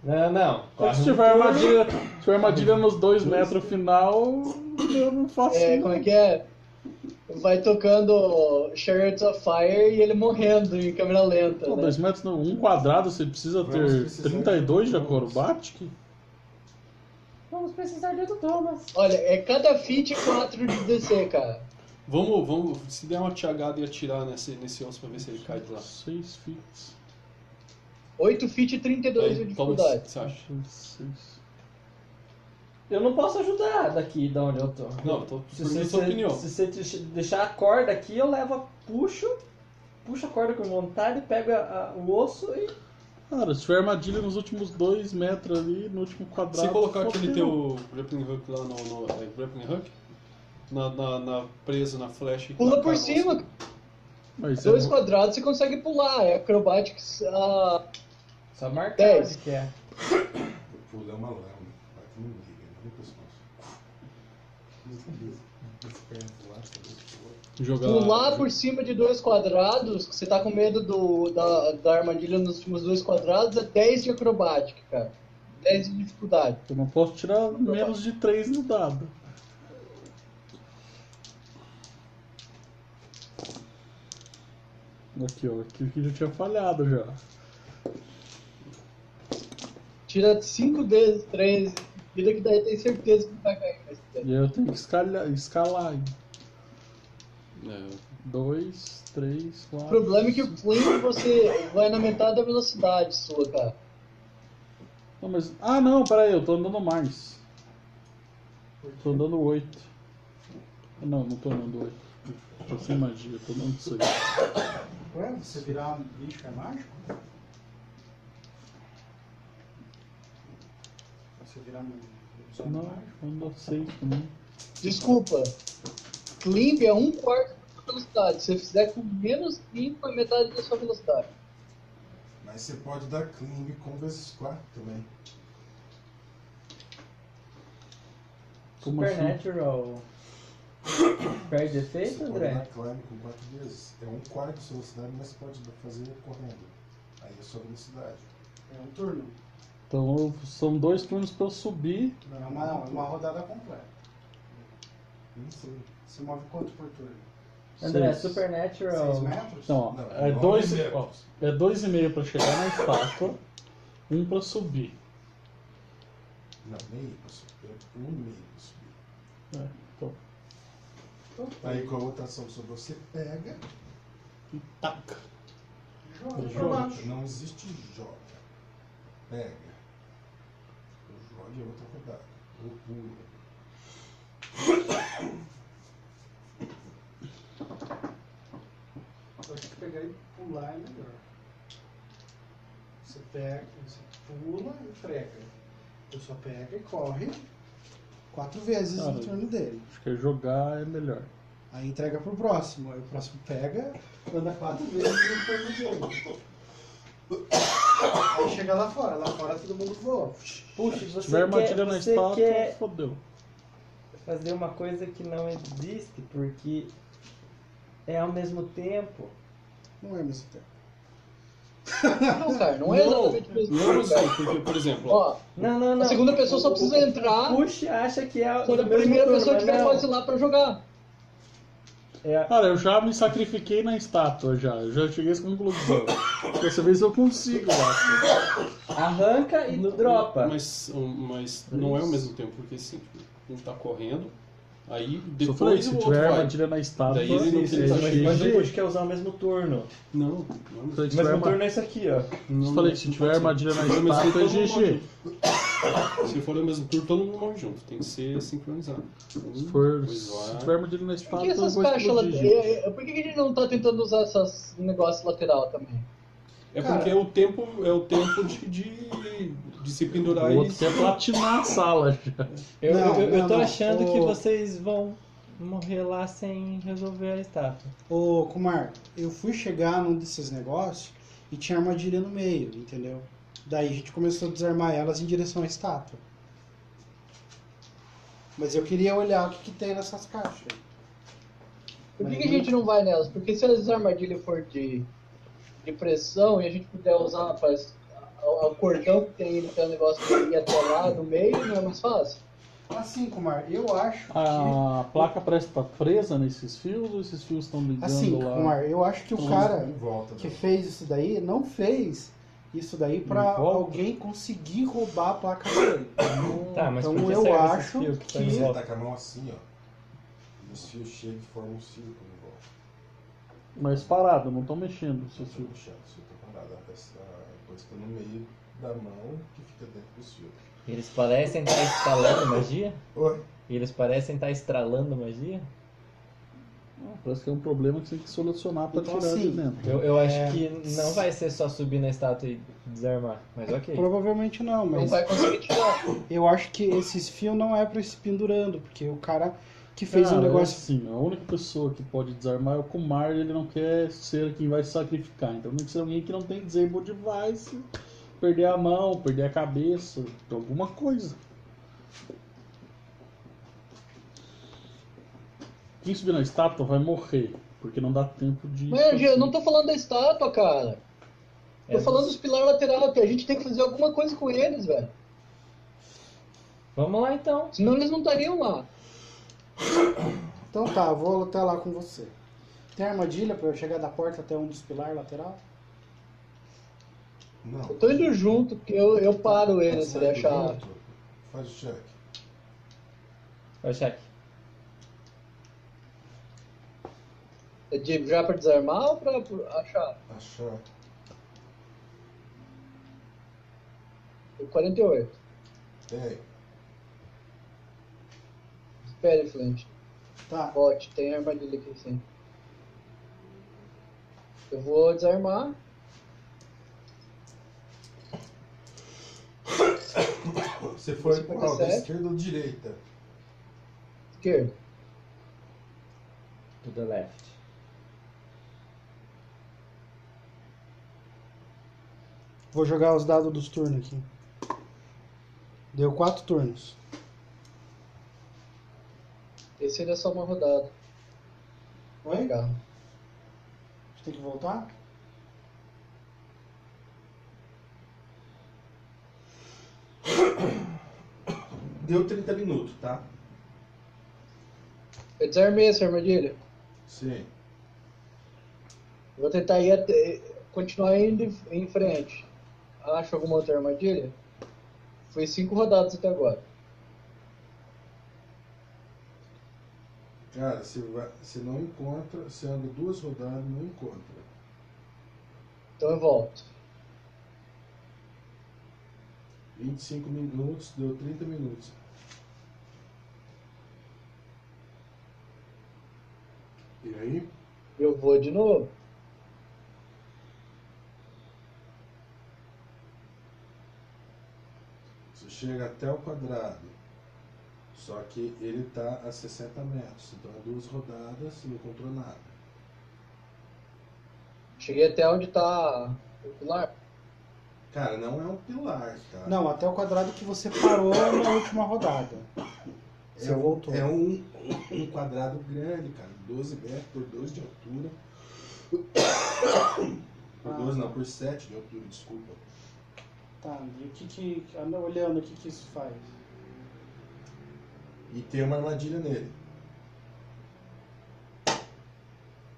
S9: Não, não.
S1: Então, se
S9: Corre um
S1: tiver
S9: turno.
S1: armadilha, se tiver armadilha nos dois metros final, eu não faço um-
S6: É,
S1: nada.
S6: como é que é? Vai tocando Chariots of Fire e ele morrendo em câmera lenta.
S1: Pô,
S6: né?
S1: 2 metros, não. um quadrado, você precisa
S8: Vamos
S1: ter
S8: precisar de
S1: 32 de
S10: um
S8: todos.
S1: acrobatic?
S9: Vamos precisar de outro Thomas.
S6: Olha, é cada feat 4 de DC, cara.
S10: Vamos, vamos. Se der uma tiagada e atirar nesse, nesse osso pra ver se ele cai de lá.
S1: 6 feats.
S6: 8 feat e 32 de
S10: Aí, Toma o
S6: dificuldade.
S10: que você acha?
S1: Seis.
S9: Eu não posso ajudar daqui de onde eu tô.
S10: Não, eu tô
S9: Se
S10: por
S9: você,
S10: minha sua opinião.
S9: se você te- deixar a corda aqui, eu levo, a- puxo, puxo a corda com vontade, pego a- a- o osso e.
S1: Cara, se tiver armadilha nos últimos 2 metros ali, no último quadrado. um.
S10: Se colocar aquele
S1: fodeu.
S10: teu grappling hook lá no. no é, grappling hook? Na, na, na- preso na flecha. e
S6: Pula
S10: tacar
S6: por
S1: Tá,
S10: no-
S6: cima.
S1: Mas eu,
S6: Dois quadrados você consegue pular. É acrobatics ah,
S9: Só marcar
S6: 10.
S9: onde que é.
S8: O pulo é uma lama. Vai que não liga, não liga os nossos.
S1: Ah,
S10: Jogar.
S6: Pular por cima de dois quadrados, que você tá com medo do, da, da armadilha nos últimos dois quadrados, é 10 de acrobática, cara. 10 de dificuldade.
S1: eu não posso tirar menos de 3 no dado. Aqui, ó. Aqui que já tinha falhado já.
S6: Tira 5 vezes, 3. Vida que daí tem certeza que não vai cair. mas-
S1: E aí eu tenho que escalhar, escalar. hein?
S10: É,
S1: Dois, três,
S6: O
S1: quatro.
S6: problema é que o flank você vai na metade da velocidade sua, cara.
S1: Não, mas- Ah, não, peraí, eu tô andando mais. Tô andando 8. Não, não tô andando 8. Tô sem magia, tô andando 6.
S5: Ué, você virar um bicho é mágico? Você virar um bicho é
S1: Não,
S5: mágico?
S1: eu ando 6 também.
S6: Desculpa. Climb é um quarto da velocidade. Se você fizer com menos limpo, é metade da sua velocidade.
S8: Mas você pode dar climb com vezes 4 também.
S1: Como assim?
S9: Supernatural. (coughs) Perde efeito,
S8: Você pode dar
S9: André?
S8: climb com 4 vezes. É um quarto de sua velocidade, mas você pode fazer correndo. Aí é sua velocidade.
S5: É um turno.
S1: Então eu- são dois turnos pra eu subir.
S5: Não, é uma, não, é uma rodada completa.
S8: Não sei.
S5: Você move quanto por turno?
S9: André,
S1: seis.
S9: Supernatural.
S5: 6 metros?
S1: Não, ó,
S8: Não, um
S1: é
S8: nove
S1: dois,
S8: metros.
S1: ó, é dois e meio pra chegar na estátua, um pra subir.
S8: Não, É meio pra subir. Um meio pra subir.
S1: É, então,
S8: Aí com a outra ação só você pega
S1: e taca.
S8: Joga.
S1: Joga.
S8: Não existe joga. Pega. Joga e outra rodada. Ou pula.
S5: Eu acho que pegar e pular é melhor. Você pega, você pula, entrega. Eu só pega e corre quatro vezes
S1: Cara,
S5: no turno dele.
S1: Acho que jogar é melhor.
S5: Aí entrega pro próximo. Aí o próximo pega, anda quatro vezes no turno dele. Aí chega lá fora, lá fora todo mundo voa.
S9: Puxa,
S1: Se tiver
S9: você
S1: armadilha
S9: quer,
S1: na
S9: você
S1: estátua,
S9: quer
S1: fodeu.
S9: fazer uma coisa que não existe, porque é ao mesmo tempo.
S5: Não é ao mesmo tempo.
S6: Não, cara, não é exatamente o mesmo.
S10: Não, não sei, porque, por exemplo, ó,
S6: Ó,
S9: Não, não, não.
S6: a segunda pessoa só precisa entrar
S9: Puxa, acha que é.
S6: quando a
S9: do mesmo
S6: primeira
S9: turno,
S6: pessoa
S9: mas
S6: tiver
S9: não.
S6: pode ir lá pra jogar.
S1: Cara, eu já me sacrifiquei na estátua já. Eu já cheguei a essa conclusão.
S10: (coughs)
S1: Dessa vez eu consigo, eu acho.
S9: Arranca e dropa.
S10: mas, mas não é ao mesmo tempo, porque assim, tipo, um tá correndo, aí
S1: Só
S10: depois
S1: falei,
S10: o
S1: se
S10: outro
S1: tiver
S10: vai.
S1: armadilha na estátua,
S10: Daí ele não
S1: sim, sim,
S10: tem- mas-
S1: sim.
S10: mas
S1: Mas
S10: depois-
S9: Hoje quer usar o mesmo turno.
S10: Não,
S1: Se
S10: não.
S1: tiver arma-
S9: é
S10: Não,
S1: Se falei, se
S10: não
S1: tiver
S10: pode ser.
S1: armadilha na
S10: Se for ao mesmo
S1: estátua, é
S10: turno, todo mundo
S1: GG.
S10: morre. Se for no mesmo turno, todo mundo morre junto. Tem que ser sincronizado. Então,
S1: Se for-
S10: Pois
S1: Se
S10: vai.
S1: tiver armadilha na
S6: Por que
S1: estátua, eu
S6: essas
S1: vou
S6: caixas
S1: explodir.
S6: laterais? Por que que a gente não tá tentando usar esses negócios lateral também?
S10: É
S6: Cara.
S10: porque é o tempo, é o tempo de, de, de se pendurar
S1: O outro
S10: e-
S1: quer platinar a sala já.
S9: Eu,
S5: Não,
S9: eu, eu
S5: não,
S9: tô
S5: não.
S9: achando que
S5: Ô.
S9: vocês vão morrer lá sem resolver a estátua.
S5: Ô, Kumar, eu fui chegar num desses negócios e tinha armadilha no meio, entendeu? Daí a gente começou a desarmar elas em direção à estátua. Mas eu queria olhar o que, que tem nessas caixas.
S6: Por que,
S5: Mas
S6: que a gente não vai nelas? Porque se as armadilhas for de, de pressão e a gente puder usar rapaz, o, o cordão que tem, ele tem um negócio que ia até lá no meio, não é mais fácil?
S5: Assim, Kumar, eu acho
S1: A placa parece estar presa nesses fios ou esses fios estão ligando
S5: Assim,
S1: lá?
S5: Kumar, eu acho que o
S1: Estão
S5: cara
S1: em volta,
S5: que
S1: né?
S5: fez isso daí não fez isso daí pra
S1: volta?
S5: alguém conseguir roubar a placa dele.
S9: Tá, mas por
S5: então
S9: que
S5: eu
S9: serve esse
S5: acho
S9: fio que tá em
S5: que
S8: Você tá com a mão assim, ó. E os fios chegam e formam um círculo em volta.
S1: Mas parado, não estão mexendo esses
S8: Não
S1: fios.
S8: puxado, você tá parado. Essa coisa tá no meio da mão que fica dentro do fios.
S9: Eles parecem estar estralando magia?
S8: Oi?
S9: Eles parecem estar estralando magia?
S1: Ah, Parece que é um problema que você tem que solucionar pra
S9: Então,
S1: tirar de
S9: assim,
S1: dentro.
S9: Eu, eu acho
S5: É.
S9: que não vai ser só subir na estátua e desarmar, mas ok.
S5: Provavelmente não, mas.
S9: Não vai conseguir
S6: tirar.
S5: Eu acho que esses fios não é pra ir se pendurando, porque o cara que fez
S1: Cara,
S5: um negócio.
S1: é Assim, a única pessoa que pode desarmar é o Kumar e ele não quer ser quem vai se sacrificar. Então tem que ser alguém que não tem disable device, perder a mão, perder a cabeça, alguma coisa. Quem subir na estátua vai morrer, porque não dá tempo de.
S6: Mas eu não tô falando da estátua, cara. Tô
S1: É,
S6: falando
S1: mas-
S6: dos pilares laterais, que a gente tem que fazer alguma coisa com eles, velho.
S9: Vamos lá então.
S6: Senão eles não estariam lá.
S5: Então tá, eu vou lutar lá com você. Tem armadilha pra eu chegar da porta até um dos pilares lateral?
S8: Não.
S6: Eu tô indo junto, porque eu, eu paro eles se
S8: Sai do
S6: deixar.
S8: junto, Faz o cheque.
S9: Vai, cheque.
S6: É de- Já pra desarmar ou pra pra achar?
S8: Achar.
S6: Tem 48.
S8: Tem.
S6: Espere, Flint.
S5: Tá.
S6: Bote, tem armadilha aqui sim. Eu vou desarmar.
S8: Você foi
S6: Você
S8: qual? Da
S6: consegue?
S8: esquerda ou direita?
S6: Esquerda.
S9: To the left.
S5: Vou jogar os dados dos turnos aqui. Deu quatro turnos.
S6: Esse seria só uma rodada. Tá.
S5: Oi?
S6: Legal.
S5: Você tem que voltar?
S8: Deu 30 minutos, tá?
S6: Eu desarmei essa armadilha.
S8: Sim.
S6: Eu Vou tentar ir até, continuar indo em- em frente. Acho alguma outra armadilha? Foi cinco rodadas até agora.
S8: Cara, você, vai, você não encontra, você anda duas rodadas e não encontra.
S6: Então eu volto.
S8: 25 minutos, deu 30 minutos. E aí?
S6: Eu vou de novo.
S8: Você chega até o quadrado. Só que ele tá a 60 metros. Então é duas rodadas e não encontrou nada.
S6: Cheguei até onde tá o pilar.
S8: Cara, não é um pilar, tá?
S5: Não, até o quadrado que você parou na última rodada. Você
S8: é um,
S5: voltou.
S8: É um, um quadrado grande, cara. 12 metros por 12 de altura. (coughs) Por 12 não, por 7 de altura, desculpa.
S5: Tá, e o que que. anda Olhando, o que que isso faz?
S8: E tem uma armadilha nele.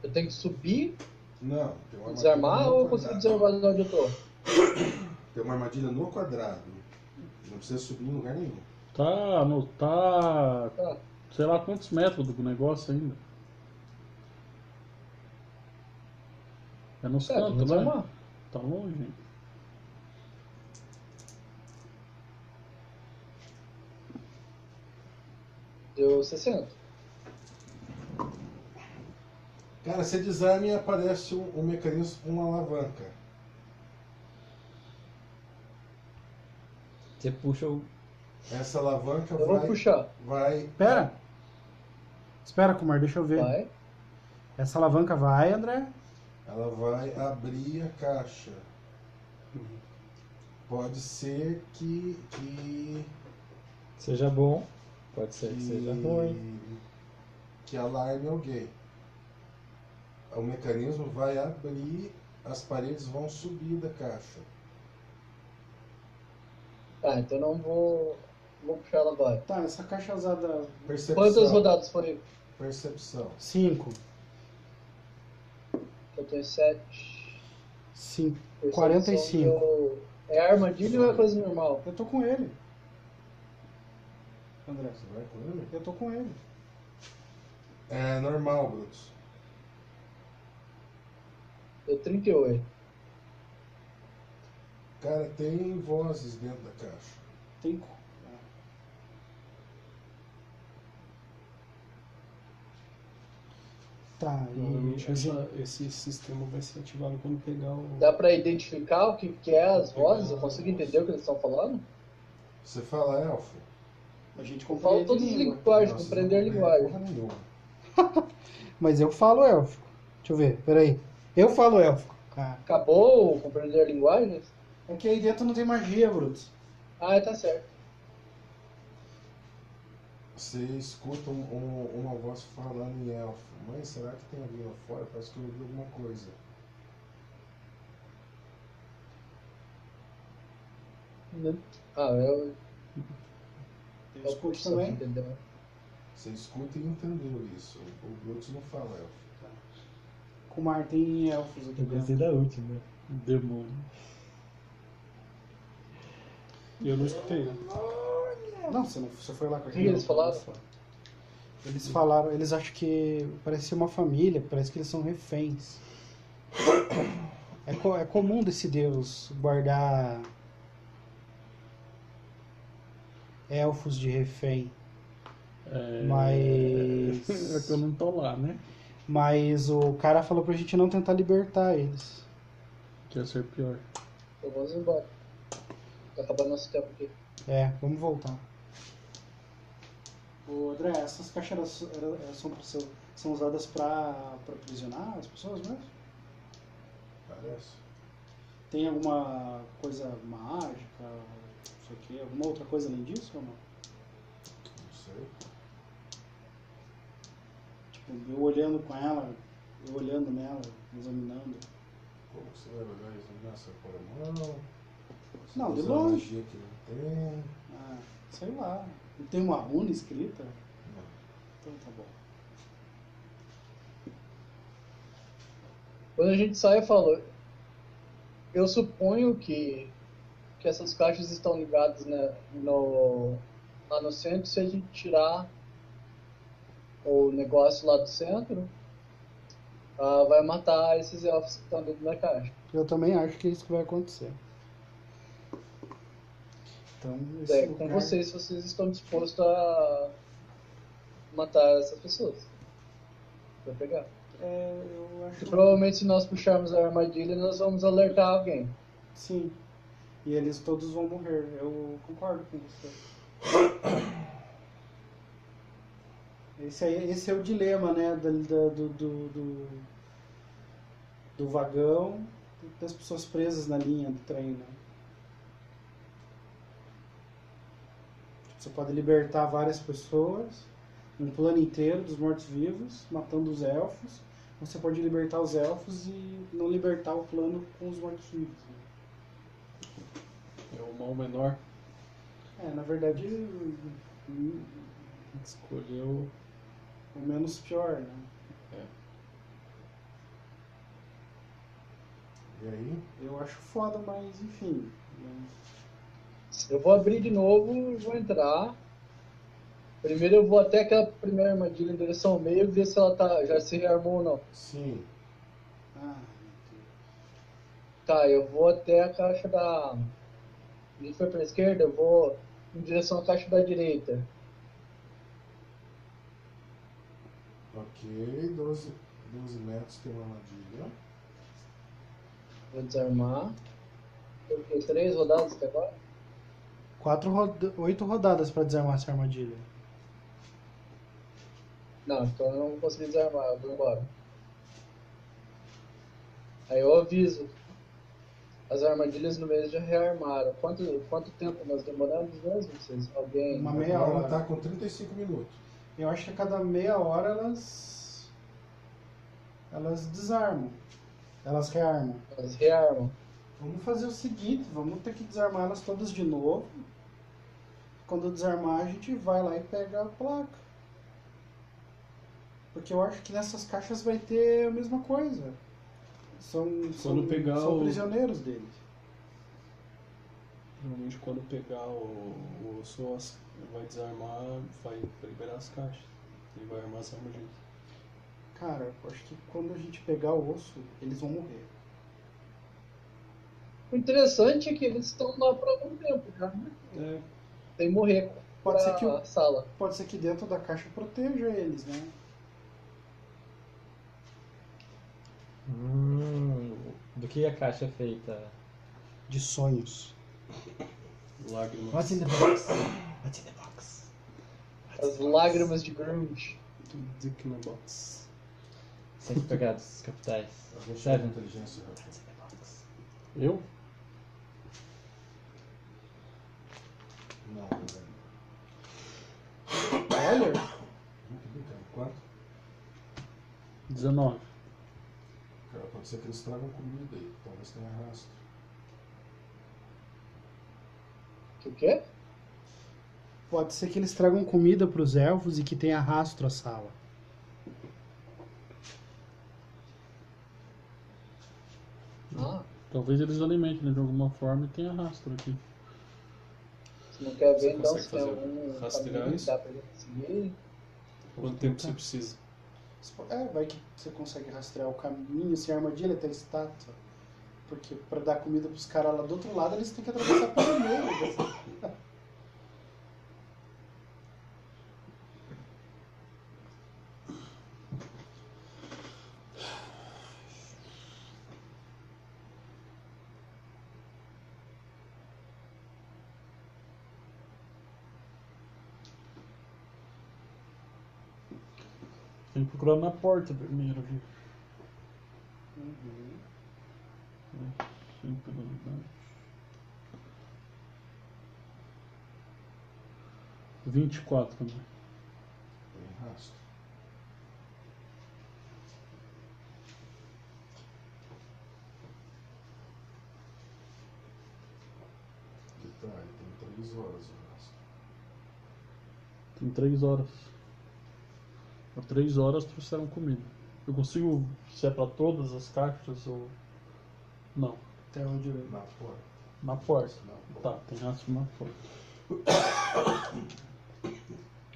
S6: Eu tenho que subir,
S8: Não, tem uma armadilha
S6: desarmar
S8: no
S6: ou eu consigo
S8: quadrado.
S6: desarmar de onde eu tô?
S8: Tem uma armadilha no quadrado. Não precisa subir em lugar nenhum.
S1: Tá, no, tá. Sei lá quantos metros do negócio ainda. É nos
S6: É, vamos
S1: cantos, né?
S6: desarmar.
S1: Tá longe.
S6: Deu 60.
S8: Cara, você desarma e aparece um, um mecanismo, uma alavanca.
S14: Você puxa o.
S8: Essa alavanca
S5: Eu vou
S8: vai.
S5: puxar.
S8: Vai.
S5: Pera! Espera, Kumar, deixa eu ver.
S6: Vai.
S5: Essa alavanca vai, André?
S8: Ela vai abrir a caixa. Pode ser que. que
S14: Seja bom. Pode ser que
S8: que,
S14: seja ruim.
S8: que alarme alguém. O mecanismo vai abrir, as paredes vão subir da caixa.
S6: Tá, então não vou. Vou puxar ela agora.
S5: Tá, essa caixa usada.
S8: Percepção.
S6: Quantas rodadas foram?
S8: Percepção.
S5: Cinco.
S6: Eu tenho 7.
S5: Cinco. 45.
S6: É armadilha ou é coisa normal?
S5: Eu tô com ele. André.
S8: Você vai com ele?
S5: Eu tô com ele.
S8: É normal, Brutus.
S6: Deu 38.
S8: Cara, tem vozes dentro da caixa.
S5: Tem. Tá,
S10: Provavelmente essa- esse sistema vai ser ativado quando pegar o.
S6: Dá pra identificar o que, que é as vozes? Eu consigo entender o que eles estão falando?
S8: Você fala "É, elfo?
S5: A gente
S6: Eu falo todas as linguagens, compreender a
S8: é
S6: linguagem.
S5: Mas eu falo élfico. Deixa eu ver, peraí. Eu falo élfico.
S6: Acabou o compreender linguagens?
S5: É que aí dentro não tem magia, Brutus.
S6: Ah, tá certo.
S8: Você escuta um- um- uma voz falando em elfo. Mãe, será que tem alguém lá fora? Parece que eu ouvi alguma coisa.
S6: Ah, eu.
S5: Eu
S6: eu
S5: escuto
S6: puxo,
S5: também.
S6: entendeu?
S8: Você escuta e entendeu isso. O o Brutus não fala elfo.
S5: Kumar tem elfos aqui
S14: Eu gostei
S5: dentro.
S14: da última.
S1: Demônio. Eu não escutei. né?
S5: É, Não, você, não, você foi lá com
S6: O que eles falaram?
S5: Eles falaram, eles acham que parecia uma família, parece que eles são reféns. É, co- é comum desse deus guardar elfos de refém. Mas.
S1: (laughs) É que eu não tô lá, né?
S5: Mas o cara falou pra gente não tentar libertar eles.
S1: Que ia ser pior.
S6: Então vamos embora. Tá acabando nosso tempo aqui.
S5: É, vamos voltar. Ô, André, essas caixas eram- eram- são, pra ser- são usadas pra, pra aprisionar as pessoas mesmo?
S8: Parece.
S5: Tem alguma coisa mágica, não sei o quê, alguma outra coisa além disso ou não?
S8: Não sei.
S5: Tipo, eu olhando com ela, eu olhando nela, examinando.
S8: Como que você vai olhar isso nessa com a mão? Você
S5: Não, de
S8: usa
S5: longe.
S8: magia que não tem.
S5: Ah, sei lá. Não tem uma runa escrita?
S8: Não.
S5: Então tá bom.
S6: Quando a gente sai, eu falo. Eu suponho que, que essas caixas estão ligadas né, no, lá no centro. Se a gente tirar o negócio lá do centro, ah, vai matar esses elfos que estão dentro da caixa.
S5: Eu também acho que é isso que vai acontecer. Então, esse
S6: É, com
S5: lugar...
S6: vocês, se vocês estão dispostos a matar essas pessoas. Pra pegar.
S5: É, eu acho
S6: Se
S5: que-
S6: provavelmente se nós puxarmos a armadilha, nós vamos alertar alguém.
S5: Sim. E eles todos vão morrer. Eu concordo com você. Esse, aí, esse é o dilema, né? da- da- do, do, do, do vagão e das pessoas presas na linha do trem, né? Você pode libertar várias pessoas, um plano inteiro dos mortos-vivos, matando os elfos. Ou Você pode libertar os elfos e não libertar o plano com os mortos-vivos. né?
S1: É o mal menor.
S5: É, na verdade, hum,
S1: Escolheu.
S5: o menos pior, né?
S18: E aí?
S5: Eu acho foda, mas enfim. né?
S6: Eu vou abrir de novo, vou entrar. Primeiro eu vou até aquela primeira armadilha em direção ao meio, ver se ela tá, já se rearmou ou não.
S18: Sim.
S5: Ah,
S6: Tá, eu vou até a caixa da. A gente foi pra esquerda, eu vou em direção à caixa da direita.
S18: Ok, 12, 12 metros tem uma armadilha.
S6: Vou desarmar. Eu fiquei três rodadas até agora.
S5: Quatro roda... Oito rodadas pra desarmar essa armadilha.
S6: Não, então eu não consegui desarmar, eu vou embora. Aí eu aviso. As armadilhas no mês já rearmaram. Quanto, quanto tempo nós demoramos mesmo? Vocês, alguém?
S5: Uma meia
S18: Agora
S5: hora. né?
S18: ela tá com 35 minutos.
S5: Eu acho que a cada meia hora elas. Elas desarmam. Elas rearmam.
S6: Elas rearmam.
S5: Vamos fazer o seguinte, vamos ter que desarmar elas todas de novo. Quando desarmar, a gente vai lá e pega a placa. Porque eu acho que nessas caixas vai ter a mesma coisa. São, são,
S1: Quando pegar
S5: são
S1: o-
S5: prisioneiros dele.
S1: Normalmente quando pegar o, o SOAS, vai desarmar, vai liberar as caixas. Ele vai armar as armadilhas.
S5: Cara, eu acho que quando a gente pegar o osso, eles vão morrer.
S6: O interessante é que eles estão lá por algum tempo já, né?
S1: É.
S6: Tem que morrer
S5: Pode
S6: pra
S5: ser que o-
S6: sala.
S5: Pode ser que dentro da caixa proteja eles, né?
S9: Hum, do que a caixa é feita?
S5: De sonhos.
S1: Lágrimas.
S9: What's in the box? What's in the box?
S6: As lágrimas de Grunge.
S1: Dick na box.
S9: Sete (laughs) pegados capitais.
S18: Alguém chama
S9: Seven.
S18: inteligência. rapaz.
S1: Eu?
S18: Não, velho.
S5: Olha,
S18: Muito bem, então, cara. Quanto?
S1: 19.
S18: Cara, pode ser que eles tragam comida aí. Talvez tenha rastro.
S6: O quê?
S5: pode ser que eles tragam comida pros elfos e que tenha rastro a sala.
S1: Hum.
S6: Ah,
S1: Talvez eles alimentem né, de alguma forma e tenha rastro aqui.
S6: se não quer
S1: Você
S6: ver, então
S1: consegue
S6: se tem
S1: fazer
S6: algum
S1: rastrear
S6: caminho que
S1: isso?
S6: dá pra gente seguir.
S1: Quanto tempo você precisa?
S5: É, vai que você consegue rastrear o caminho sem armadilha até a estátua. Porque pra dar comida pros caras lá do outro lado, eles têm que atravessar pelo meio. né? dessa-
S1: Tem que procurar na porta primeiro ali.
S5: Uhum.
S1: Sempre no- 24, né?
S18: Tem rastro. Que tá, ele tem 3 horas o rastro.
S1: Tem 3 horas. Há 3 horas trouxeram comida. Eu consigo, se é pra todas as caixas ou. Não,
S5: Até onde eu...
S18: Na porta.
S1: na porta.
S18: Na porta.
S1: Tá, tem rastro na porta.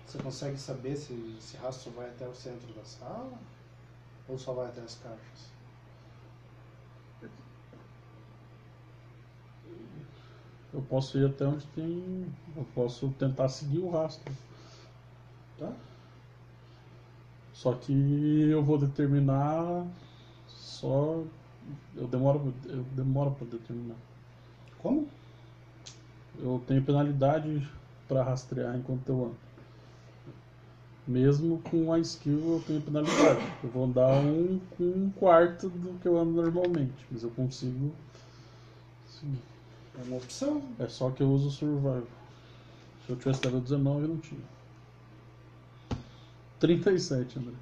S5: Você consegue saber se esse rastro vai até o centro da sala? Ou só vai até as caixas?
S1: Eu posso ir até onde tem. Eu posso tentar seguir o rastro. Tá? Só que eu vou determinar só. Eu demoro, eu demoro para determinar. Como? Eu tenho penalidade para rastrear enquanto eu ando. Mesmo com a skill eu tenho penalidade. Eu vou andar um, um quarto do que eu ando normalmente, mas eu consigo seguir.
S5: É uma opção.
S1: É só que eu uso Survival. Se eu tivesse dado 19, eu não tinha. 37, André.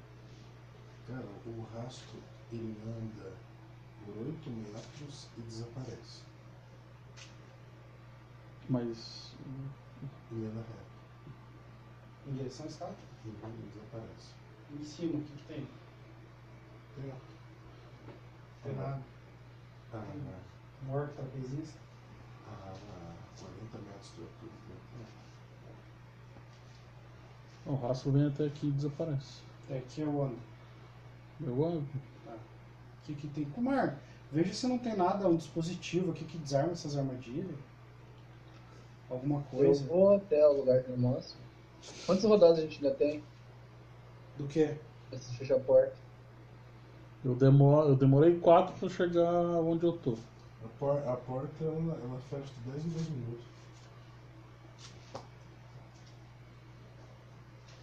S8: Cara, o rastro ele anda por 8 metros e desaparece.
S1: Mas.
S8: Ele anda reto.
S5: Em direção à estátua?
S8: Ele desaparece.
S5: Em cima, o que, que tem? Tem
S8: Tá.
S5: nada.
S8: Ah, ah,
S5: Morto, trapezista.
S8: ah, ah, 40 metros do altura. né?
S1: O rastro vem até aqui e desaparece.
S5: Até É, aqui eu ando.
S1: Eu ando.
S5: O que, que tem? Kumar, veja se não tem nada, um dispositivo aqui que desarma essas armadilhas. Alguma
S6: Eu
S5: coisa.
S6: vou até o lugar que eu mostro. Quantas rodadas a gente ainda tem
S5: Do que?
S6: pra se fechar a porta?
S1: Eu, demoro, eu demorei 4 pra chegar onde eu tô.
S8: A, por, a porta ela, ela fecha de 10 em 10 minutos.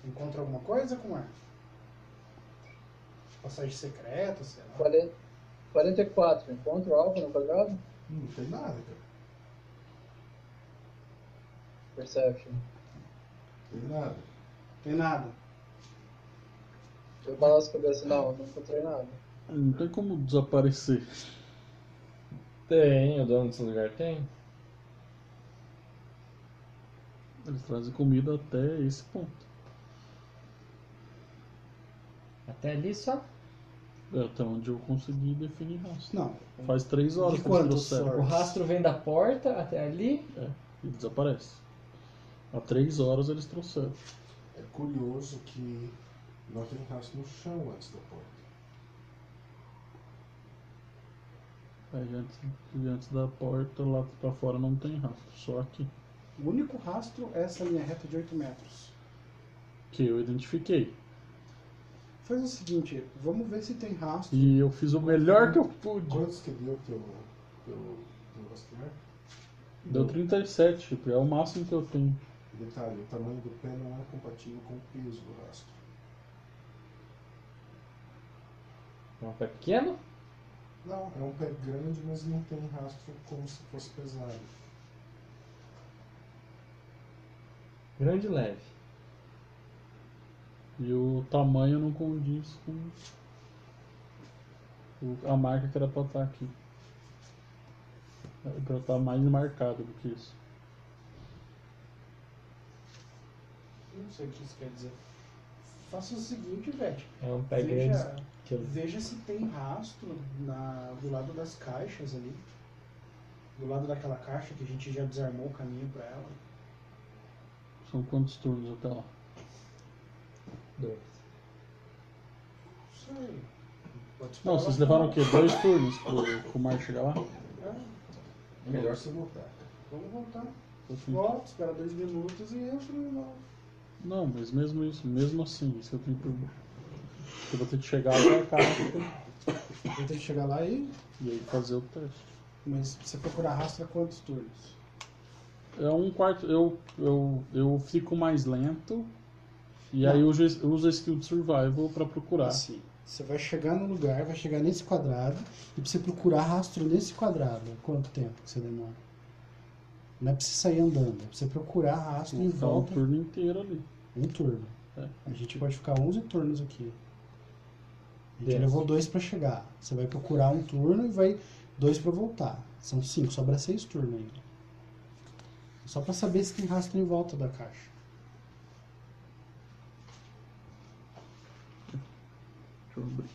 S5: Encontra alguma coisa, é? Kumar? Passagem secreta, sei lá.
S6: 40, 44. Encontro alvo no quadrado?
S8: Hum, Não tem nada, cara.
S6: Perception.
S8: Tem nada.
S5: Tem nada.
S6: Eu balanço a cabeça, não, não encontrei nada.
S1: Não tem como desaparecer.
S24: Tem, o dono desse lugar tem.
S1: Eles trazem comida até esse ponto.
S9: Até ali só?
S1: É até onde eu consegui definir rastro.
S5: Não.
S1: Faz 3 horas
S9: De
S1: que eles
S9: quantos
S1: trouxeram.
S9: O rastro vem da porta até ali?
S1: É, e desaparece. Há 3 horas eles trouxeram.
S8: É curioso que não tem rastro no chão antes da porta.
S1: Aí antes, e antes da porta, lá pra fora não tem rastro. Só aqui.
S5: O único rastro é essa linha reta de 8 metros.
S1: Que eu identifiquei.
S5: Faz o seguinte, vamos ver se tem rastro.
S1: E eu fiz o melhor que eu pude.
S8: Quantos que deu teu, teu, teu rastrear?
S1: Deu 37, tipo, é o máximo que eu tenho.
S8: Detalhe, o tamanho do pé não é compatível com o peso do rastro.
S24: É um pé pequeno?
S8: Não, é um pé grande, mas não tem rastro como se fosse pesado.
S24: Grande e leve.
S1: E o tamanho não condiz com o- a marca que era pra estar aqui. Era pra estar mais marcado do que isso.
S5: Não sei o que isso quer dizer. Faça o seguinte, Vete.
S24: É um pé
S5: veja,
S24: grande. Que eu-
S5: veja se tem rastro na, do lado das caixas ali. Do lado daquela caixa que a gente já desarmou o caminho pra ela.
S1: São quantos turnos até lá?
S24: Dois.
S5: Não sei. Pode
S1: Não, vocês levaram o quê? Dois turnos pro, pro Mar chegar lá?
S5: É,
S8: É melhor você voltar.
S5: vamos voltar.
S1: Assim,
S5: Volta, espera dois minutos e entra de novo.
S1: Não, mas mesmo isso, mesmo assim, isso eu tenho que. Eu vou ter que chegar até a caixa
S5: Vai ter que chegar lá e.
S1: e aí fazer o teste.
S5: Mas você procurar rastro a quantos turnos?
S1: É um quarto. Eu, eu, eu fico mais lento. E aí eu uso, eu uso a skill de survival pra procurar.
S5: Assim, você vai chegar no lugar, vai chegar nesse quadrado, e pra você procurar rastro nesse quadrado, quanto tempo que você demora? Não é pra você sair andando, é pra você procurar rastro em
S1: Ficar Tá o
S5: volta
S1: um turno inteiro ali.
S5: um turno.
S1: É.
S5: A gente pode ficar 11 turnos aqui. A gente
S24: Yes.
S5: levou dois pra chegar. Você vai procurar um turno e vai dois pra voltar. São cinco, sobra seis turnos ainda. Só pra saber se tem rastro em volta da caixa.
S1: Deixa eu abrir.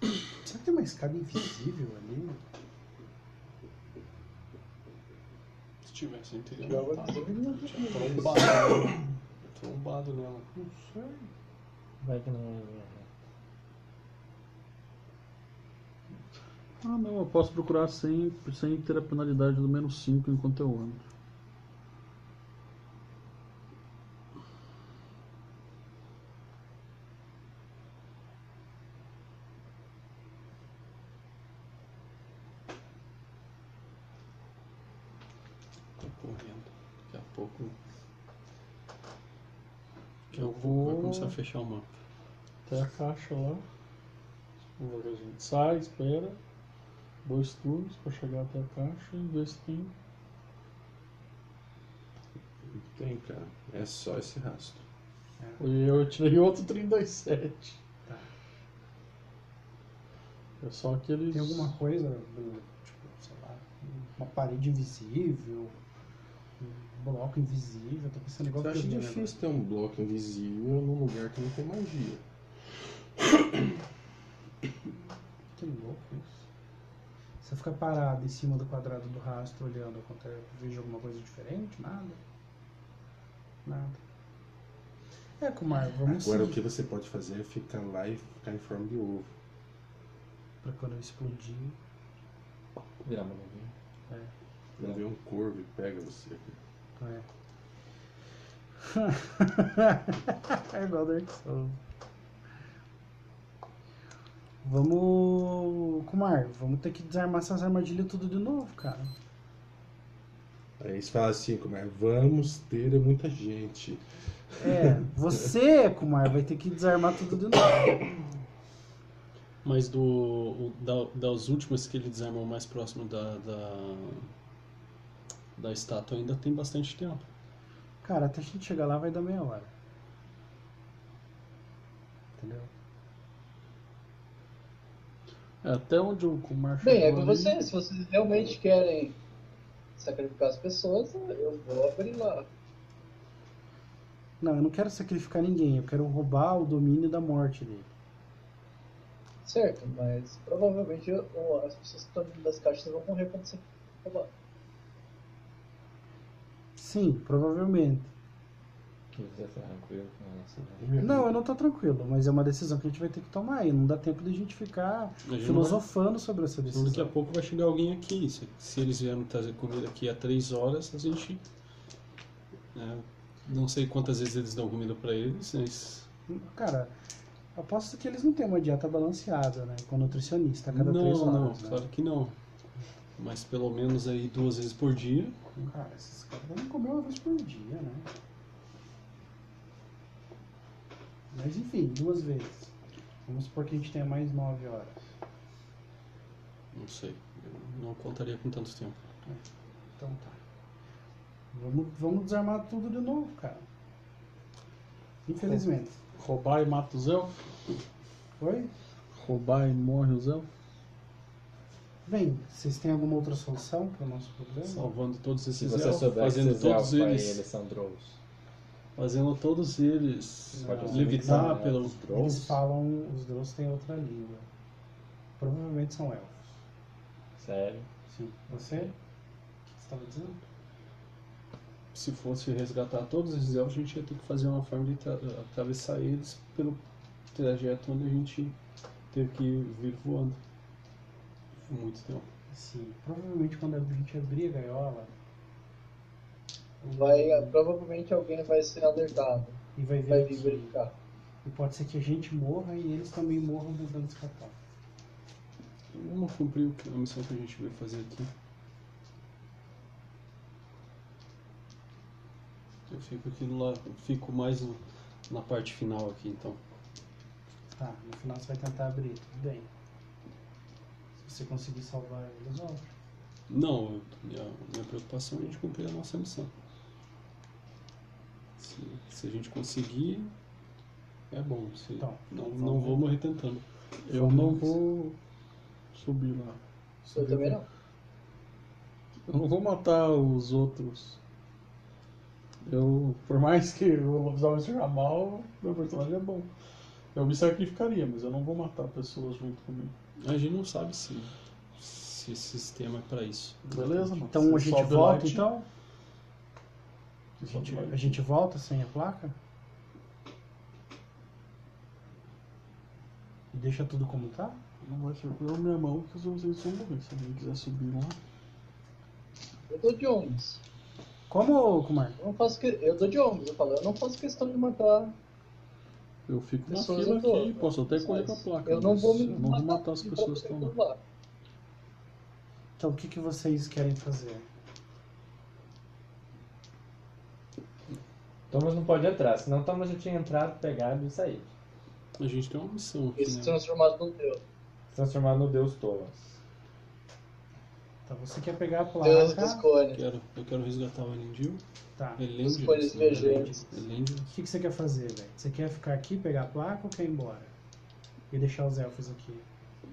S5: que tem uma escada invisível ali?
S10: Se tivesse interior.
S1: Pior vai
S10: tá.
S1: fazer ele não tem
S10: Tinha
S1: como ver
S10: trombado
S1: isso.
S10: nela.
S1: Trombado nela.
S10: Não sei.
S25: Vai que não é.
S10: Ah, não, eu posso procurar sem, sem ter a penalidade do menos 5 enquanto eu ando.
S1: Tô correndo. Daqui a pouco. Daqui a
S10: Eu
S1: pouco vai
S10: vou-
S1: começar a fechar o mapa.
S10: Até a caixa lá. Vamos ver, A gente sai, espera. Dois turnos pra chegar até a caixa e ver se tem.
S8: Não tem, cara. É só esse rastro.
S10: E eu tirei outro 37.
S5: Tá.
S10: É só aqueles.
S5: Tem alguma coisa, do- tipo, sei lá, uma parede invisível, um bloco invisível, tô pensando igual
S8: Você acha
S5: aquele, né,
S8: difícil ter um bloco invisível num lugar que não tem magia.
S5: Que louco isso. Você fica parado em cima do quadrado do rastro olhando, acontece, vejo alguma coisa diferente? Nada. Nada. É, Kumar, vamos
S8: Agora o
S5: seguir.
S8: que você pode fazer é ficar lá e ficar em forma de ovo.
S5: Pra quando eu explodir.
S9: Virar uma nuvem.
S5: É.
S8: Quando vê um corvo e pega você.
S5: É. (laughs) é igual Dark Souls. Vamos. Kumar, vamos ter que desarmar essas armadilhas tudo de novo, cara.
S8: Aí eles falam assim, como é, vamos ter muita gente.
S5: É, você, Kumar, vai ter que desarmar tudo de novo.
S1: Mas do, o- da- das últimas que ele desarmou mais próximo da, da, da estátua ainda tem bastante tempo.
S5: Cara, até a gente chegar lá vai dar meia hora. Entendeu?
S10: É, até onde o Kumar
S6: Bem, é
S10: chegou
S6: com
S10: ali-
S6: vocês. Se vocês realmente querem sacrificar as pessoas, eu vou abrir lá.
S5: Não, eu não quero sacrificar ninguém, eu quero roubar o domínio da morte dele.
S6: Certo, mas provavelmente eu- ou as pessoas que estão dentro das caixas vão morrer quando você roubar.
S5: Sim, provavelmente.
S9: Que você tá tranquilo com relação a
S5: Não, eu não tô tranquilo, mas é uma decisão que a gente vai ter que tomar e não dá tempo de a gente ficar
S1: A gente
S5: filosofando sobre essa
S1: Então, daqui a
S5: decisão.
S1: pouco vai chegar alguém aqui. Se, se eles vieram trazer comida aqui há três horas, a gente. né, não sei quantas vezes eles dão comida pra eles, mas.
S5: Cara, aposto que eles não têm uma dieta balanceada, né? Com nutricionista a cada
S1: não,
S5: três horas.
S1: não,
S5: né?
S1: claro que não. Mas pelo menos aí duas vezes por dia.
S5: Cara, esses caras devem comer uma vez por dia, né? Mas enfim, duas vezes. Vamos supor que a gente tenha mais nove horas.
S1: Não sei. Eu não contaria com tanto tempo.
S5: Então tá. Vamos, vamos desarmar tudo de novo, cara. Infelizmente.
S10: Roubar e mata os elfos?
S5: Oi?
S10: Roubar e morre os elfos?
S5: Bem, vocês têm alguma outra solução para o nosso problema?
S10: Salvando todos
S9: Se
S10: esses
S9: você
S10: elfos,
S9: soubesse
S10: fazendo
S9: esses elfos
S10: todos
S9: aí,
S10: eles.
S9: eles são Drows.
S10: Fazendo todos eles
S1: ah,
S5: Pode ser né?
S10: levitar
S9: que
S10: pelo.
S9: são
S5: Eles falam, os Drows têm outra língua. Provavelmente são elfos.
S9: Sério?
S5: Sim. Você? O que você estava dizendo?
S1: Se fosse resgatar todos esses elfos, a gente ia ter que fazer uma forma de tra- atravessar eles pelo trajeto onde a gente teve que vir voando. Por muito tempo.
S5: Sim. Provavelmente quando a gente abrir a gaiola
S6: Vai, provavelmente alguém vai ser alertado.
S5: e vai
S6: Vai
S5: ver
S6: vir
S5: que...
S6: verificar.
S5: E pode ser que a gente morra e eles também morram tentando escapar.
S1: Vamos cumprir o que- a missão que a gente veio fazer aqui. Eu fico aqui no lado, fico mais no- na parte final aqui então.
S5: Tá, no final você vai tentar abrir, tudo bem. Se você conseguir salvar eles, óbvio.
S1: Não, eu- minha, minha preocupação é a gente cumprir a nossa missão. Se, se a gente conseguir, é bom. Se,
S5: Então,
S1: não,
S5: vamos-
S1: não vou morrer tentando.
S10: Tá. Eu não vou subir lá.
S1: é
S6: Eu também não.
S10: Eu não vou matar os outros. Eu, por mais que o lobisomem seja mal, meu personagem é bom. Eu me sacrificaria, mas eu não vou matar pessoas junto comigo.
S1: A gente não sabe se, se esse sistema é pra isso.
S5: Beleza, mano. Então a gente
S1: Sobe lá
S5: volta,
S1: e te-
S5: então? A gente, a gente volta sem a placa? E deixa tudo como tá?
S1: Não vai ser por minha mão que os homens vão morrer. Se alguém quiser subir lá.
S6: Eu dou de ônibus.
S5: Como, Kumar?
S6: Eu, não faço que... eu dou de ônibus, eu falo. Eu não faço questão de matar
S1: Eu fico na
S6: pessoas.
S1: fila
S6: eu dou,
S1: aqui, posso até correr com a placa.
S6: Eu não
S1: mas
S6: vou me
S1: eu não vou
S6: matar
S1: matar as
S6: de
S1: pessoas que
S6: proteger
S1: estão
S6: lá.
S5: Então o que, que vocês querem fazer?
S26: Thomas não pode entrar, senão Thomas já tinha entrado, pegado e saído.
S1: A gente tem uma missão aqui, né?
S6: e se transformado num deus.
S26: Transformado no Deus Thomas.
S5: Então você quer pegar a
S6: Deus é
S5: placa.
S6: dos cones.
S1: Quero, eu quero resgatar o Elendil.
S5: Tá.
S1: Elendil.
S6: Os cones
S1: né?
S6: vergentes.
S1: Elendil.
S5: O que, que você quer fazer, velho? Você quer ficar aqui, pegar a placa ou quer ir embora? E deixar os elfos aqui?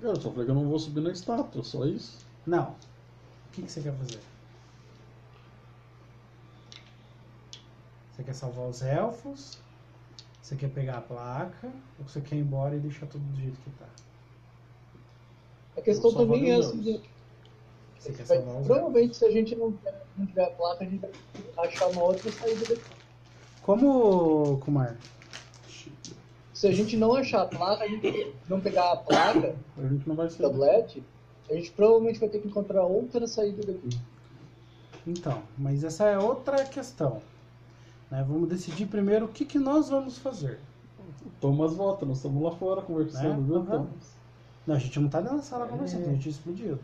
S1: Cara, eu só falei que eu não vou subir na estátua, só isso.
S5: Não. O que, que você quer fazer? Você quer salvar os elfos? Você quer pegar a placa? Ou você quer ir embora e deixar tudo do jeito que tá?
S6: A questão
S5: Eu só vou
S6: também é
S5: nos
S6: assim,
S5: olhos.
S6: de-
S5: Você quer né?
S6: vai-
S5: salvar os elfos?
S6: provavelmente se a gente não, não tiver a placa, a gente vai achar uma outra saída daqui.
S5: Como, Kumar?
S6: Se a gente não achar a placa, a gente não pegar a placa,
S5: A gente não vai ser.
S6: Tá tablet, a gente provavelmente vai ter que encontrar outra saída daqui.
S5: Então, mas essa é outra questão. né? Vamos decidir primeiro o que, que nós vamos fazer.
S1: O Thomas volta, nós estamos lá fora conversando,
S5: Né?
S1: viu,
S5: Uhum.
S1: Thomas?
S5: Não, a gente não tá na sala conversando, a gente tinha explodido.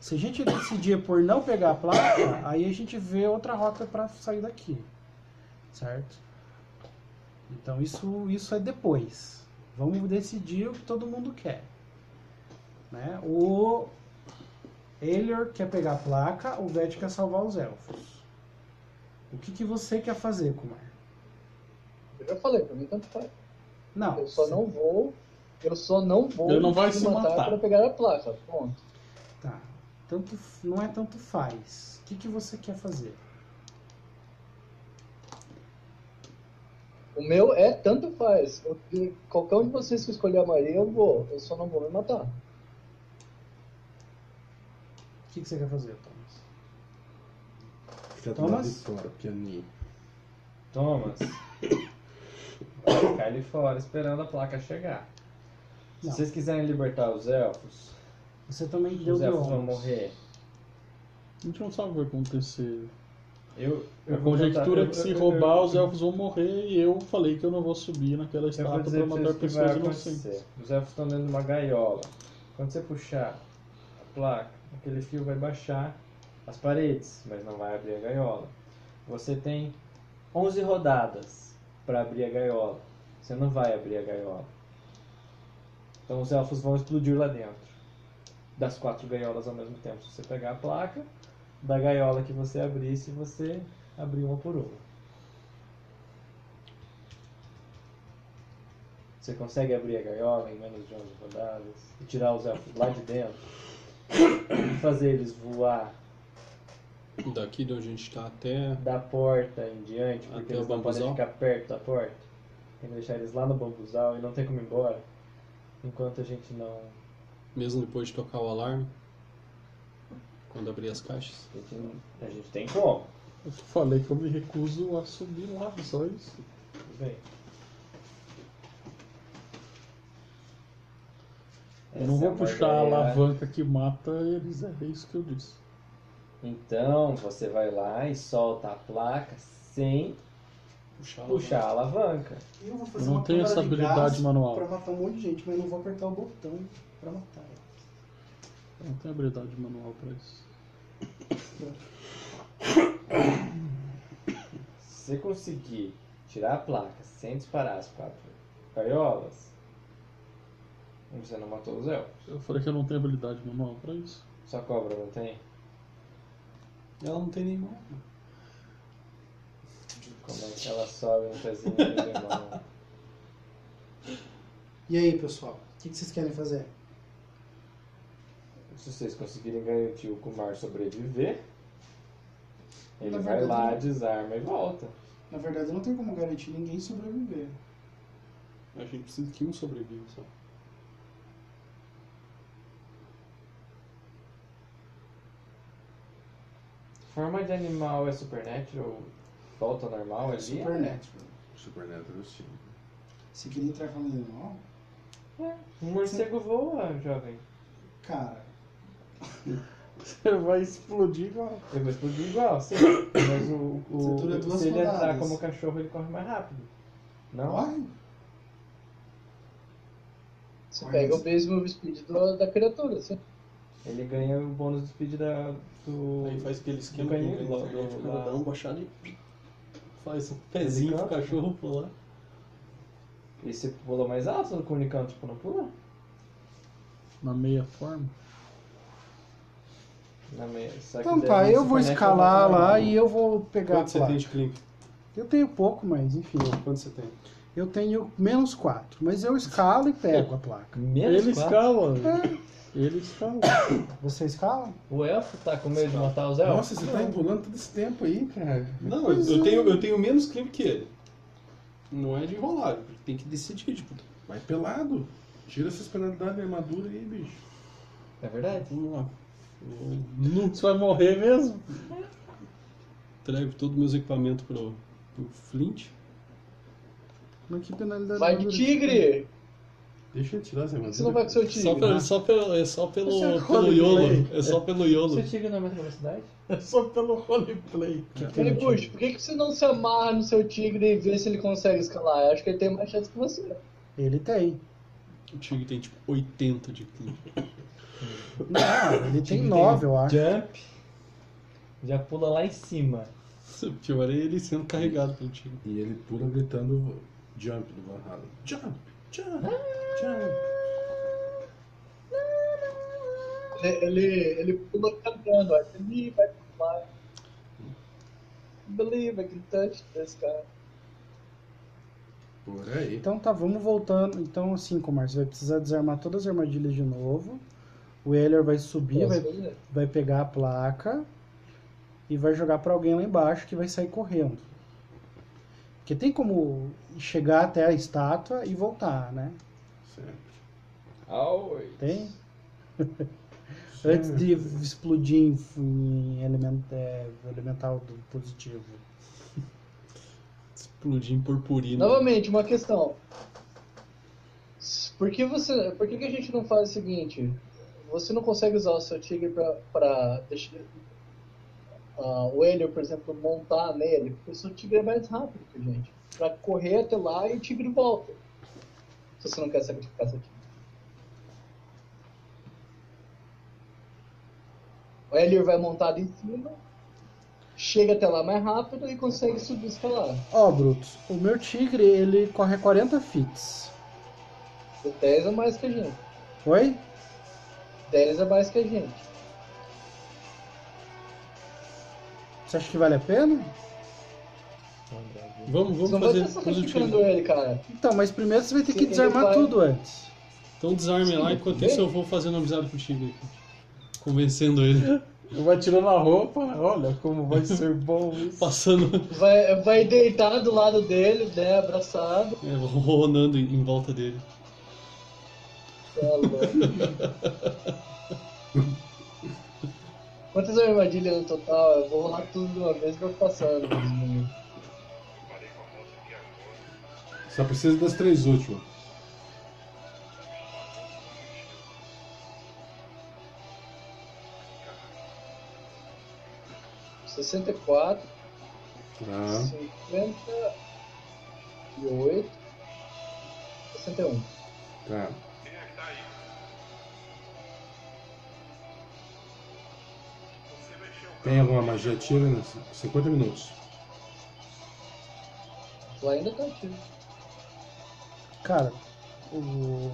S5: Se a gente decidir por não pegar a placa, aí a gente vê outra rota para sair daqui. Certo? Então isso, isso é depois. Vamos decidir o que todo mundo quer. Né? O Elior quer pegar a placa, o Vete quer salvar os elfos. O que, que você quer fazer, Kumar?
S6: Eu já falei, pra mim tanto faz.
S5: Não.
S6: Eu só não vou. Eu só não vou
S5: Ele não vai
S6: me
S5: se matar.
S6: pra pegar a placa. Ponto.
S5: Tá. Tanto, f- não é tanto faz. O que, que você quer fazer?
S6: O meu é tanto faz. O que- qualquer um de vocês que escolher a Maria, eu vou. Eu só não vou me matar.
S5: O que, que você quer fazer, Thomas?
S27: Fica do lado
S5: Thomas?
S27: de fora, pianinho.
S3: Thomas. Vai ficar ali fora esperando a placa chegar. Se
S5: Não.
S3: vocês quiserem libertar os elfos,
S5: Você também deu
S3: os
S5: de
S3: elfos vão
S5: ombros.
S3: morrer.
S1: A gente não sabe o que vai acontecer.
S3: Eu,
S1: A
S3: eu vou
S1: conjectura
S3: tentar-
S1: é que se
S3: eu- eu-
S1: roubar,
S3: eu-
S1: os elfos vão morrer e eu falei que eu não vou subir naquela
S3: Eu vou
S1: estátua
S3: dizer
S1: pra
S3: pra vocês
S1: matar
S3: o que vai
S1: pessoas
S3: acontecer.
S1: inocentes.
S3: Os elfos estão dentro de uma gaiola. Quando você puxar a placa, aquele fio vai baixar as paredes, mas não vai abrir a gaiola. Você tem 11 rodadas para abrir a gaiola. Você não vai abrir a gaiola. Então os elfos vão explodir lá dentro. Das quatro gaiolas ao mesmo tempo. Se você pegar a placa, da gaiola que você abrisse, você abrir uma por uma. Você consegue abrir a gaiola em menos de 11 rodadas e tirar os elfos lá de dentro e fazer eles voar
S1: Daqui de onde a gente tá até.
S3: da porta em diante, porque
S1: Até o
S3: eles não podem
S1: bambuzal?
S3: ficar perto da porta. Tem que deixar eles lá no bambuzal e não tem como ir embora enquanto a gente não,
S1: Mesmo depois de tocar o alarme. Quando abrir as caixas.
S3: a gente, não- a gente tem como.
S1: Eu falei que eu me recuso a subir lá, só isso.
S3: Tudo bem.
S1: Eu não
S3: Essa
S1: vou
S3: é uma
S1: puxar a
S3: ideia.
S1: alavanca que mata eles, é isso que eu disse.
S3: Então você vai lá e solta a placa sem
S1: puxar,
S3: a alavanca.
S8: Eu vou fazer
S1: Eu não
S8: é uma
S1: tenho
S8: câmara
S1: essa
S8: de
S1: habilidade
S8: gás
S1: manual.
S8: Pra matar um monte de gente, mas não vou apertar o botão pra matar.
S1: Eu não tenho habilidade manual pra isso.
S3: Se você conseguir tirar a placa sem disparar as quatro gaiolas, você não matou os elfos.
S1: Eu falei que eu não tenho habilidade manual pra isso.
S3: Sua cobra não tem?
S1: Ela não tem nenhuma.
S3: Como é que ela sobe no pezinho do irmão?
S28: E aí, pessoal? O que, que vocês querem fazer?
S3: Se vocês conseguirem garantir o Kumar sobreviver, ele
S28: Na
S3: vai
S28: verdade, né?
S3: lá,
S28: não.
S3: desarma e volta.
S28: Na verdade, não tem como garantir ninguém sobreviver.
S1: A gente precisa que um sobreviva só.
S3: Forma de animal é supernatural? Volta normal ali?
S29: Supernatural.
S8: é
S18: Supernatural sim.
S29: Você queria entrar falando animal?
S3: Um morcego voa, jovem.
S29: Cara.
S3: Você vai explodir igual. Eu vou explodir igual, sim. Mas o, o-
S29: Você dura duas
S3: se ele entrar
S29: rodadas.
S3: como cachorro, ele corre mais rápido. Não?
S29: Corre?
S6: Você pega o base move speed do- da criatura, assim.
S3: Ele ganha o bônus do speed da, do.
S10: Aí faz aquele esquema
S3: do
S10: que
S3: canhão.
S10: lá, lá, fica com a mão baixada e faz um pezinho pro cachorro pular.
S3: E você pulou mais alto no comunicante, tipo, não pula?
S1: Na meia forma.
S3: Na meia. Só que
S5: Então
S3: daí
S5: tá,
S3: você
S5: eu vou
S3: conecta com
S5: escalar
S3: o
S5: lá
S3: normal.
S5: e eu vou pegar
S18: Quanto
S5: a
S18: você tem de
S5: placa.
S18: clink?
S5: Eu tenho pouco, mas enfim.
S18: Quanto você tem?
S5: Eu tenho menos 4, mas eu escalo e pego a placa.
S3: Menos
S1: Ele
S3: quatro?
S1: escala. Ele escala.
S5: Você escala?
S3: O elfo tá com medo de matar os elfos?
S18: Nossa, você tá empurrando todo esse tempo aí, cara.
S10: Não, eu,
S18: Pois
S10: eu
S18: é.
S10: tenho, eu tenho menos clima que ele. Não é de enrolar, tem que decidir, tipo,
S18: Vai pelado. Tira essas penalidades de armadura aí, bicho.
S3: É verdade.
S10: vamos lá.
S1: Hum, Você vai morrer mesmo?
S10: Entrego todos os meus equipamentos pro, pro Flint.
S5: Mas que penalidade.
S6: Vai de tigre!
S18: Deixa eu tirar essa armadura.
S6: Você não vai com seu tigre.
S10: Só
S18: né?
S10: pelo, só pelo, é só pelo,
S6: Você é
S10: pelo
S6: roleplay.
S10: Yolo. É só pelo Yolo.
S3: Você tira na mesma velocidade?
S10: É só pelo roleplay.
S6: Ele,
S3: um
S6: Bush, por que, que você não se amarra no seu tigre e vê se ele consegue escalar? Eu acho que ele tem mais chance que você.
S5: Ele tem.
S10: O Tigre tem tipo 80 de clima. (laughs)
S5: Não, ele tem 9, eu acho.
S3: Jump. Já pula lá em cima.
S10: O pior é ele sendo carregado pelo Tigre.
S18: E ele pula gritando jump do Van Halen. Jump, jump, jump.
S6: Ele, ele, ele pula cantando, I believe I can fly. Believe I can touch this guy.
S18: Por aí.
S5: Então tá, vamos voltando. Então assim, Comar, você vai precisar desarmar todas as armadilhas de novo. O Ellior vai subir, vai,
S6: Posso fazer?
S5: vai pegar a placa e vai jogar pra alguém lá embaixo que vai sair correndo. Porque tem como chegar até a estátua e voltar, né?
S18: Certo.
S3: Always.
S5: Tem? (laughs) Antes de explodir em, em element, é, elemental do positivo.
S10: Explodir em purpurina.
S6: Novamente, uma questão. Por que, você, por que, que a gente não faz o seguinte? Você não consegue usar o seu tigre pra, pra deixar ah, o Helio, por exemplo, montar nele? Porque o seu tigre é mais rápido que a gente. Pra correr até lá e o tigre volta. Se você não quer sacrificar seu tigre. O Helio vai montado em cima, chega até lá mais rápido e consegue subir e escalar.
S5: Ó, Brutus, o meu tigre ele corre a 40 fits.
S6: O 10 é mais que a gente.
S5: Oi?
S6: 10 é mais que a gente.
S5: Você acha que vale a pena?
S10: Vamos,
S6: Você
S10: vamos
S6: não vai
S10: fazer
S6: estar
S10: depois eu
S6: sacrificando
S10: tiro.
S6: ele, cara.
S5: Então, mas primeiro você vai ter
S6: Sim,
S5: que
S6: ele
S5: desarmar
S6: vai-
S5: tudo antes.
S10: Então desarme lá, enquanto isso eu vou fazendo amizade pro Tigre. Convencendo ele. (laughs)
S1: Vai tirando a roupa, olha como vai ser bom isso.
S10: Passando,
S6: Vai, vai deitar do lado dele, né? Abraçado.
S10: é, ronando em em volta dele.
S6: Tá louco. (laughs) Quantas armadilhas no total? Eu vou rolar tudo de uma vez né? e vou passando.
S18: Só precisa das três últimas.
S6: sessenta e quatro
S18: Tá.
S6: cinquenta e oito sessenta e um
S18: Tá. Tem alguma magia tira? né? 50 minutos.
S6: Lá ainda tá ativo.
S5: (laughs) Cara, o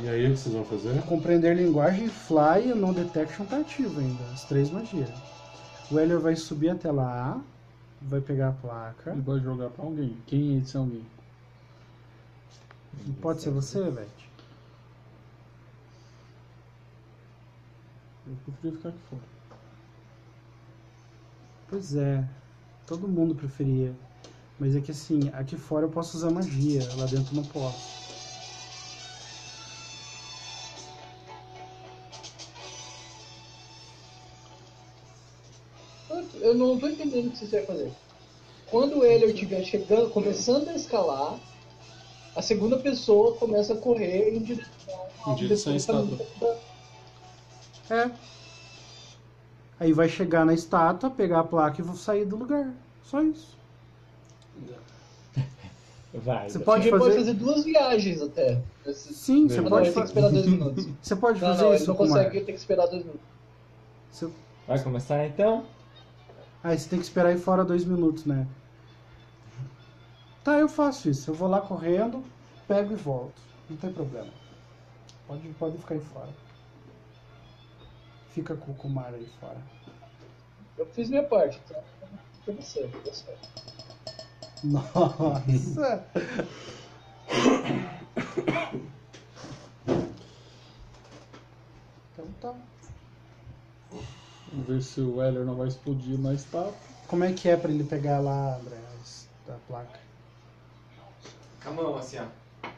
S18: E aí o que vocês vão fazer?
S5: compreender linguagem fly e o non detection tá ativo ainda. As três magias. O Ellior vai subir até lá, vai pegar a placa.
S1: Ele vai jogar pra alguém. Quem é esse alguém?
S5: Não Pode ser você, Vete?
S1: Eu preferia ficar aqui fora.
S5: Pois é. Todo mundo preferia. Mas é que assim, aqui fora eu posso usar magia, lá dentro eu não posso.
S6: eu não tô entendendo o que vocês vai fazer. Quando ele eu estiver chegando, começando a escalar, a segunda pessoa começa a correr em direção
S1: Em direção à estátua.
S5: É. Aí vai chegar na estátua, pegar a placa e vou sair do lugar. Só isso.
S3: Vai.
S5: Você
S3: Dafne.
S5: pode
S6: Ele pode
S5: fazer-
S6: fazer duas viagens até.
S5: Sim, você
S6: Não,
S5: pode
S6: ele tem que
S5: fa-
S6: esperar dois
S5: (laughs)
S6: minutos.
S5: Você pode
S6: não,
S5: fazer
S6: não,
S5: isso
S6: Ele não
S5: com o
S6: consegue,
S5: Marco.
S6: ele tem que esperar dois minutos.
S3: Vai começar então?
S5: Aí você tem que esperar aí fora dois minutos, né? Tá, eu faço isso. Eu vou lá correndo, pego e volto. Não tem problema. Pode, pode ficar aí fora. Fica com o Kumar aí fora.
S6: Eu fiz minha parte, tá? Foi você, deu certo.
S5: Nossa! (coughs) então tá.
S1: Vamos ver se o Heller não vai explodir tá. na estátua.
S5: Como é que é pra ele pegar lá, André, as- da placa?
S14: Com a mão, assim, ó.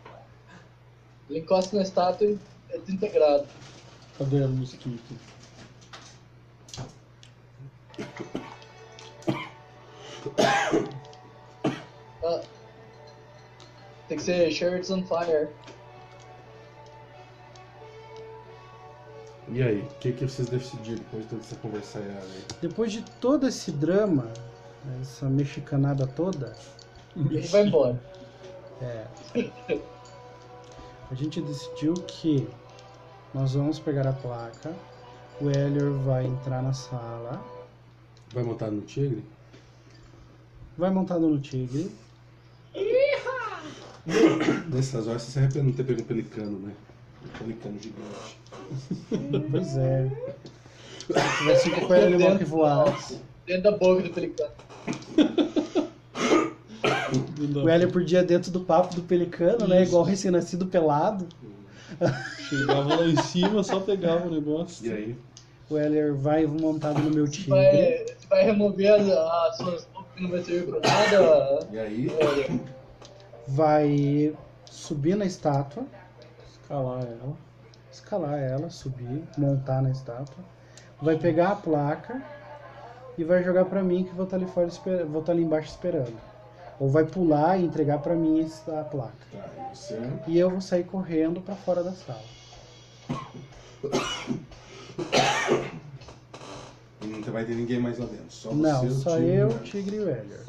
S6: Ele encosta na estátua e é desintegrado.
S1: Cadê o mosquito?
S6: Ah. Tem que ser Shirts on Fire.
S8: E aí, o que, que vocês decidiram depois de toda essa conversa aí?
S5: Depois de todo esse drama, essa mexicanada toda,
S6: Ele vai embora.
S5: É. a gente decidiu que nós vamos pegar a placa, o Helior vai entrar na sala,
S8: Vai montar no tigre?
S5: vai montar no tigre,
S8: Nessas horas você se arrepende de não ter pego um pelicano, né? Um pelicano gigante.
S5: pois é. Se tivesse um qualquer animal que voasse.
S6: Dentro da boca do pelicano.
S5: O Hélio por dia dentro do papo do pelicano, né? Igual recém-nascido pelado.
S1: Chegava lá em cima, só
S18: É
S1: pegava
S18: um
S1: o negócio.
S8: E aí?
S5: O Heller vai montado no meu tigre.
S6: Vai, vai remover as, as suas roupas que não vai servir pra nada.
S8: E aí?
S5: vai subir na estátua,
S1: Escalar ela.
S5: escalar ela, subir, montar na estátua, vai pegar a placa e vai jogar pra mim que vou estar ali fora esper- vou estar ali embaixo esperando. Ou vai pular e entregar pra mim esse- a placa.
S8: Tá, e você?
S5: E eu vou sair correndo pra fora da sala.
S8: E não vai ter ninguém mais lá dentro. Só
S5: Não,
S8: você,
S5: só
S8: o tigre.
S5: eu,
S8: né?
S5: o tigre e o Heller.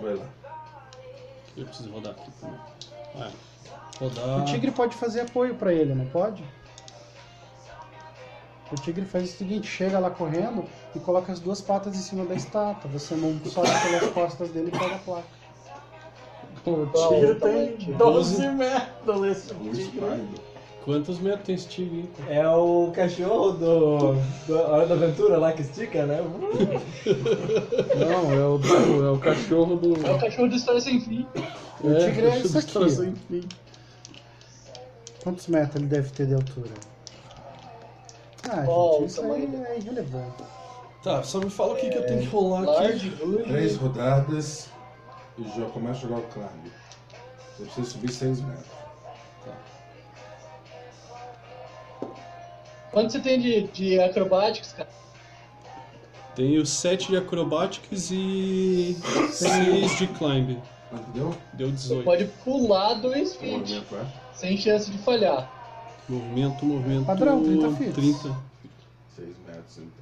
S8: Vai lá.
S1: Eu preciso rodar aqui também. Vai. Rodar.
S5: O tigre pode fazer apoio pra ele, não pode? O tigre faz o seguinte, chega lá correndo e coloca as duas patas em cima da estátua. Você não sobe pelas costas dele e pega a placa.
S1: O
S6: tigre tem
S1: 12
S3: metros nesse
S1: Quantos metros tem esse tigre? aí, cara?
S3: É o cachorro do, do Hora da Aventura lá que estica, né?
S1: Não, é o, do- é o cachorro do.
S6: É o cachorro de história sem fim.
S5: O tigre é
S1: cachorro
S5: isso
S1: de
S5: aqui.
S1: história sem
S5: ó. Quantos metros ele deve ter de altura? Ah,
S6: Ó,
S5: gente,
S6: o
S5: isso aí
S6: tamanho
S5: é irrelevante.
S10: Tá, só me fala o que, que eu tenho que rolar
S6: Large,
S10: aqui.
S6: good.
S8: Três rodadas e já começa a jogar o climb. Você precisa subir seis metros.
S6: Quanto você tem de, de acrobáticos, cara?
S1: Tenho 7 de acrobatics e 6 de climb.
S8: Quanto deu?
S1: Deu 18.
S6: Pode pular dois feet, sem chance de falhar.
S1: Movimento, movimento.
S6: Padrão, 30
S8: feet.
S1: 30.
S8: Seis metros, então.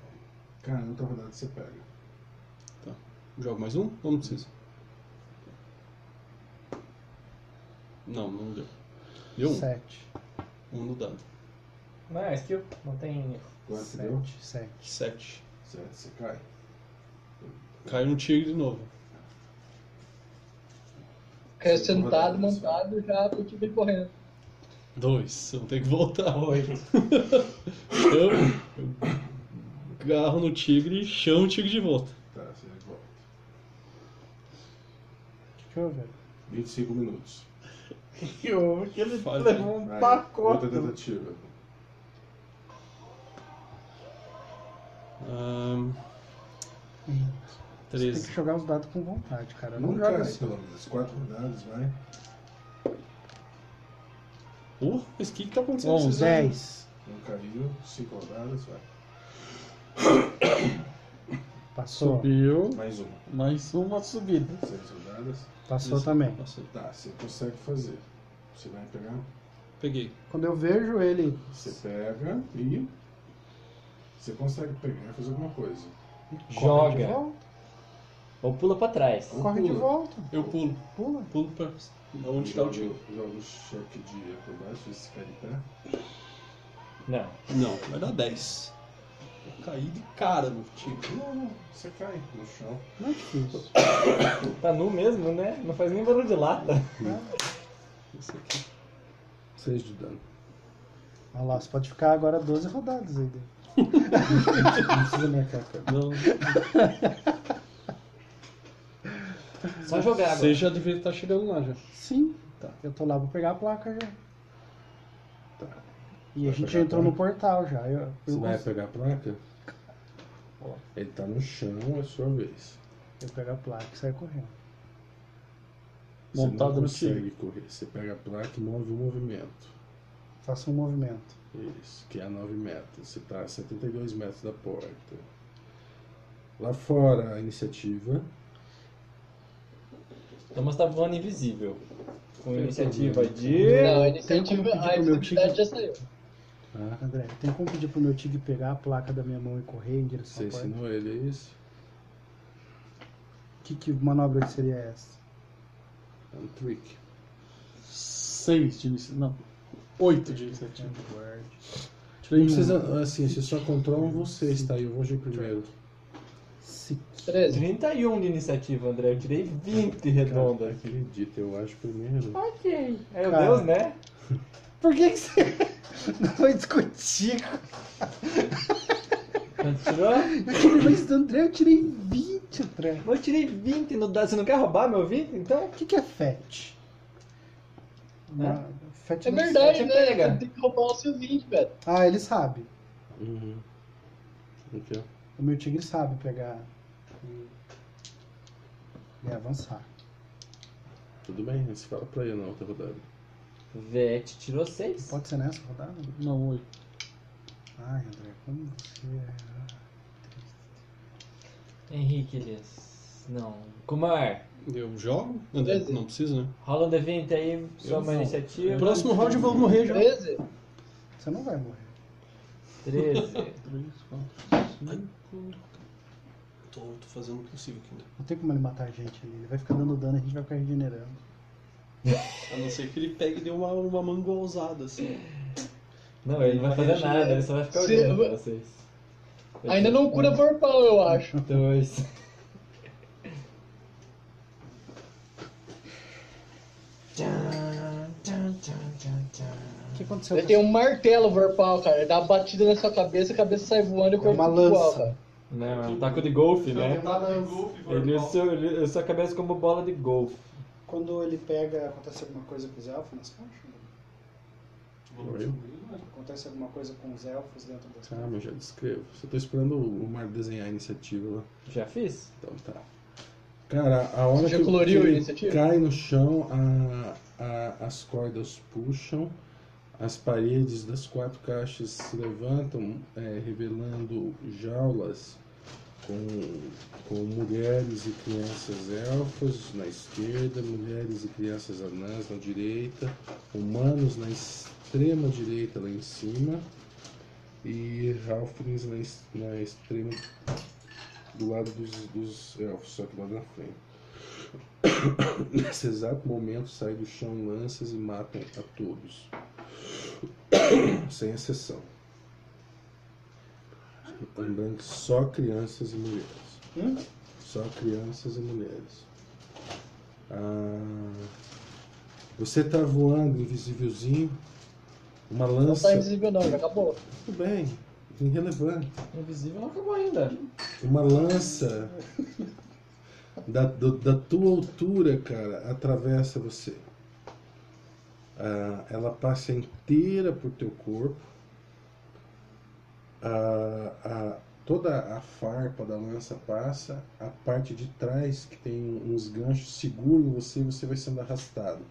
S8: Cara, na outra rodada você pega.
S1: Jogo mais um ou não precisa? Não, não deu. Deu um.
S5: Sete.
S1: Um no dado.
S3: Não, é skill. Não tem.
S8: Quanto
S3: Sete.
S8: deu?
S5: Sete.
S1: Sete.
S8: Sete, você cai.
S1: Caiu no tigre de novo.
S6: Fica sentado, montado, já pro tigre correndo.
S1: Dois. Eu vou ter que voltar. Oito. eu, eu garro no tigre e chamo o tigre de volta.
S8: Tá, você volta.
S5: Deixa eu ver.
S8: 25 minutos.
S3: Eu, que ele
S1: Faz-
S3: levou um
S8: Vai,
S3: pacote.
S8: Outra tentativa.
S1: Ahn,
S5: Você tem que jogar os dados com vontade, cara. Não
S8: Nunca,
S5: joga
S8: né,
S5: assim.
S8: pelo menos. Quatro rodadas, vai.
S10: Uh, mas o que, que tá acontecendo?
S8: Bom,
S10: nesses
S8: dez. Não caiu. Cinco rodadas, vai.
S5: Passou.
S1: Subiu.
S8: Mais uma.
S1: Mais uma subida.
S8: Seis rodadas.
S5: Passou também.
S1: Passou.
S8: Tá, você consegue fazer. Você vai pegar.
S10: Peguei.
S5: Quando eu vejo ele.
S8: Você pega e. Você consegue pegar e fazer alguma coisa.
S3: Joga.
S8: Corre de volta.
S3: Ou pula pra trás.
S5: É, Corre de
S8: Pula.
S5: volta.
S10: Eu pulo.
S5: Pula.
S10: Pulo pra onde tá
S8: Joga-
S10: o tio.
S8: Joga o cheque de acrobática, esse cara de pé.
S3: Não.
S10: Não, vai dar 10. Eu caí de cara no tio.
S8: Não, não, você cai no chão.
S5: Não é difícil.
S3: Tá nu mesmo, né? Não faz nem barulho de lata.
S10: Isso aqui.
S8: 6 de dano.
S5: Olha lá, você pode ficar agora 12 rodadas aí. dentro.
S8: Não precisa marcar, cara.
S10: Não.
S3: Só jogar agora.
S10: Você já devia estar chegando lá já.
S5: Sim.
S10: Tá.
S5: Eu tô lá pra pegar a placa já.
S8: Tá.
S5: E a
S8: Vai
S5: gente
S8: pegar a
S5: entrou no
S8: placa?
S5: portal já. Eu,
S8: Você
S5: eu,
S8: vai
S5: cons-
S8: pegar a placa? Ele tá no chão, é sua vez.
S5: eu pego a placa e saio correndo.
S8: Você
S1: Montado
S8: não
S1: no
S8: consegue correr. Você pega a placa e move o movimento.
S5: Faço um movimento.
S8: Isso, que é a 9 metros. Você está a 72 metros da porta. Lá fora a iniciativa.
S3: Thomas tá voando invisível. Com
S8: Tem
S3: iniciativa
S8: problema.
S3: de.
S6: Não, a
S5: Tem como
S6: iniciativa,
S5: pedir
S6: a
S5: pro meu
S6: iniciatividade
S5: time?
S6: já saiu.
S5: André, tem como pedir pro meu Tig pegar a placa da minha mão e correr em direção
S8: Você
S5: à porta?
S8: ensinou ele é isso?
S5: Que, que manobra que seria essa?
S8: É um trick.
S1: 6 de iniciativa. Não. 8 de iniciativa.
S8: Não
S1: Tirei um.
S8: precisa, assim, vocês só controlam vocês, tá? Eu vou agir primeiro.
S6: 13.
S3: 31 de iniciativa, André. Eu tirei 20
S8: Tá
S3: redonda.
S8: Acredita, eu acho primeiro.
S3: Ok. Meu
S5: Cara.
S3: Deus, né?
S5: Por que, que você (laughs) não foi discutir?
S3: Quanto tirou?
S5: Eu tirei mais do André, eu tirei 20, André.
S3: Eu tirei 20 no dado. Você não quer roubar meu 20? Então.
S5: O que, que é FET? Uma- Fat
S6: É
S5: não-
S6: verdade,
S3: Você
S6: né?
S3: pega.
S6: Você tem que roubar o seu 20, velho.
S5: Ah, ele sabe.
S8: Uhum. Aqui, ó.
S5: O meu tigre sabe pegar e avançar.
S8: Tudo bem, você fala pra ele na outra rodada.
S3: Vete tirou 6.
S5: Pode ser nessa rodada?
S1: Não, 8.
S5: Ai, André, como você é.
S3: Henrique, eles. Não. Kumar,
S10: Eu jogo? André,
S6: Beleza.
S10: não precisa, né?
S3: rola um D20 aí, soma a
S10: não.
S3: (laughs) iniciativa.
S10: Próximo round eu vou morrer já.
S6: 13?
S5: Você não vai morrer.
S3: 13.
S1: 3, 4, 5.
S10: Tô, tô fazendo o possível aqui né? ainda.
S5: Não tem como ele matar a gente ali. Ele vai ficar dando dano, a gente vai ficar regenerando.
S10: A não ser que ele pegue e dê uma, uma mangolzada assim.
S3: Não, ele não vai fazer
S6: Imagina.
S3: nada, ele só vai ficar
S6: Se-
S3: olhando pra vocês.
S6: Ainda não cura verbal, eu acho.
S3: Dois.
S5: O que aconteceu?
S6: Ele tem um martelo verbal, cara. Ele dá uma batida na sua cabeça, a cabeça sai voando e o um corpo
S5: É uma
S6: fica igual,
S5: lança.
S6: cara.
S3: Não, é um taco de golfe, né?
S7: Golfe,
S3: Ele
S7: normal.
S3: usa ele usa a cabeça como bola de golfe.
S29: Quando ele pega, acontece alguma coisa com os elfos nas caixas? Acontece alguma coisa com os elfos dentro das
S8: Tá, mas já descrevo. Só tô esperando o Mar desenhar a iniciativa lá.
S3: Já fiz?
S8: Então tá. Cara, a hora
S6: Já
S8: que,
S6: coloriu
S8: que
S6: a
S8: ele
S6: iniciativa?
S8: cai no chão, a- a- as cordas puxam, as paredes das quatro caixas se levantam, é, revelando jaulas com, com mulheres e crianças elfas na esquerda, mulheres e crianças anãs na direita, humanos na extrema direita lá em cima e halflings na, es- na extrema do lado dos, dos elfos, só que lá na frente. (coughs) Nesse exato momento sai do chão lanças e matam a todos. (coughs) Sem exceção. Lembrando que só crianças e mulheres. Só crianças e mulheres. Ah, você tá voando invisívelzinho. Uma
S6: Não tá
S8: lança.
S6: invisível não, já acabou.
S8: Tudo bem. Irrelevante.
S3: Invisível não acabou ainda.
S8: Uma lança da, do- da tua altura, cara, atravessa você. Ah, ela passa inteira por teu corpo. Ah, ah, Toda a farpa da lança passa, a parte de trás que tem uns ganchos segura você e você vai
S3: (coughs)
S8: sendo arrastado.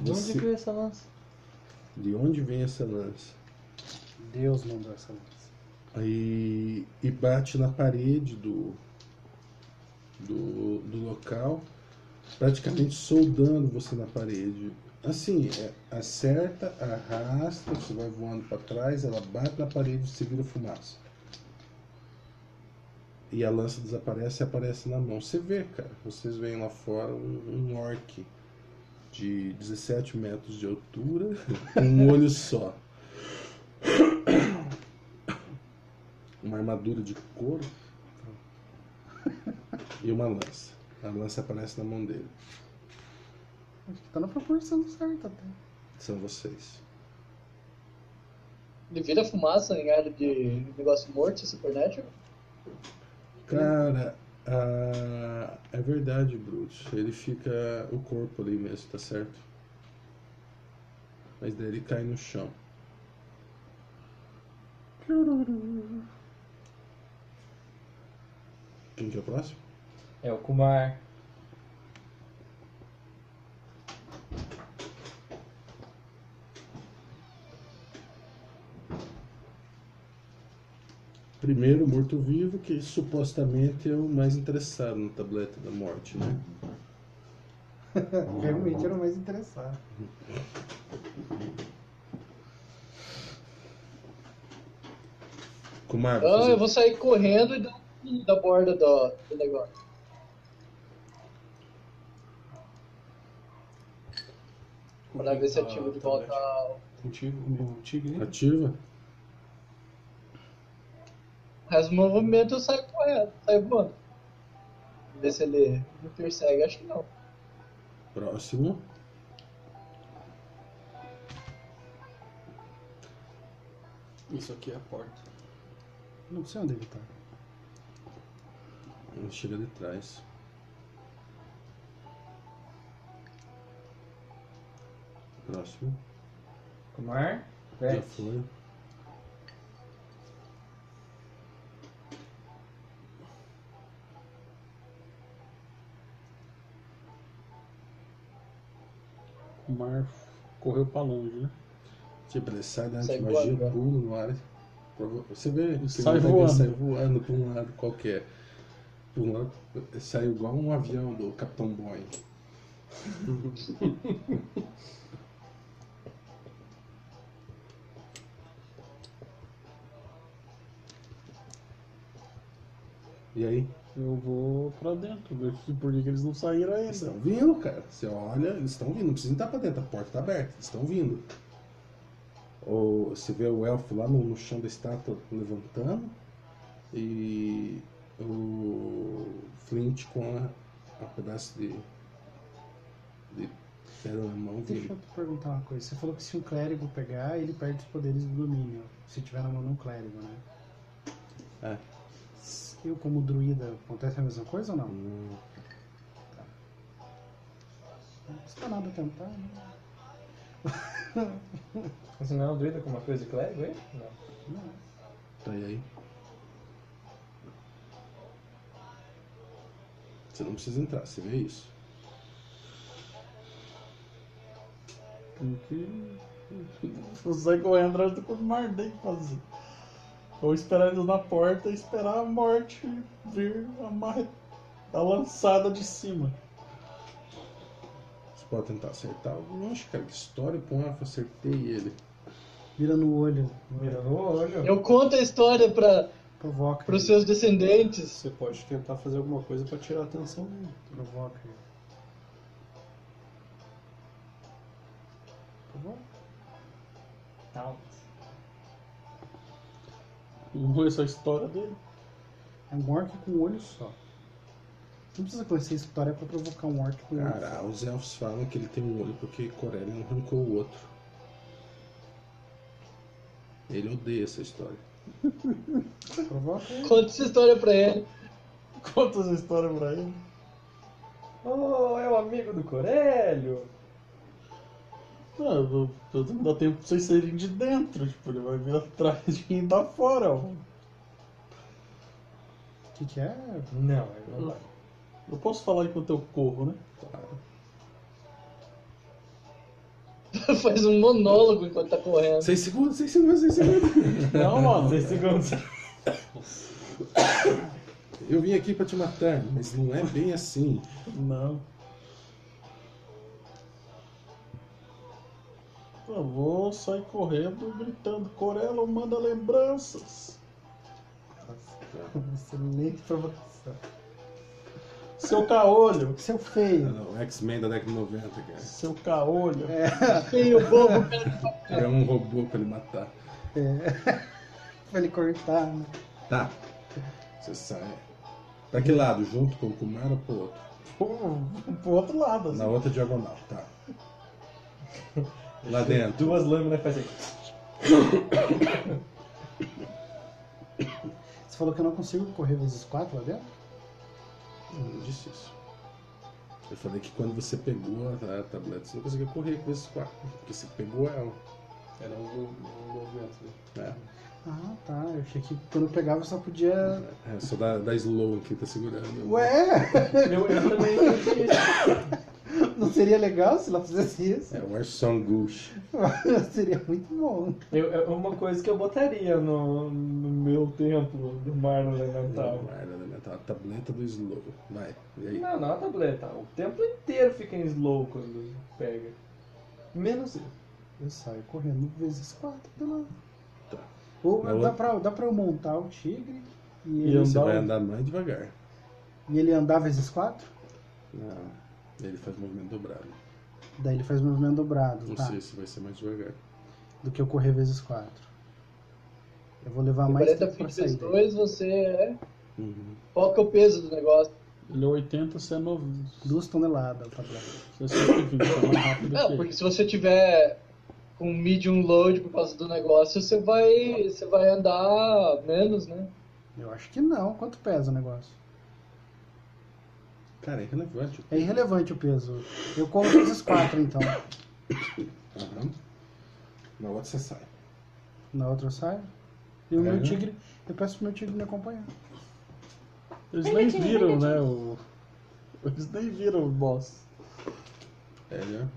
S9: De onde
S8: Você-
S9: veio essa lança?
S8: de onde vem essa lança?
S5: Deus mandou essa lança.
S8: Aí, e bate na parede do, do, do local, praticamente soldando você na parede. Assim, é, acerta, arrasta, você vai voando para trás, ela bate na parede e você vira fumaça. E a lança desaparece e aparece na mão. Você vê, cara, vocês veem lá fora um, um orc de 17 metros de altura, (laughs) com um olho só. uma armadura de couro (laughs) e uma lança. A lança aparece na mão dele.
S5: Acho que tá na proporção certa até.
S8: São vocês.
S6: Ele vira fumaça em área de negócio morto, supernatural?
S8: Cara, ah, é verdade, Brutus. Ele fica o corpo ali mesmo, tá certo? Mas daí ele cai no chão. Quem que é o próximo?
S3: É o Kumar.
S8: Primeiro, o morto-vivo, que supostamente é o mais interessado na tableta da morte, né?
S5: Realmente era o mais interessado.
S8: Kumar, vai
S6: Ah,
S8: fazer
S6: eu vou sair correndo e dar um pulo da borda do, do negócio.
S10: Uhum.
S6: Pra ver se ativa
S5: Ah, tá
S6: de volta. a-
S10: Um
S18: Contigo, o tigre.
S8: ativa?
S6: O resto do movimento eu saio correndo, saio voando. Ver se ele me persegue, acho que não.
S8: Próximo.
S10: Isso aqui é a porta.
S5: Não sei onde ele tá.
S8: Ele chega de trás. Próximo.
S10: é?
S3: Kumar?
S8: Já foi.
S1: O mar correu pra longe, né?
S8: Tipo, ele sai da
S1: Sai
S8: antimagia,
S1: voando. né?
S8: pula no ar. prova- Você vê que
S1: Sai
S8: o moleque
S1: voando.
S8: sai voando pra um lado qualquer. Pra um lado, sai igual um avião do Capitão Boeing. (laughs) E aí?
S1: Eu vou pra dentro, ver se- por que que eles não saíram ainda.
S8: Estão vindo, cara. Você olha, eles estão vindo. Não precisa entrar pra dentro, a porta tá aberta. Eles estão vindo. Ou você vê o elfo lá no, no chão da estátua levantando. E o Flint com a, a pedaço de. de pedra na mão
S5: Deixa
S8: dele.
S5: eu te perguntar uma coisa. Você falou que se um clérigo pegar, ele perde os poderes do domínio. Se tiver na mão de um clérigo, né?
S8: É.
S5: Eu, como druida, acontece a mesma coisa ou não?
S8: Não.
S5: Não custa nada tentar, né?
S3: Você não é um druida com uma coisa de clérigo aí? Não.
S5: Não.
S8: Tá e aí? Você não precisa entrar, você vê isso.
S1: Tem que. Eu saio correndo atrás do Kumar, tem que fazer. Ou esperar eles na porta e esperar a morte vir a, mar... a lançada de cima.
S8: Você pode tentar acertar. Nossa, cara, que história com o elfo. Acertei ele.
S5: Vira no olho.
S3: Vira no olho.
S6: Eu conto a história pra,
S5: Provoca.
S6: pros seus descendentes.
S10: Você pode tentar fazer alguma coisa pra tirar a atenção dele.
S5: Provoca.
S3: Tal.
S1: Eu conheço a história dele.
S5: É um orc com um olho só. Não precisa conhecer a história pra provocar um orc com um olho
S8: Cara, os elfos falam que ele tem um olho porque Corellian arrancou o outro. Ele odeia essa história.
S5: só. Provoca.
S6: Conta essa história pra ele.
S1: (laughs)
S6: (laughs)
S1: Conta essa história pra ele.
S3: Oh, é o amigo do Corélio!
S1: Não, eu, eu não dá tempo pra vocês saírem de dentro, tipo, ele vai vir (laughs) atrás de quem tá fora, ó.
S5: O que, que é?
S3: Não, não vai.
S1: Eu posso falar enquanto eu corro,
S10: (laughs)
S1: né?
S6: Faz um monólogo enquanto tá correndo.
S18: Seis segundos, seis segundos, seis segundos.
S1: Não, mano.
S3: Seis segundos.
S8: Eu vim aqui pra te matar, mas não é bem assim.
S1: Não. Eu vou sair correndo gritando, Corelo manda lembranças.
S5: Excelente provocação.
S1: Seu caolho,
S5: Seu feio. É.
S8: Não, X-Men da década de 90, cara.
S1: seu caolho.
S6: Feio, bobo, cara.
S8: É um robô pra ele matar.
S5: Pra ele cortar, né?
S8: Tá. Você sai. Pra que lado? Junto com o Kumar ou pro outro?
S1: Pô, pro outro lado, assim.
S8: Na outra diagonal, tá. Lá dentro.
S3: Duas lâminas fazem.
S5: Você falou que eu não consigo correr vezes quatro lá dentro?
S8: Hum, Eu não disse isso. Eu falei que quando você pegou a, a tableta, você não conseguia correr com esses quatro. Porque você pegou ela.
S18: Era um, mo- um movimento. né?
S8: É,
S5: Ah, tá. Eu achei que quando eu pegava eu só podia.
S8: é só da, da slow que tá segurando.
S5: Ué!
S3: Eu, eu também entendi isso.
S5: Não seria legal se ela fizesse isso?
S8: É o Arson Gush.
S5: seria muito bom.
S3: Eu, eu- uma coisa que eu botaria no, no meu templo do mar no
S1: É, tá.
S3: elemental.
S8: Não, era elemental. A tableta do slow. Vai. E aí?
S3: Não,
S10: tá
S3: não a tableta. O templo inteiro fica em slow quando pega. Menos eu.
S5: Eu saio correndo vezes quatro pela.
S8: Tá.
S5: Ou
S8: Na
S5: dá,
S8: outra-
S5: pra, dá pra eu montar o tigre e
S3: E
S5: ele,
S8: Você
S3: andar
S8: vai
S3: um-
S8: andar mais devagar.
S5: e ele andar vezes quatro?
S8: Não. Ele faz movimento dobrado.
S5: Daí ele faz um movimento
S1: Ah,
S5: dobrado,
S8: Não
S5: tá?
S8: sei se vai ser mais devagar.
S5: Do que eu correr vezes quatro. Eu vou levar é mais
S6: 40
S5: tempo pra
S6: feet
S5: sair
S6: vezes
S5: daí.
S6: 2, você é.
S8: Uhum.
S6: Qual que é o peso do negócio?
S1: Ele é 80, você é 90.
S5: Duas toneladas, tá bom.
S1: Você é 120, você é mais rápido
S6: Não,
S1: que ele.
S6: Ah, porque se você tiver com medium load por causa do negócio, você vai, você vai andar menos, né?
S5: Eu acho que não. Quanto pesa o negócio?
S8: Cara, é relevante.
S5: É irrelevante o peso. Eu corro vezes quatro então.
S8: Aham. Na outra você sai.
S5: Na outra eu saio. E o
S8: É,
S5: meu
S8: né?
S5: tigre. Eu peço pro meu tigre me acompanhar.
S1: Eles nem viram, né? O... Eles nem viram o boss.
S8: É, né?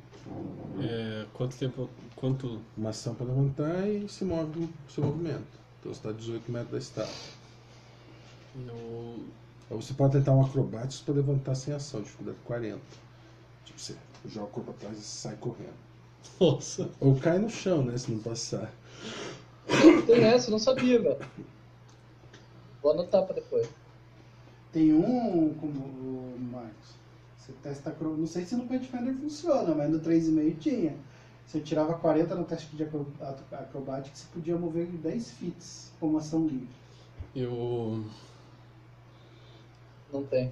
S10: É, quanto tempo. Quanto.
S8: Uma ação pra levantar e se move com seu movimento. Então você tá a 18 metros da estátua.
S10: Eu.
S8: Ou você pode tentar um acrobático pra levantar sem ação, dificuldade 40. Tipo, você joga o corpo atrás e sai correndo.
S10: Nossa!
S8: Ou cai no chão, né? Se não passar.
S6: Tem essa, eu não sabia, velho. Vou anotar pra depois.
S29: Tem um, como o Marcos, você testa acro... Não sei se no Pathfinder funciona, mas no 3,5 tinha. Você tirava 40 no teste de acro- ato- acrobática, você podia mover 10 fits como ação livre.
S10: Eu.
S6: Não tem.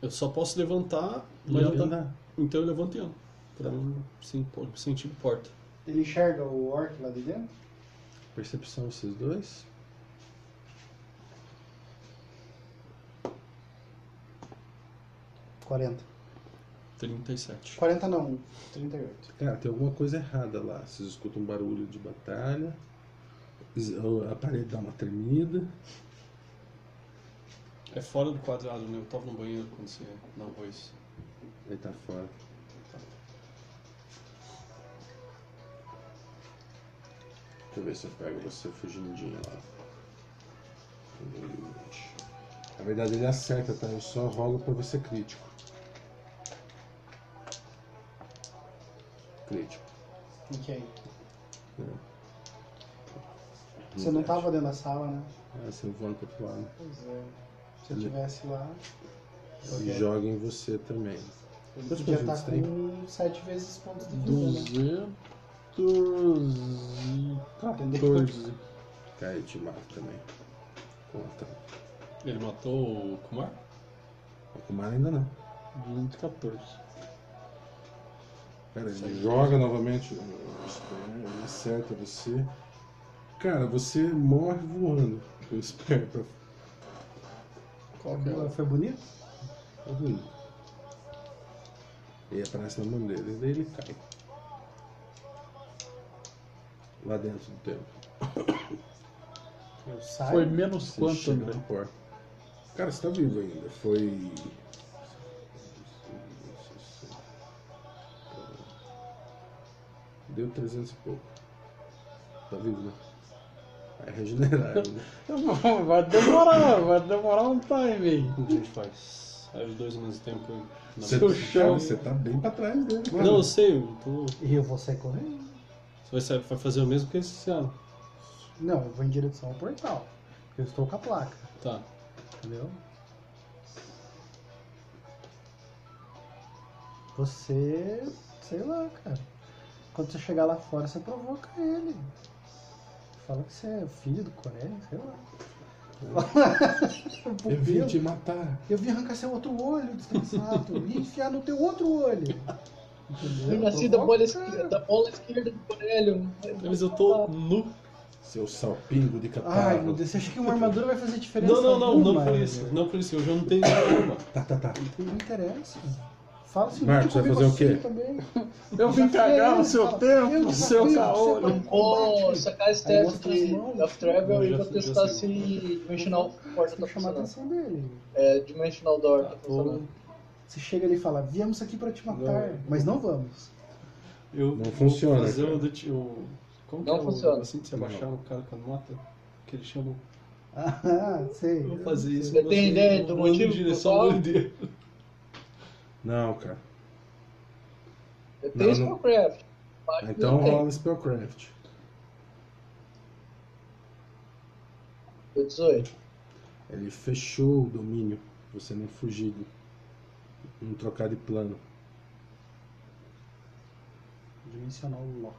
S10: Eu só posso levantar
S8: E
S1: é
S10: mas
S8: anda.
S10: andar. Então eu levanto e ando. Pra mim, sim, pô, o sentido importa.
S29: Ele enxerga o orc lá de dentro?
S8: Percepção vocês dois.
S29: quarenta
S10: 37.
S29: 40 não, 38.
S8: Cara, É, tem alguma coisa errada lá. Vocês escutam um barulho de batalha. z- A parede dá uma tremida.
S10: É fora do quadrado, né? Eu tava no banheiro quando você não foi isso.
S8: Ele tá fora. Deixa eu ver se eu pego você fugindinho lá. Na verdade ele acerta, tá? Eu só rolo pra você crítico. Crítico.
S29: Ok.
S8: né?
S29: Você não tava dentro da sala, né?
S8: Ah, você voando pro outro lado.
S29: Pois é. Se eu tivesse lá,
S8: E joga em você também.
S29: ele
S8: Quantos
S29: podia
S8: pontos
S29: estar
S8: tem?
S29: com 7 vezes pontos de vida, né?
S1: 214.
S8: Cai e te mata também. Conta.
S10: Ele matou o Kumar?
S8: O Kumar ainda não.
S1: 214.
S8: Pera, ele joga novamente. Ele acerta você. Cara, você morre voando. Eu espero.
S1: Qual que é?
S5: Foi bonito?
S8: Tá vendo? Ele aparece na mão dele, daí ele cai. lá dentro do templo.
S5: Eu saio.
S1: Foi menos quanto,
S8: chega
S1: André?
S8: na porta. Cara, você tá vivo ainda. Foi. Deu 300 e pouco. Tá vivo, né? É Vai regenerar ainda.
S1: Vai demorar, vai demorar um time.
S10: O que a gente faz? Aí os dois ao mesmo tempo. na
S8: Você,
S10: mesma-
S8: cara, você tá bem pra trás dele. cara.
S10: Não, eu sei, eu tô...
S5: E eu vou sair correndo?
S10: Você vai, sair- vai fazer o mesmo que esse ano.
S5: Não, eu vou em direção ao portal. Eu estou com a placa,
S10: Tá.
S5: entendeu? Você. sei lá, cara. Quando você chegar lá fora, você provoca ele. Fala que você é filho do Coreia, sei lá. (laughs) Um
S8: Eu vim te matar.
S5: Eu vim arrancar seu outro olho,
S10: (laughs)
S5: desgraçado. e enfiar no teu outro olho.
S6: Eu nasci da bola esquerda, da bola esquerda do Corélio.
S10: Mas eu tô nu.
S8: Seu salpingo de catarro.
S5: Ai, meu Deus, você acha que uma armadura vai fazer diferença?
S10: Não, não, não,
S5: alguma?
S10: não por isso. Não por isso, hoje eu não tenho nenhuma.
S8: Tá, tá, tá.
S5: Não interessa. Fala assim,
S8: Marcos,
S5: vem
S8: vai fazer o
S5: comigo
S8: quê?
S5: assim também.
S1: Eu vim
S5: Desafio
S1: cagar
S5: ele,
S1: no seu
S5: fala,
S1: tempo,
S5: eu
S1: no
S5: desafio
S1: seu
S5: você
S1: caolho.
S5: pra um
S6: Vou
S5: combate.
S6: sacar esse
S5: Aí
S6: teste
S5: mostra as
S6: de
S5: mãos.
S6: Death Travel e
S5: Já
S6: vou
S5: fudeu
S6: testar
S5: assim.
S6: se Dimensional Porta tá
S5: chamar a
S6: funcionando.
S5: atenção dele.
S6: É, Dimensional Door tá funcionando.
S5: Você chega ali e fala, viemos aqui pra te matar, mas não vamos. (laughs)
S10: Eu
S8: Não
S10: vou
S8: funciona,
S10: Fazer
S8: cara.
S10: o, det- o- como
S6: Não
S10: que É
S6: funciona.
S10: o, assim que você abaixar o cara que mata? Que ele chama.
S5: Ah, sei.
S10: Eu vou fazer isso.
S6: Você
S10: mas
S6: tem
S10: eu
S6: ideia do
S10: vou
S6: motivo
S10: Em
S6: do
S10: direção
S6: qual?
S10: ao dele.
S8: Não, cara.
S6: Eu
S8: Não,
S6: tenho
S8: não.
S6: Spellcraft. mas
S8: Então
S6: não tem.
S8: rola Spellcraft.
S6: Deu 18.
S8: Ele fechou o domínio. Você nem fugido. Não um trocar de plano.
S5: Dimensional Lock.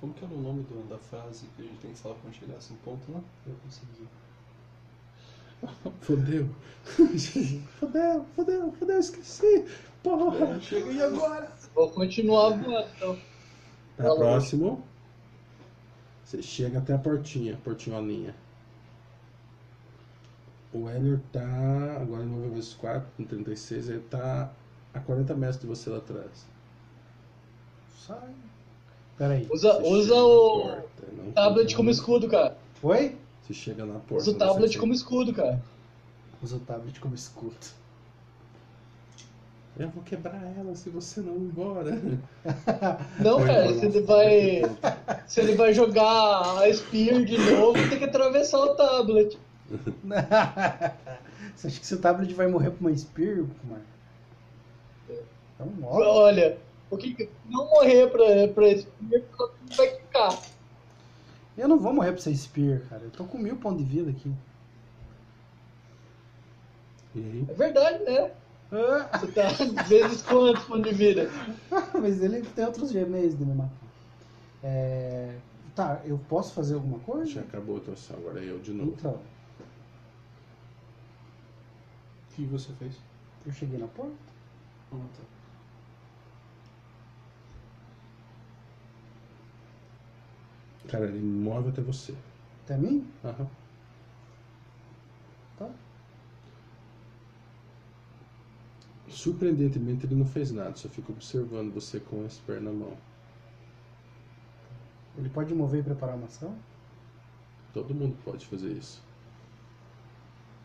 S10: Como que era o nome do- da frase que a gente tem que falar quando chegasse um ponto lá?
S5: Eu consegui. (laughs)
S8: Fodeu.
S5: Fudeu, fudeu, fudeu, esqueci. Porra.
S10: Chega e agora?
S6: Vou continuar voando, então.
S8: Tá
S6: Falou.
S8: próximo. Você chega até a portinha, portinholinha. O Hélio tá. Agora ele vai ver os 4, com 36, ele tá a 40 metros de você lá atrás.
S5: Sai. Peraí.
S6: Usa,
S8: Você
S6: usa
S8: chega na
S6: o
S8: porta, não
S6: tablet
S8: tem-
S6: como escudo, cara.
S5: Oi? (laughs)
S8: Você chega na porta.
S6: Usa o
S8: você
S6: tablet
S8: chega-
S6: como escudo, cara.
S5: Usa o tablet como escudo.
S8: Eu vou quebrar ela se você não ir embora.
S6: Não, cara, se ele Então é, vai. Se ele vai jogar a Spear de novo, tem que atravessar o tablet.
S5: Você acha que seu tablet vai morrer pra uma Spear, Marco? Então morre.
S6: Olha, o que que- não morrer pra, pra Spear vai ficar.
S5: Eu não vou morrer pra ser Spear, cara. Eu tô com mil pontos de vida aqui.
S8: E aí?
S6: É verdade, né?
S5: Ah, (laughs)
S6: Você tá vezes quantos pontos de vida?
S5: mas ele tem outros meios de me matar. É... Tá, eu posso fazer alguma coisa?
S8: Já acabou a tua ação, agora é eu de novo.
S5: Então,
S10: O que você fez?
S5: eu cheguei na porta.
S10: Ah, tá.
S6: Uhum.
S8: Cara, ele move até você.
S5: Até mim?
S8: Aham.
S5: Tá.
S8: Surpreendentemente, ele não fez nada, só fica observando você com esse pé na mão.
S5: Ele pode mover e preparar uma ação?
S8: Todo mundo pode fazer isso.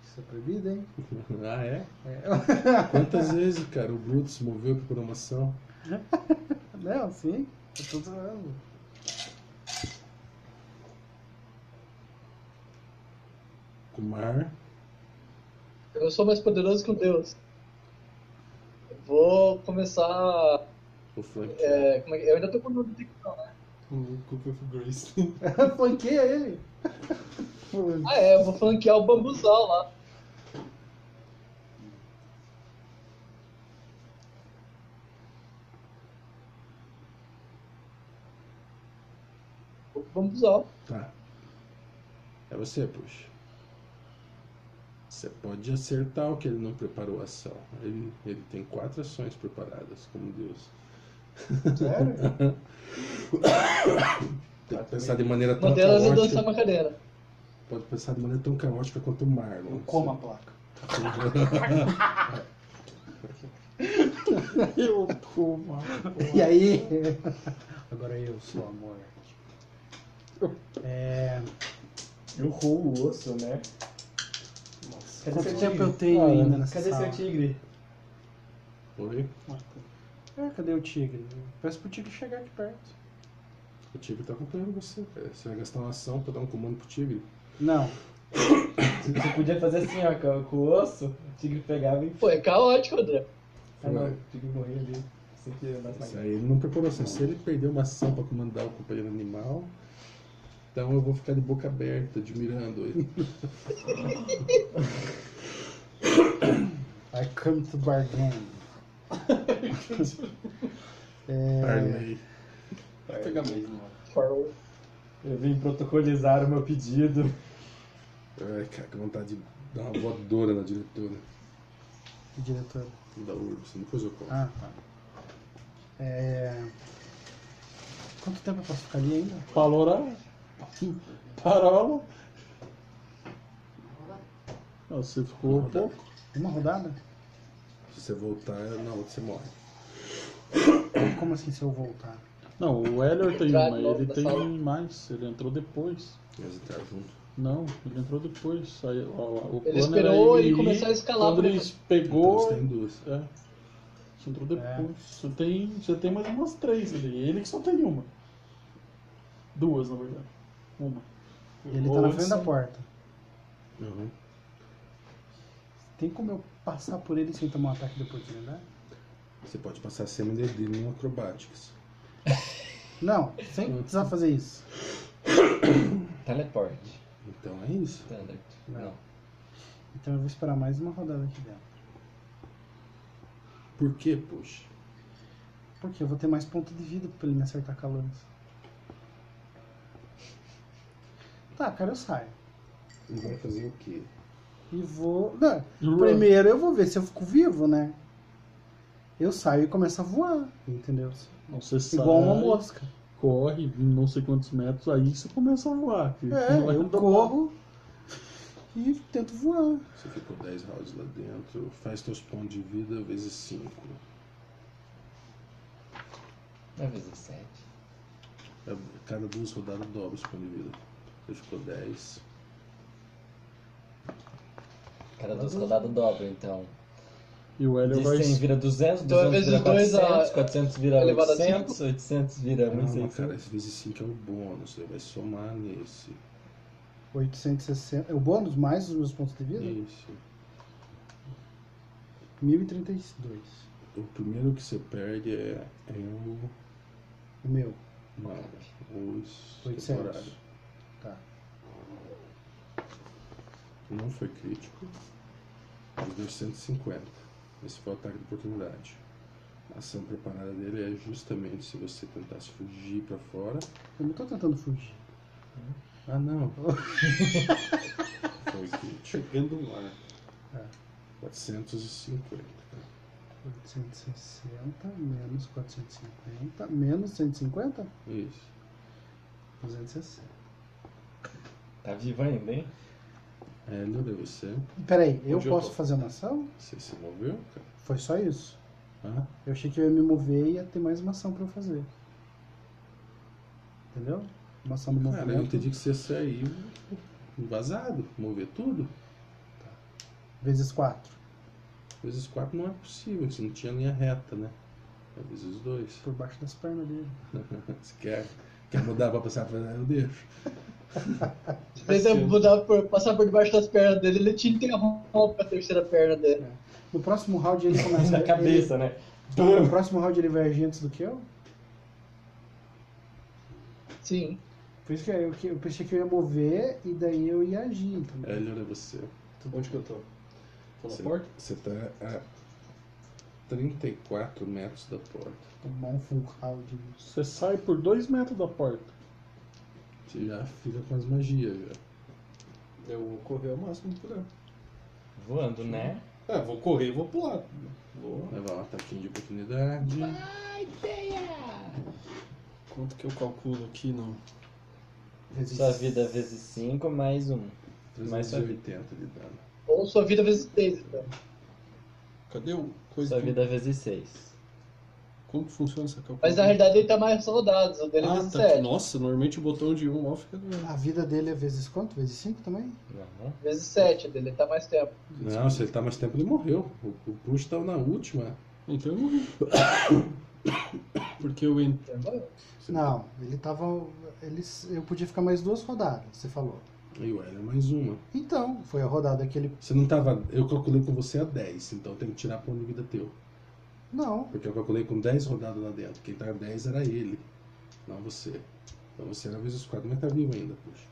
S5: Isso é proibido, hein?
S6: Uhum.
S8: ah, é?
S5: É.
S8: Quantas vezes, cara, o Brutus moveu pra programação?
S5: Não, sim. (laughs) Eu tô zoando.
S8: Kumar,
S6: Eu sou mais poderoso que o Deus. Vou começar.
S8: o Flank.
S6: é, como é que- eu ainda tô com dúvida de que não, né?
S10: O Cooper of Grace.
S5: Flanqueia ele.
S6: Ah é, eu vou flanquear o bambuzal lá. Vou pro Bambuzal.
S8: Tá. É você, puxa. Você pode acertar o que ele não preparou a ação. Ele, ele tem quatro ações preparadas, como Deus.
S5: Sério?
S8: (coughs) Tem que pensar de maneira tão
S6: Uma delas é
S8: caótica.
S6: dançar macadeira.
S8: Pode pensar de maneira tão caótica quanto o Marlon.
S29: Eu como a placa.
S1: Eu como.
S10: (laughs)
S5: E aí? Agora eu sou a morte. É.
S3: Eu rolo o osso, né?
S5: Quanto tempo eu tenho ainda nessa
S3: Cadê
S5: sala?
S3: seu tigre?
S8: (laughs) Oi?
S5: É, cadê o tigre? Eu Peço pro tigre chegar aqui perto.
S8: O Tigre tá acompanhando você, cara. Você vai gastar uma ação pra dar um comando pro Tigre.
S5: Não.
S3: Você podia fazer assim, ó, com, com o osso, o tigre pegava e.
S6: Pô, é caótico, André.
S3: Ah, não, o tigre morria ali. Isso aqui é mais
S8: Isso
S3: magnífico.
S8: aí ele não preparou assim. Se ele perder uma ação pra comandar o companheiro animal, então eu vou ficar de boca aberta, admirando ele.
S5: I come to bargain. é...
S8: Parley.
S1: Vai pegar mesmo.
S6: Farol.
S3: Eu vim protocolizar o meu pedido.
S8: Ai, cara, que vontade de dar uma voadora na diretora.
S5: Que diretor?
S8: Da Urbs, depois eu conto.
S5: Ah, tá. É... Quanto tempo eu posso ficar ali ainda?
S1: Palora.
S5: né?
S1: Parola. Não, você ficou um pouco.
S5: Uma rodada?
S8: Se você voltar, na outra você morre.
S5: Como assim se eu voltar?
S1: Não, o Elliot tem
S5: Entrar
S1: uma,
S5: logo
S1: ele
S5: na
S1: tem
S5: sala.
S1: mais. Ele entrou depois.
S8: Eles entraram junto.
S1: Não, ele entrou depois. Aí, ó, o
S6: Ele
S1: plano
S6: esperou
S1: era
S6: ele
S1: ir
S6: começar a escalar
S1: Quando
S6: pra-
S1: ele pegou.
S8: Então, tem duas.
S1: É. Você entrou depois. Você tem, você tem mais umas três ali. Ele que só tem uma. Duas, na verdade. Uma.
S5: Ele tá
S1: Ou
S5: na
S1: antes-
S5: frente da porta.
S8: Uhum.
S5: Tem como eu passar por ele sem tomar um ataque de oportunidade?
S8: Você pode passar CMDD em acrobatics.
S5: Não, sem precisar fazer isso.
S14: Teleporte.
S8: Então é isso.
S14: Standard.
S5: Não. Então eu vou esperar mais uma rodada aqui dentro.
S8: Por quê, poxa?
S5: Porque eu vou ter mais ponto de vida pra ele me acertar com a lança. Tá, cara, eu saio.
S8: Ele vai fazer o quê?
S5: E vou. Não,
S1: Run.
S5: primeiro eu vou ver se eu fico vivo, né? Eu saio e começo a voar, entendeu?
S1: Não, você
S5: Igual uma
S1: sai,
S5: mosca.
S1: Corre não sei quantos metros, aí você começa a voar. que
S5: É,
S1: não
S5: eu
S1: dar
S5: corro e tento voar.
S8: Você ficou 10 rounds lá dentro, faz teus pontos de vida vezes 5.
S14: Uma vezes sete.
S8: Cada duas rodadas dobra os pontos de vida. Você ficou 10.
S14: Cada duas rodadas dobra, então.
S1: E o Hélio
S14: De
S1: vai.
S14: 100 vira 200,
S6: Então,
S14: 200 vira
S6: vezes dois,
S14: 400,
S6: a-
S14: 400 vira
S6: elevado a
S14: 800, 800
S9: É
S14: vira
S8: Não,
S14: 1600.
S8: Ah, cara, esse vezes 5 é o bônus, você vai somar nesse.
S5: 860. É o bônus mais os meus pontos de vida?
S8: Isso.
S5: 1032.
S8: O primeiro que você perde é, é o.
S5: O meu.
S8: Não, os.
S5: 800.
S8: temporários.
S5: Tá.
S8: Não foi crítico. Ele deu 150. Esse foi o ataque de oportunidade. A ação preparada dele é justamente se você tentasse fugir pra fora.
S5: Eu não tô tentando fugir.
S8: Ah, não. (laughs) foi crítico. Chegando lá.
S5: É.
S8: 450.
S5: 860 menos 450 menos 150?
S8: Isso.
S5: 260.
S14: Tá vivo ainda, hein?
S8: É, Lula, você.
S5: Peraí, eu
S8: Onde
S5: posso
S8: tô?
S5: fazer uma ação?
S8: Você se moveu, cara?
S5: Foi só isso.
S8: Hã?
S5: Eu achei que eu ia me mover e ia ter mais uma ação pra eu fazer. Entendeu? Uma ação do
S8: Cara, eu
S5: movimento.
S8: entendi que você saiu vazado, mover tudo.
S5: Vezes 4.
S8: Vezes 4 não é possível, você não tinha linha reta, né? É vezes 2.
S5: Por baixo das pernas dele.
S8: (laughs) Você quer, quer mudar pra passar pra eu deixo.
S6: Se
S3: Tipo
S6: tentar
S3: assim,
S6: mudar por- passar por debaixo das pernas dele, ele te interrompe a terceira perna dele.
S5: No próximo round ele começa.
S3: Na
S5: ele-
S3: cabeça, né?
S5: No próximo round ele vai agir antes do que eu?
S3: É.
S6: Sim.
S5: Por isso que eu, que eu pensei que eu ia mover e daí eu ia agir, entendeu?
S8: Hélio, é você.
S10: Onde que eu tô? Tô na
S8: Você-
S10: porta?
S8: Você tá a 34 metros da porta.
S5: Tomar um full round.
S1: Você sai por dois metros da porta.
S8: Você já fica com as magias já.
S10: Eu vou correr ao máximo que puder.
S14: Voando, né?
S10: É, vou correr e vou pular. Vou.
S8: Levar um ataquinho de oportunidade.
S10: Quanto que eu calculo aqui no.
S14: Sua vida vezes 5, mais um. Mais sua vida.
S8: 380 de dano.
S6: Ou sua vida vezes três, então.
S10: Cadê o
S14: Sua vida vezes 6.
S1: Como que funciona essa calculadora?
S6: Mas na realidade ele tá mais soldados, o dele é
S1: Ah, tá.
S6: 17.
S1: Nossa, normalmente o botão de 1 off fica
S30: Hum.
S1: doendo.
S5: A vida dele é vezes quanto? Vezes 5 também?
S8: Não.
S6: Vezes 7, dele tá mais tempo.
S8: Não, se ele tá mais tempo, ele morreu. O, o Bruce tava na última.
S1: Então ele morreu. (coughs) Porque eu entrei.
S5: Não, ele tava. Ele, eu podia ficar mais duas rodadas, você falou.
S8: E o Hélio é mais uma.
S5: Então, foi a rodada que ele.
S8: Você não tava. Eu calculei com você a 10, então tem que tirar ponto de vida teu.
S5: Não.
S8: Porque eu calculei com 10 rodadas lá dentro. Quem tá 10 era ele, não você. Então você era vezes 4, mas tá vivo ainda, puxa.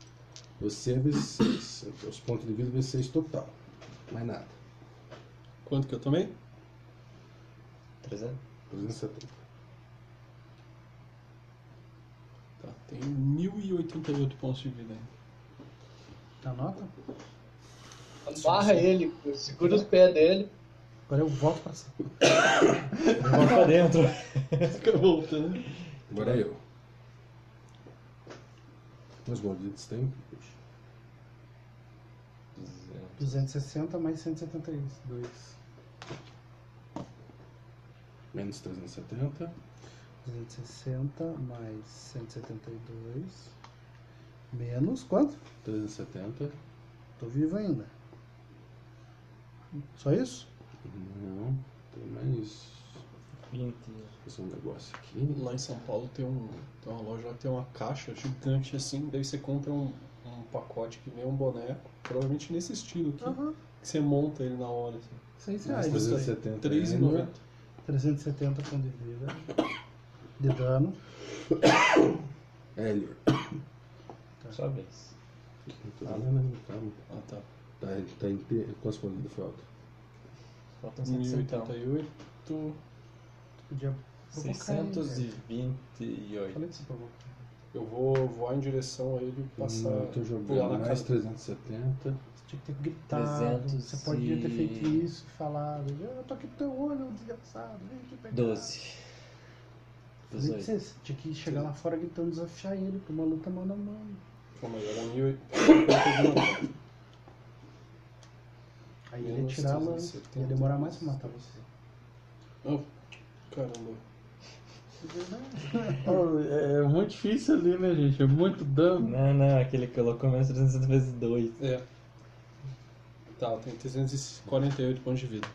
S8: Você é vezes 6. Os pontos de vida é vezes 6 total. Mais nada.
S1: Quanto que eu tomei?
S31: 300.
S8: 370.
S1: Tá, tem 1088 pontos de vida ainda.
S30: Tá, Anota.
S6: Barra ele, segura os pés dele.
S30: Agora eu volto pra cima.
S9: Bota pra dentro.
S1: Fica voltando. é
S8: Agora eu. Os malditos têm. Puxa.
S5: 260 mais 172.
S8: Menos 370.
S5: 260 mais 172. Menos quanto?
S8: 370.
S5: Tô vivo ainda. Só isso?
S8: Não, tem mais.
S9: 20.
S8: Fazer um negócio aqui.
S1: Lá em São Paulo tem, um, tem uma loja lá que tem uma caixa gigante assim, daí você compra um, um pacote que vem um boneco, provavelmente nesse estilo aqui, que você monta ele na hora. Assim.
S5: 6
S8: Ah,
S1: Mas
S5: reais.
S1: custa
S5: isso aí.
S1: 3,90. 3,90.
S5: 370 ponto de vida. De dano.
S8: Hélio.
S9: Sua vez.
S8: Não tô nem lembrando, calma.
S1: Ah, tá.
S8: Tá, ele tá em. P- Quantas pontos de falta?
S9: Faltam então. 700.
S1: 1088.
S5: Podia
S9: 628.
S5: Falei que você provoca.
S1: Eu vou voar em direção a ele e passar.
S8: Não, Hum, eu tô
S1: pular
S8: jogando
S1: na
S8: mais
S1: cara.
S8: 370.
S5: Você tinha que ter gritado.
S9: 300
S5: Você podia ter
S9: e-
S5: feito isso, falado. Eu tô aqui pro teu olho, desgraçado. Vem aqui pegar.
S9: 12.
S5: Falei pra
S9: 18.
S5: Você você tinha que chegar lá fora gritando, desafiar ele, porque tá uma luta mano a mano.
S1: Calma aí, era 1088.
S5: Aí ele ia
S1: Menos
S5: tirar lá,
S1: 370.
S5: ia demorar mais pra matar você.
S1: Oh, caramba.
S9: É muito difícil ali, né, gente? É muito dano. Não, não, aquele que colocou menos 300 vezes 2.
S1: É. Tá, eu tenho 348 pontos de vida.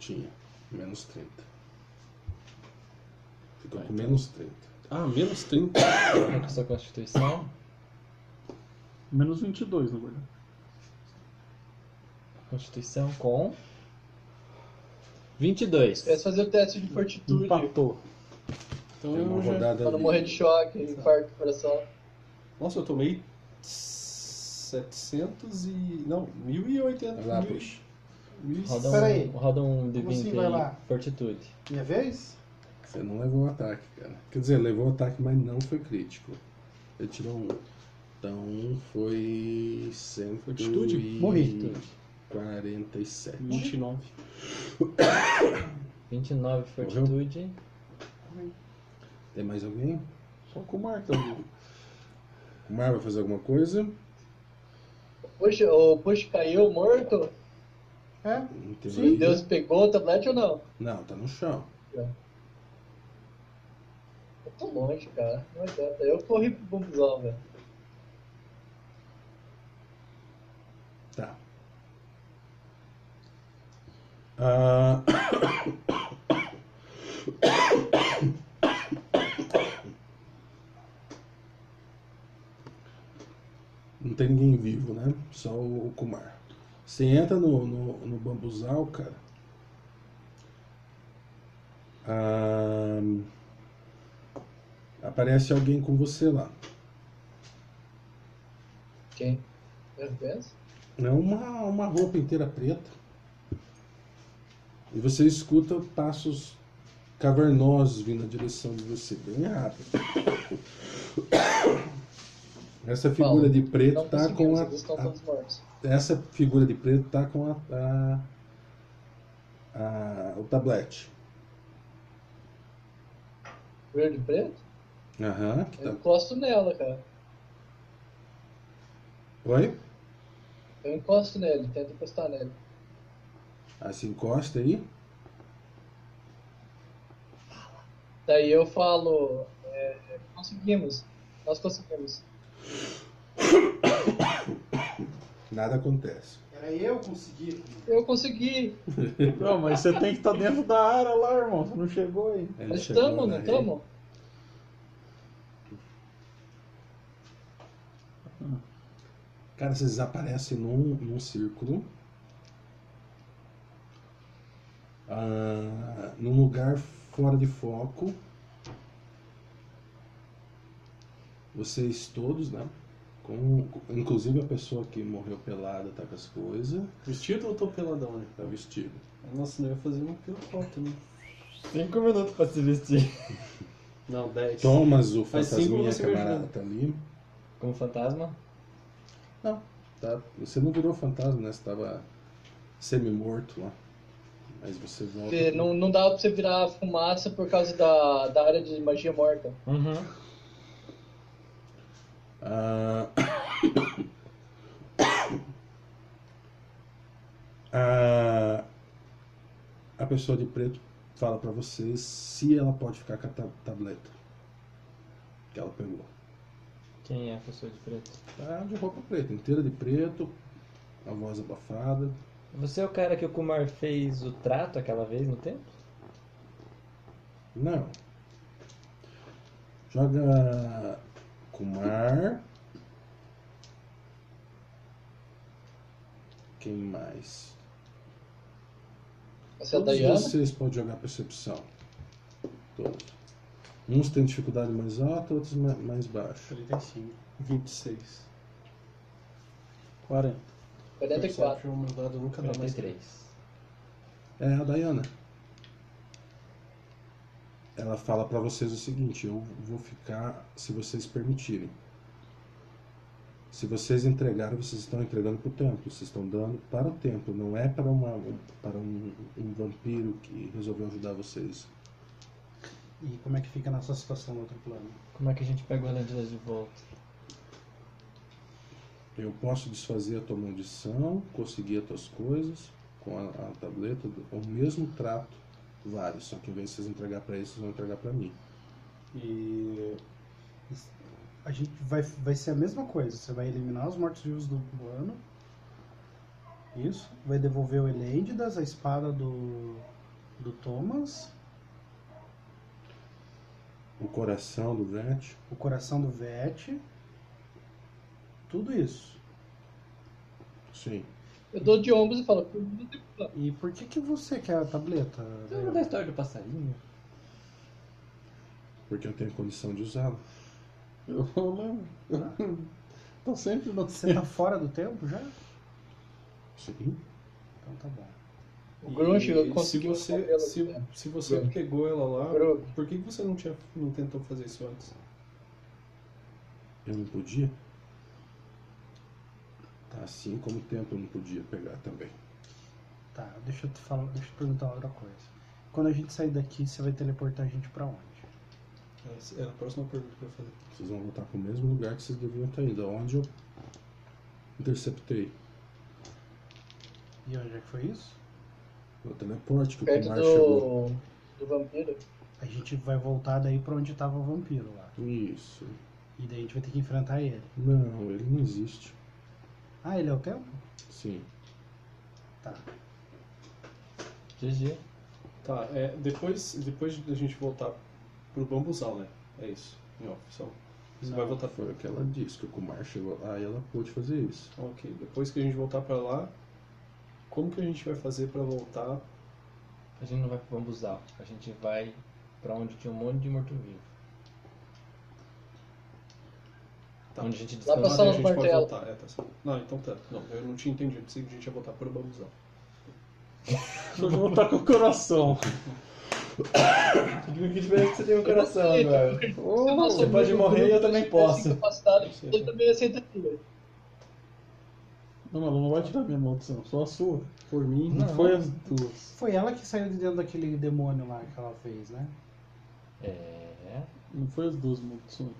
S8: Tinha. Menos 30. Ficou com
S1: então.
S8: menos 30.
S1: Ah, menos 30.
S9: Qual que é a sua constituição?
S1: Menos 22, na verdade.
S9: Constituição com 22.
S6: É fazer o teste de fortitude.
S1: Empatou. Então
S8: Tem uma
S1: eu já...
S8: rodada
S6: Pra não
S8: ali.
S6: morrer de choque, infarto do coração.
S1: Nossa, eu tomei 700 e... Não, 1080.
S8: Vai lá,
S1: mil-
S8: puxa.
S1: mil e-
S9: Roda
S5: Pera aí.
S9: um, roda um de
S5: Como assim,
S9: 20
S5: vai lá?
S9: aí, fortitude.
S5: Minha vez?
S8: Você não levou o ataque, cara. Quer dizer, levou o ataque, mas não foi crítico. Ele tirou um. Então foi.
S1: Altitude?
S9: Morri.
S8: 47.
S1: 29.
S9: 29 fortitude.
S8: Tem mais alguém?
S1: Só com o então. Marco. amigo.
S8: O Mar vai fazer alguma coisa?
S6: Puxa, o Push caiu morto?
S5: É?
S8: Não tem
S6: Sim.
S8: mais-
S6: Deus pegou o tablete ou não?
S8: Não, tá no chão.
S6: Eu tô longe, cara. Não adianta. Eu corri pro bumbuzão, velho.
S8: Tá. Ah, Não tem ninguém vivo, né? Só o, o Kumar. Você entra no, no, no bambuzal, cara. Ah, Aparece alguém com você lá.
S6: Quem? Eu penso?
S8: É uma, uma roupa inteira preta. E você escuta passos cavernosos vindo na direção de você, bem rápido. Essa figura de preto
S6: Não
S8: tá com
S6: conseguimos,
S8: a,
S6: eles estão
S8: a-
S6: todos mortos.
S8: Essa figura de preto tá com a, a- a- o tablete.
S6: Figura de preto?
S8: Aham. que
S6: Eu
S8: tá-
S6: encosto nela, cara.
S8: Oi?
S6: Eu encosto nele, tento encostar nele.
S8: Aí se encosta aí.
S6: Daí eu falo, é, conseguimos, nós conseguimos.
S8: Nada acontece.
S29: Era eu conseguir.
S6: Eu consegui.
S1: Não, mas você tem que estar dentro da área lá, irmão. Você não chegou aí.
S8: Ele
S6: Nós
S8: chegou
S6: estamos,
S8: na
S6: não estamos?
S8: Cara, vocês aparecem num, num círculo. Ah, num lugar fora de foco. Vocês todos, né? Com, inclusive a pessoa que morreu pelada tá com as coisas.
S10: Vestido ou tô peladão, né?
S8: Tá vestido.
S10: Nossa, não ia fazer uma pior foto, né?
S3: Cinco minutos pra se vestir.
S10: Não, 10.
S8: Thomas, o
S10: É, Faz cinco,
S8: fantasminha
S10: você me ajuda.
S8: camarada, tá ali.
S3: Como fantasma?
S8: Tá? Você não virou fantasma, né? Você tava semi-morto lá. Mas você volta.
S6: Porque não, não dá pra você virar fumaça por causa da, da área de magia morta.
S9: Uhum.
S8: Ah, (coughs) Ah, a pessoa de preto fala pra vocês se ela pode ficar com a ta- tableta que ela pegou.
S3: Quem é a pessoa de preto?
S8: Tá de roupa preta, inteira de preto, a voz abafada.
S3: Você é o cara que o Kumar fez o trato aquela vez no tempo?
S8: Não. Joga Kumar. Quem mais?
S6: Essa é a
S8: Todos
S6: Dayana?
S8: vocês podem jogar percepção. Todos. Uns têm dificuldade mais alta, outros ma- mais baixa.
S1: 35.
S10: 26.
S1: 40.
S6: 44.
S10: Perception, meu dado nunca dá mais.
S8: É a Dayana. Ela fala pra vocês o seguinte: eu vou ficar se vocês permitirem. Se vocês entregarem, vocês estão entregando para o templo, vocês estão dando para o templo, não é para, uma, para um, um vampiro que resolveu ajudar vocês.
S5: E como é que fica nessa situação no outro plano?
S3: Como é que a gente pega o Alandidas de volta?
S8: Eu posso desfazer a tua maldição, conseguir as tuas coisas com a, a tableta, o mesmo trato, vários, só que em vez de vocês entregar para eles, vocês vão entregar para mim.
S5: E a gente vai, vai ser a mesma coisa. Você vai eliminar os mortos-vivos do plano. Isso. Vai devolver o Elêndidas, a espada do, do Thomas,
S8: O coração do Vete,
S5: o coração do Vete. Tudo isso.
S8: sim.
S6: Eu dou de ombros e falo,
S5: E por que, que você quer a tableta?
S3: Você lembra da história do passarinho?
S8: Porque eu tenho condição de usá-lo.
S1: Eu
S10: né?
S1: lembro. Tá sempre no (laughs)
S5: Você tá fora do tempo já?
S8: Sim.
S5: Então tá bom.
S6: O Grunge
S10: E
S6: conseguiu
S10: Se você,
S6: ela,
S10: se,
S6: né?
S10: se você
S6: Grunge.
S10: pegou ela lá,
S6: Grunge.
S10: por que que você não, tinha, não tentou fazer isso antes?
S8: Eu não podia? Tá, assim como o tempo eu não podia pegar também.
S5: Tá, deixa eu te falar, deixa eu te perguntar outra coisa. Quando a gente sair daqui, você vai teleportar a gente pra onde?
S10: Essa Era a próxima pergunta que eu ia fazer.
S8: Vocês vão voltar pro mesmo lugar que vocês deviam estar indo, onde eu interceptei.
S5: E onde é que foi isso?
S8: No teleporte que o
S6: perto
S8: Kumar chegou.
S6: do, do vampiro.
S5: A gente vai voltar daí pra onde tava o vampiro lá.
S8: Isso.
S5: E daí a gente vai ter que enfrentar ele.
S8: Não, ele não existe.
S5: Ah, ele é o tempo?
S8: Sim.
S5: Tá.
S3: GG.
S10: Tá, é, depois, depois da gente voltar pro bambuzal, né? É isso. Em off, só. Você vai voltar
S8: Foi o que ela disse, que o Kumar chegou lá e ela pôde fazer isso.
S10: Ok, depois que a gente voltar pra lá, como que a gente vai fazer pra voltar?
S3: A gente não vai pro bambuzal. A gente vai pra onde tinha um monte de morto-vivo.
S10: Tá.
S3: Onde É a gente
S6: Lá pra
S3: descansa.
S6: sala
S10: a gente pode
S6: Martelo.
S10: voltar. É, tá certo. Não, então tá. Não, eu não tinha entendido. Pensei que a gente ia voltar pro bambuzal.
S1: Só de voltar tá com o coração.
S3: Que diferença que você tem no coração agora?
S6: Eu não sou
S3: Você pode
S6: muito
S3: é. morrer e eu também
S6: assim,
S3: posso.
S6: capacitado, ele também aceitaria.
S1: Não, ela não vai tirar minha maldição, só a sua.
S10: Por mim,
S1: não
S5: Não.
S1: foi as duas.
S5: Foi ela que saiu de dentro daquele demônio lá que ela fez, né?
S3: É.
S1: Não foi as duas maldições.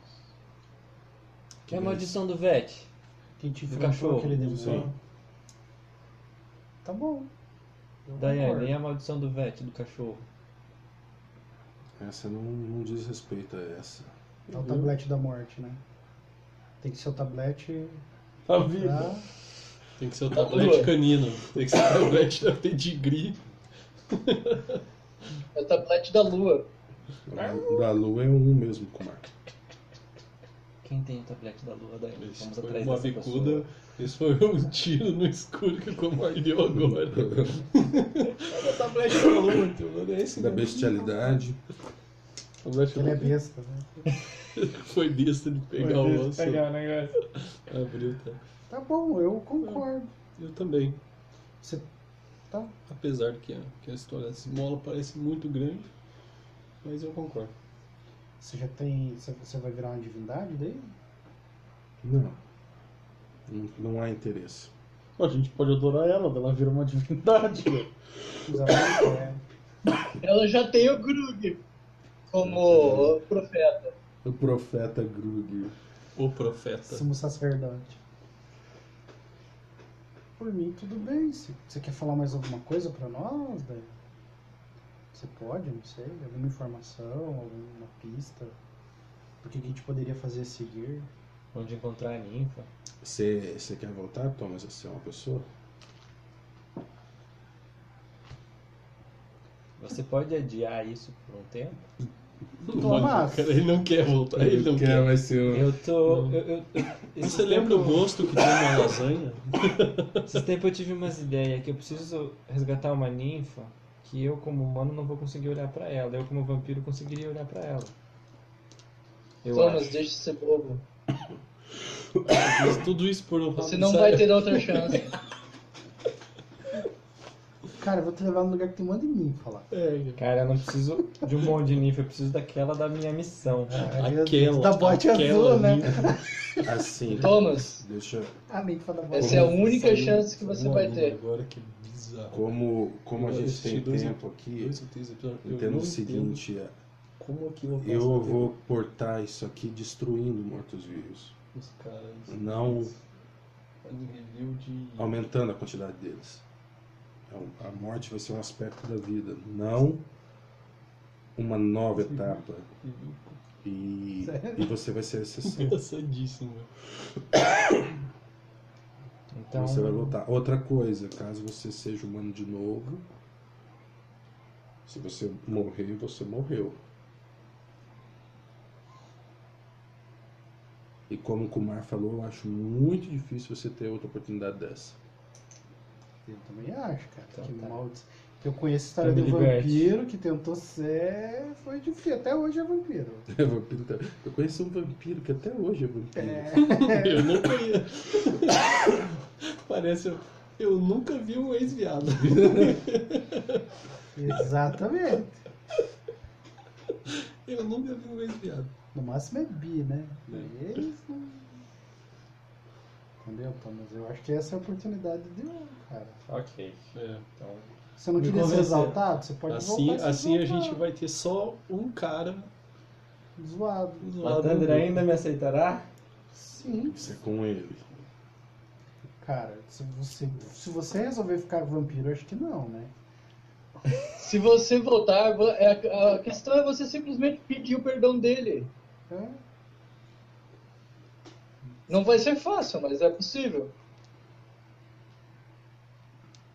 S3: Que é a maldição do Vete?
S5: Que a gente
S3: Do
S5: enfrentou
S3: cachorro.
S5: aquele demônio.
S8: assim,
S3: Sim.
S5: Tá bom. Eu
S3: Daiane, é
S5: concordo.
S3: e a maldição do Vete, do cachorro?
S8: É, Essa não, não diz respeito a essa.
S5: É o tablete da morte, né? Tem que ser o tablete.
S1: Tá vivo.
S5: pra-
S10: Tem que ser o tablete canino. Tem que ser o tablete da pedigree.
S6: É o tablete da lua.
S8: O Da lua é um mesmo, Kumar.
S14: Quem tem o tablete da lua daí? Vamos
S10: Foi
S14: atrás
S10: uma
S14: dessa pessoa.
S10: bicuda. Isso foi um tiro no escuro que o Comar deu agora. o tablete da lua, teu mano. É esse
S8: Da
S10: mesmo.
S8: bestialidade.
S10: O tablete da
S5: Ele é
S10: lua.
S5: besta, né?
S10: Foi besta de pegar
S5: Foi
S10: o
S5: besta
S10: osso.
S5: de pegar o
S10: negócio. Abriu, tá.
S5: Tá bom, eu concordo.
S10: Eu também.
S5: Você tá?
S10: Apesar de que a, que a história dessa esmola parece muito grande, mas eu concordo.
S5: Você já tem. Você você vai virar uma divindade daí?
S8: Não. Não, não há interesse.
S1: A gente pode adorar ela, ela vira uma divindade.
S6: Ela já tem o Grug como profeta.
S8: O profeta Grug.
S10: O profeta.
S5: é, Sumo sacerdote. Por mim, tudo bem. Se você quer falar mais alguma coisa pra nós, daí? Você pode, não sei. Alguma informação, alguma pista? O que a gente poderia fazer a seguir?
S3: Onde encontrar a ninfa?
S8: Você, você quer voltar, Thomas? Você é uma pessoa?
S3: Você pode adiar isso por um tempo?
S10: Mas, cara, ele não quer voltar, ele, não quer.
S8: vai ser
S9: um-
S8: o-
S3: Eu tô. Eu, eu- eu- esse
S10: Você lembra
S3: tempo-
S10: o gosto que tem uma lasanha?
S3: Esses tempos eu tive umas ideias que eu preciso resgatar uma ninfa que eu como humano não vou conseguir olhar pra ela. Eu como vampiro conseguiria olhar pra ela. Eu
S6: Thomas,
S3: acho.
S6: deixa de ser bobo.
S10: Mas tudo isso por um rabo
S6: Você
S10: de
S6: não
S10: saia.
S6: vai ter outra chance.
S3: (laughs)
S5: Cara, eu vou te levar num lugar que tem um monte de mim falar.
S3: Cara, eu não preciso de um monte de ninfa, eu preciso daquela da minha missão.
S10: É. Aquela, da bote aquela azul, né? (laughs)
S6: (laughs)
S8: Assim.
S6: Thomas.
S8: Deixa.
S5: A ninfa da morte.
S6: Essa é a única
S10: Saiu
S6: chance que você
S10: um
S6: vai
S10: aluno
S6: ter.
S10: Agora que bizarro.
S8: Como, como a
S10: Eu
S8: gente
S10: assisti
S8: tem
S10: dois-
S8: tempo aqui,
S10: dois ou três episódios que eu
S8: entendo
S10: não
S8: o seguinte: é,
S10: Como aquilo passa
S8: eu
S10: tempo?
S8: vou portar isso aqui destruindo mortos-vivos,
S10: Os caras.
S8: não
S10: Fazem review de.
S8: aumentando a quantidade deles. Então, A morte vai ser um aspecto da vida, não uma nova etapa. E, e você vai ser a exceção.
S10: Engraçadíssimo.
S3: Então,
S8: Você vai voltar. Outra coisa, caso você seja humano de novo, se você morrer, você morreu. E como o Kumar falou, eu acho muito difícil você ter outra oportunidade dessa. (laughs)
S5: Eu também acho, cara.
S3: Então
S5: que
S3: tá.
S5: maldi- Eu conheço a história
S8: Então
S5: do
S8: me liberte.
S5: vampiro que tentou ser. Foi difícil. Até hoje é vampiro.
S8: Vampiro tá- Eu conheço um vampiro que até hoje é vampiro.
S10: Eu não conheço. Parece. Eu nunca vi um ex-viado.
S5: Exatamente.
S10: Eu nunca vi um ex-viado.
S5: No máximo é bi, né? Mas não- Entendeu, Thomas? Eu acho que essa é a oportunidade de um, cara.
S3: Ok.
S10: É.
S3: Então,
S5: Você não
S10: Me
S5: queria ser
S10: convenceram.
S5: exaltado? Você pode
S10: Assim,
S5: voltar a ser
S10: assim a
S5: exaltado.
S10: gente vai ter só um cara
S5: Zoado.
S10: zoado.
S3: Matandra ainda me aceitará?
S5: Sim.
S8: Isso é com ele.
S5: Cara, se você, se você resolver ficar vampiro, acho que não, né?
S6: Se você voltar, vo- é a a questão é você simplesmente pedir o perdão dele.
S5: É.
S6: Não vai ser fácil, mas é possível.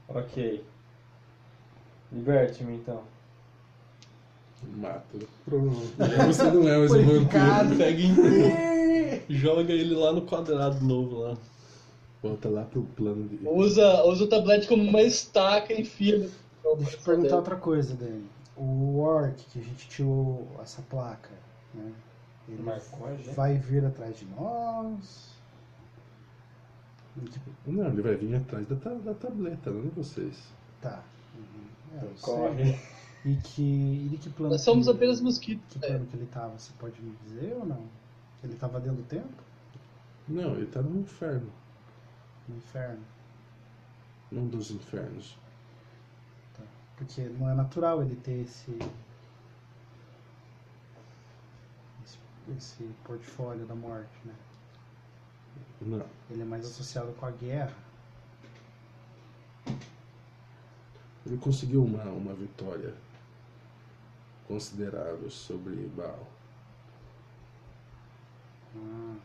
S3: Ok. Liberte-me então.
S8: Mata. Pronto. Você não é mais um vampiro.
S10: Pega em... Joga ele lá no quadrado novo lá.
S8: Volta lá pro plano dele.
S6: Usa, usa o tablete como uma estaca e enfia. no- é no-
S5: Deixa eu te perguntar outra coisa, Dani. O orc que a gente tirou essa placa, né? Ele
S3: Marcou a gente.
S5: vai vir atrás de nós.
S8: Não, ele vai vir atrás da, ta- da tableta, não de vocês.
S5: Tá. Uhum. É, eu sei.
S3: Corre.
S5: E que, e de que plano
S6: Nós somos
S5: que,
S6: apenas mosquitos.
S5: que plano que ele tava? Você pode me dizer ou não? Ele tava dentro do tempo?
S8: Não, ele tá no inferno.
S5: No inferno?
S8: Num dos infernos.
S5: Porque não é natural ele ter esse. esse- Esse portfólio da morte, né?
S8: Não.
S5: Ele é mais associado com a guerra.
S8: Ele conseguiu uma, uma vitória consideráveis sobre Baal.
S5: Ah.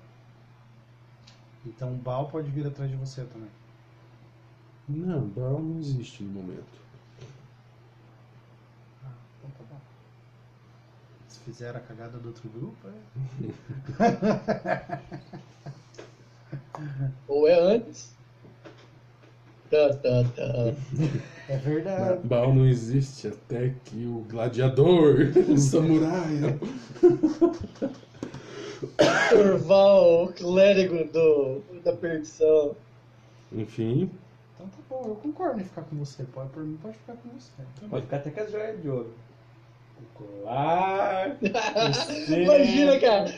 S5: Então o Baal pode vir atrás de você também.
S8: Não, Baal não existe no momento.
S5: Ah, então tá bom. Se fizer a cagada do outro grupo, é.
S6: Ou é antes. Tá, tá, tá.
S5: É verdade.
S8: Baal não existe até que o gladiador, (laughs) o samurai.
S6: Turval, o clérigo do, da perdição.
S8: Enfim,
S5: Então tá bom, eu concordo em ficar com você. Pode, por mim, pode ficar com você. Tá
S3: Pode ficar até com as joias de ouro. O colar.
S6: Imagina, cara.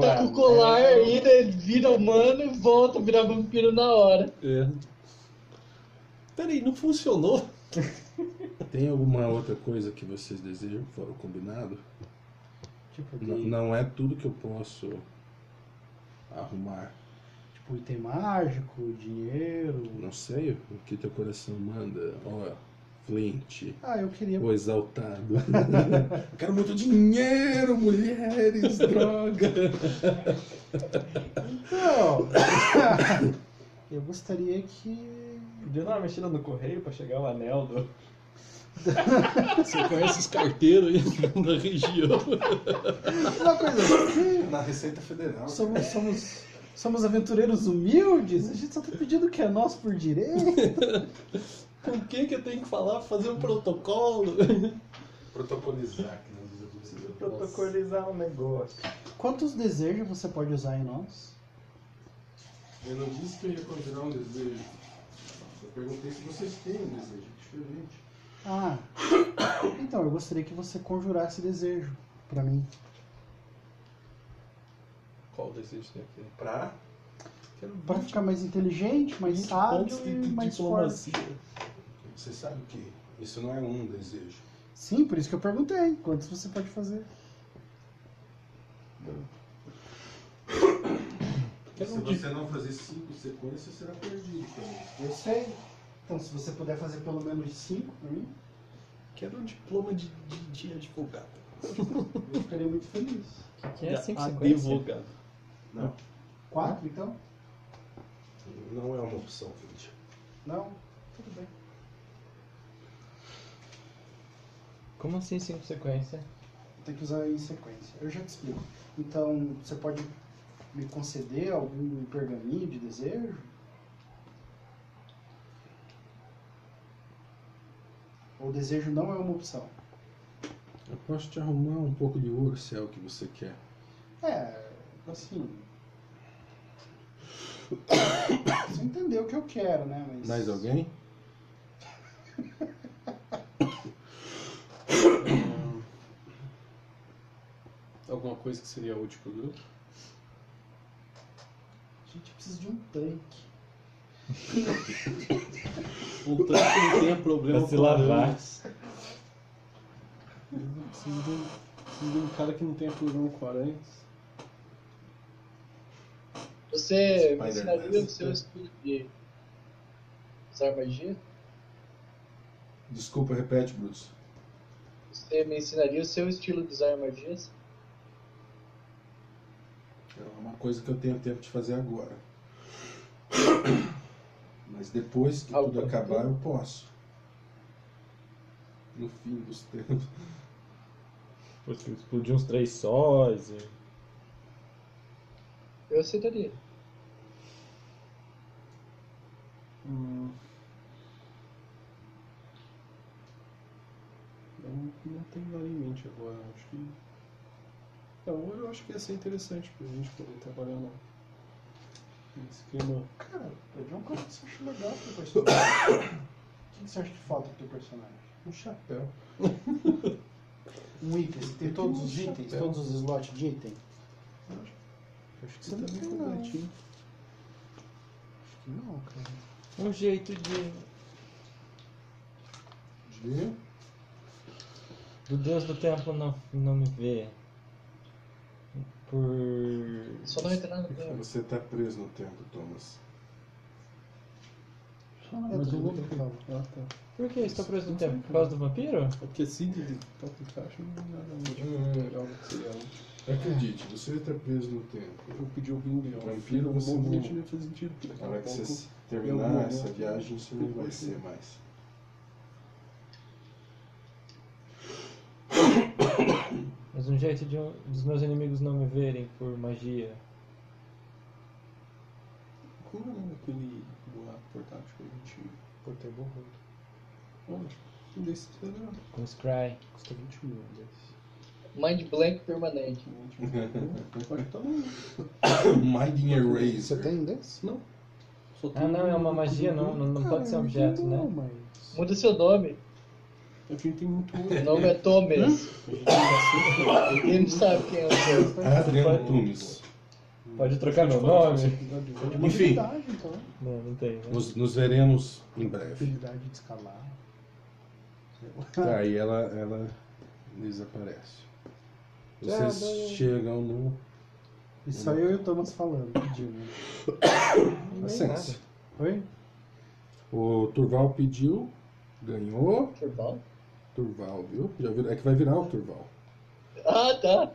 S6: Tá com o colar aí, né, vira humano e volta, vira vampiro na hora.
S10: É. Peraí, não funcionou?
S8: tem alguma outra coisa que vocês desejam que foram combinado?
S5: Tipo,
S8: Não, não é tudo que eu posso arrumar.
S5: Tipo, item mágico, dinheiro.
S8: Não sei o que teu coração manda. Ó, Flint.
S5: Ah, eu queria.
S8: O exaltado. (laughs) Quero muito dinheiro, mulheres, droga.
S5: Então. (coughs) eu gostaria que.
S3: Podia dar uma mexida no correio pra chegar o anel do.
S10: Você conhece os carteiros aí (laughs) da região?
S5: Uma coisa assim.
S18: Na Receita Federal.
S5: Somos, somos, somos aventureiros humildes? A gente só tá pedindo o que é nosso por direito.
S10: Com quem que eu tenho que falar? Fazer um protocolo?
S18: Protocolizar, que não diz eu preciso.
S3: Protocolizar um negócio.
S5: Quantos desejos você pode usar em nós?
S18: Eu não disse que eu ia conjurar um desejo. Eu perguntei se vocês têm um desejo diferente.
S5: Ah, então eu gostaria que você conjurasse desejo pra mim.
S10: Qual desejo tem aqui?
S18: Pra?
S10: Quero
S5: Pra ficar mais inteligente, mais sábio
S10: pontos de
S5: e mais forte.
S10: diplomacia.
S18: Você sabe que isso não é um desejo.
S5: Sim, por isso que eu perguntei. Quantos você pode fazer?
S18: Se você não fazer cinco sequências, será perdido.
S29: Eu sei. Então, se você puder fazer pelo menos cinco pra mim,
S10: Quero um diploma de, de, de advogado.
S29: eu ficaria muito feliz.
S14: Que é cinco sequências.
S10: advogado.
S18: Não,
S29: Quatro, então?
S18: não é uma opção, Flint.
S29: Não? Tudo bem.
S3: Como assim cinco sequências?
S29: Tem que usar em sequência. Eu já te explico. Então, você pode me conceder algum pergaminho de desejo? O desejo não é uma opção.
S8: Eu posso te arrumar um pouco de ouro se é o que você quer.
S29: É, assim. Você entendeu o que eu quero, né? Mas.
S8: Mais alguém?
S10: Alguma coisa que seria útil pro grupo?
S29: A gente precisa de um
S10: (laughs)
S29: tanque.
S10: Um tanque não tem problema
S3: Pra se
S10: com
S3: lavar.
S10: aranhas. Eu Preciso de, um, preciso de um cara que não tenha problema com aranhas.
S6: Você
S10: Spider-Man.
S6: me ensinaria o seu estudo de usar magia?
S18: Desculpa, repete, Bruce.
S6: Você me ensinaria o seu estilo de usar magias?
S18: É uma coisa que eu tenho tempo de fazer agora. Mas depois que tudo acabar, eu posso. No fim dos tempos.
S3: Depois que explodiu uns três sóis e.
S6: Eu aceitaria.
S10: Hum. Eu não, não tenho nada em mente agora, acho que. Não, eu acho que ia ser interessante pra gente poder trabalhar no no esquema.
S29: Cara, pede uma coisa que você acha legal pro personagem. O que você acha que falta pro teu personagem?
S18: Um chapéu.
S29: Um item. Você tem todos os itens,
S18: Chapéu.
S29: todos os slots de item?
S10: Acho que você tá bem completinho.
S29: Acho que não, cara.
S14: Um jeito de.
S18: De...
S3: Do Deus do Tempo não, não me vê. Por.
S6: Só não entra nada.
S18: Você tá preso no tempo, Thomas.
S1: Ah, mas eu vou
S5: bem.
S1: Ah, tá.
S9: Por que isso tá preso no tempo? Por causa do
S10: É
S9: vampiro?
S1: Porque assim de toque caixa não é nada muito
S18: Hum.
S1: legal que seria útil.
S8: Acredite, você
S18: tá
S8: está preso no tempo.
S1: Eu um pedi o Bingo e o
S8: Vampiro, você
S1: não
S8: não-
S1: tinha feito sentido. porque daqui
S8: Na hora que
S1: pouco-
S8: você
S1: em algum
S8: terminar essa
S1: momento-
S8: viagem, isso não vai
S1: Depois
S8: ser
S1: eu-
S8: mais.
S9: Mas um jeito de um, dos meus inimigos não me verem por magia.
S1: Como é o nome daquele buraco portátil que a gente. Portable Hold. Onde? Um desses tá legal.
S9: Com Scry.
S1: Custa 20 mil um desses.
S6: Mind blank permanente.
S1: Pode
S8: Mind Eraser.
S9: tá-
S8: Você
S15: tem um desse?
S1: Não.
S9: Ah
S1: um
S9: não, é uma magia não, não, não
S1: é
S9: pode ser objeto, né?
S6: Muda seu nome.
S1: A gente Tá tem muito. (laughs)
S6: O nome é Thomas. Ninguém sabe quem é o Thomas.
S8: Ah, Adriano Tumes.
S9: Pode trocar meu
S8: Pode
S9: nome?
S8: fazer Enfim,
S29: então.
S9: Não, não tem. Né?
S8: nos, nos veremos em breve.
S15: Habilidade de escalar.
S9: Ah.
S8: Tá, e ela, ela desaparece.
S9: Ah,
S15: Já, daí-
S8: Vocês chegam no.
S15: E só eu e o Thomas falando, pedindo.
S8: Ascenso.
S15: Oi?
S8: O Turval pediu, ganhou.
S6: Turval?
S8: Turval, viu? Já virou- é que vai virar o Turval.
S6: Ah, tá.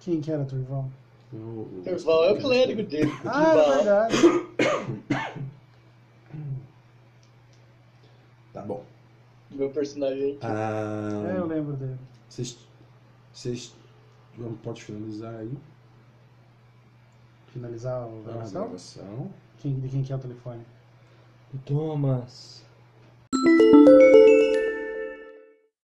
S15: Quem que era Turval?
S8: O- o-
S6: Turval é o clérigo dele.
S15: Ah, é verdade.
S8: Tá bom.
S6: Meu personagem. é
S8: Ah,
S15: É, eu lembro dele.
S8: Vocês. Vocês. Vamos, pode finalizar aí.
S15: Finalizar a
S8: a
S15: gravação?
S8: gravação.
S15: Quem, de quem que é o telefone?
S9: O Thomas.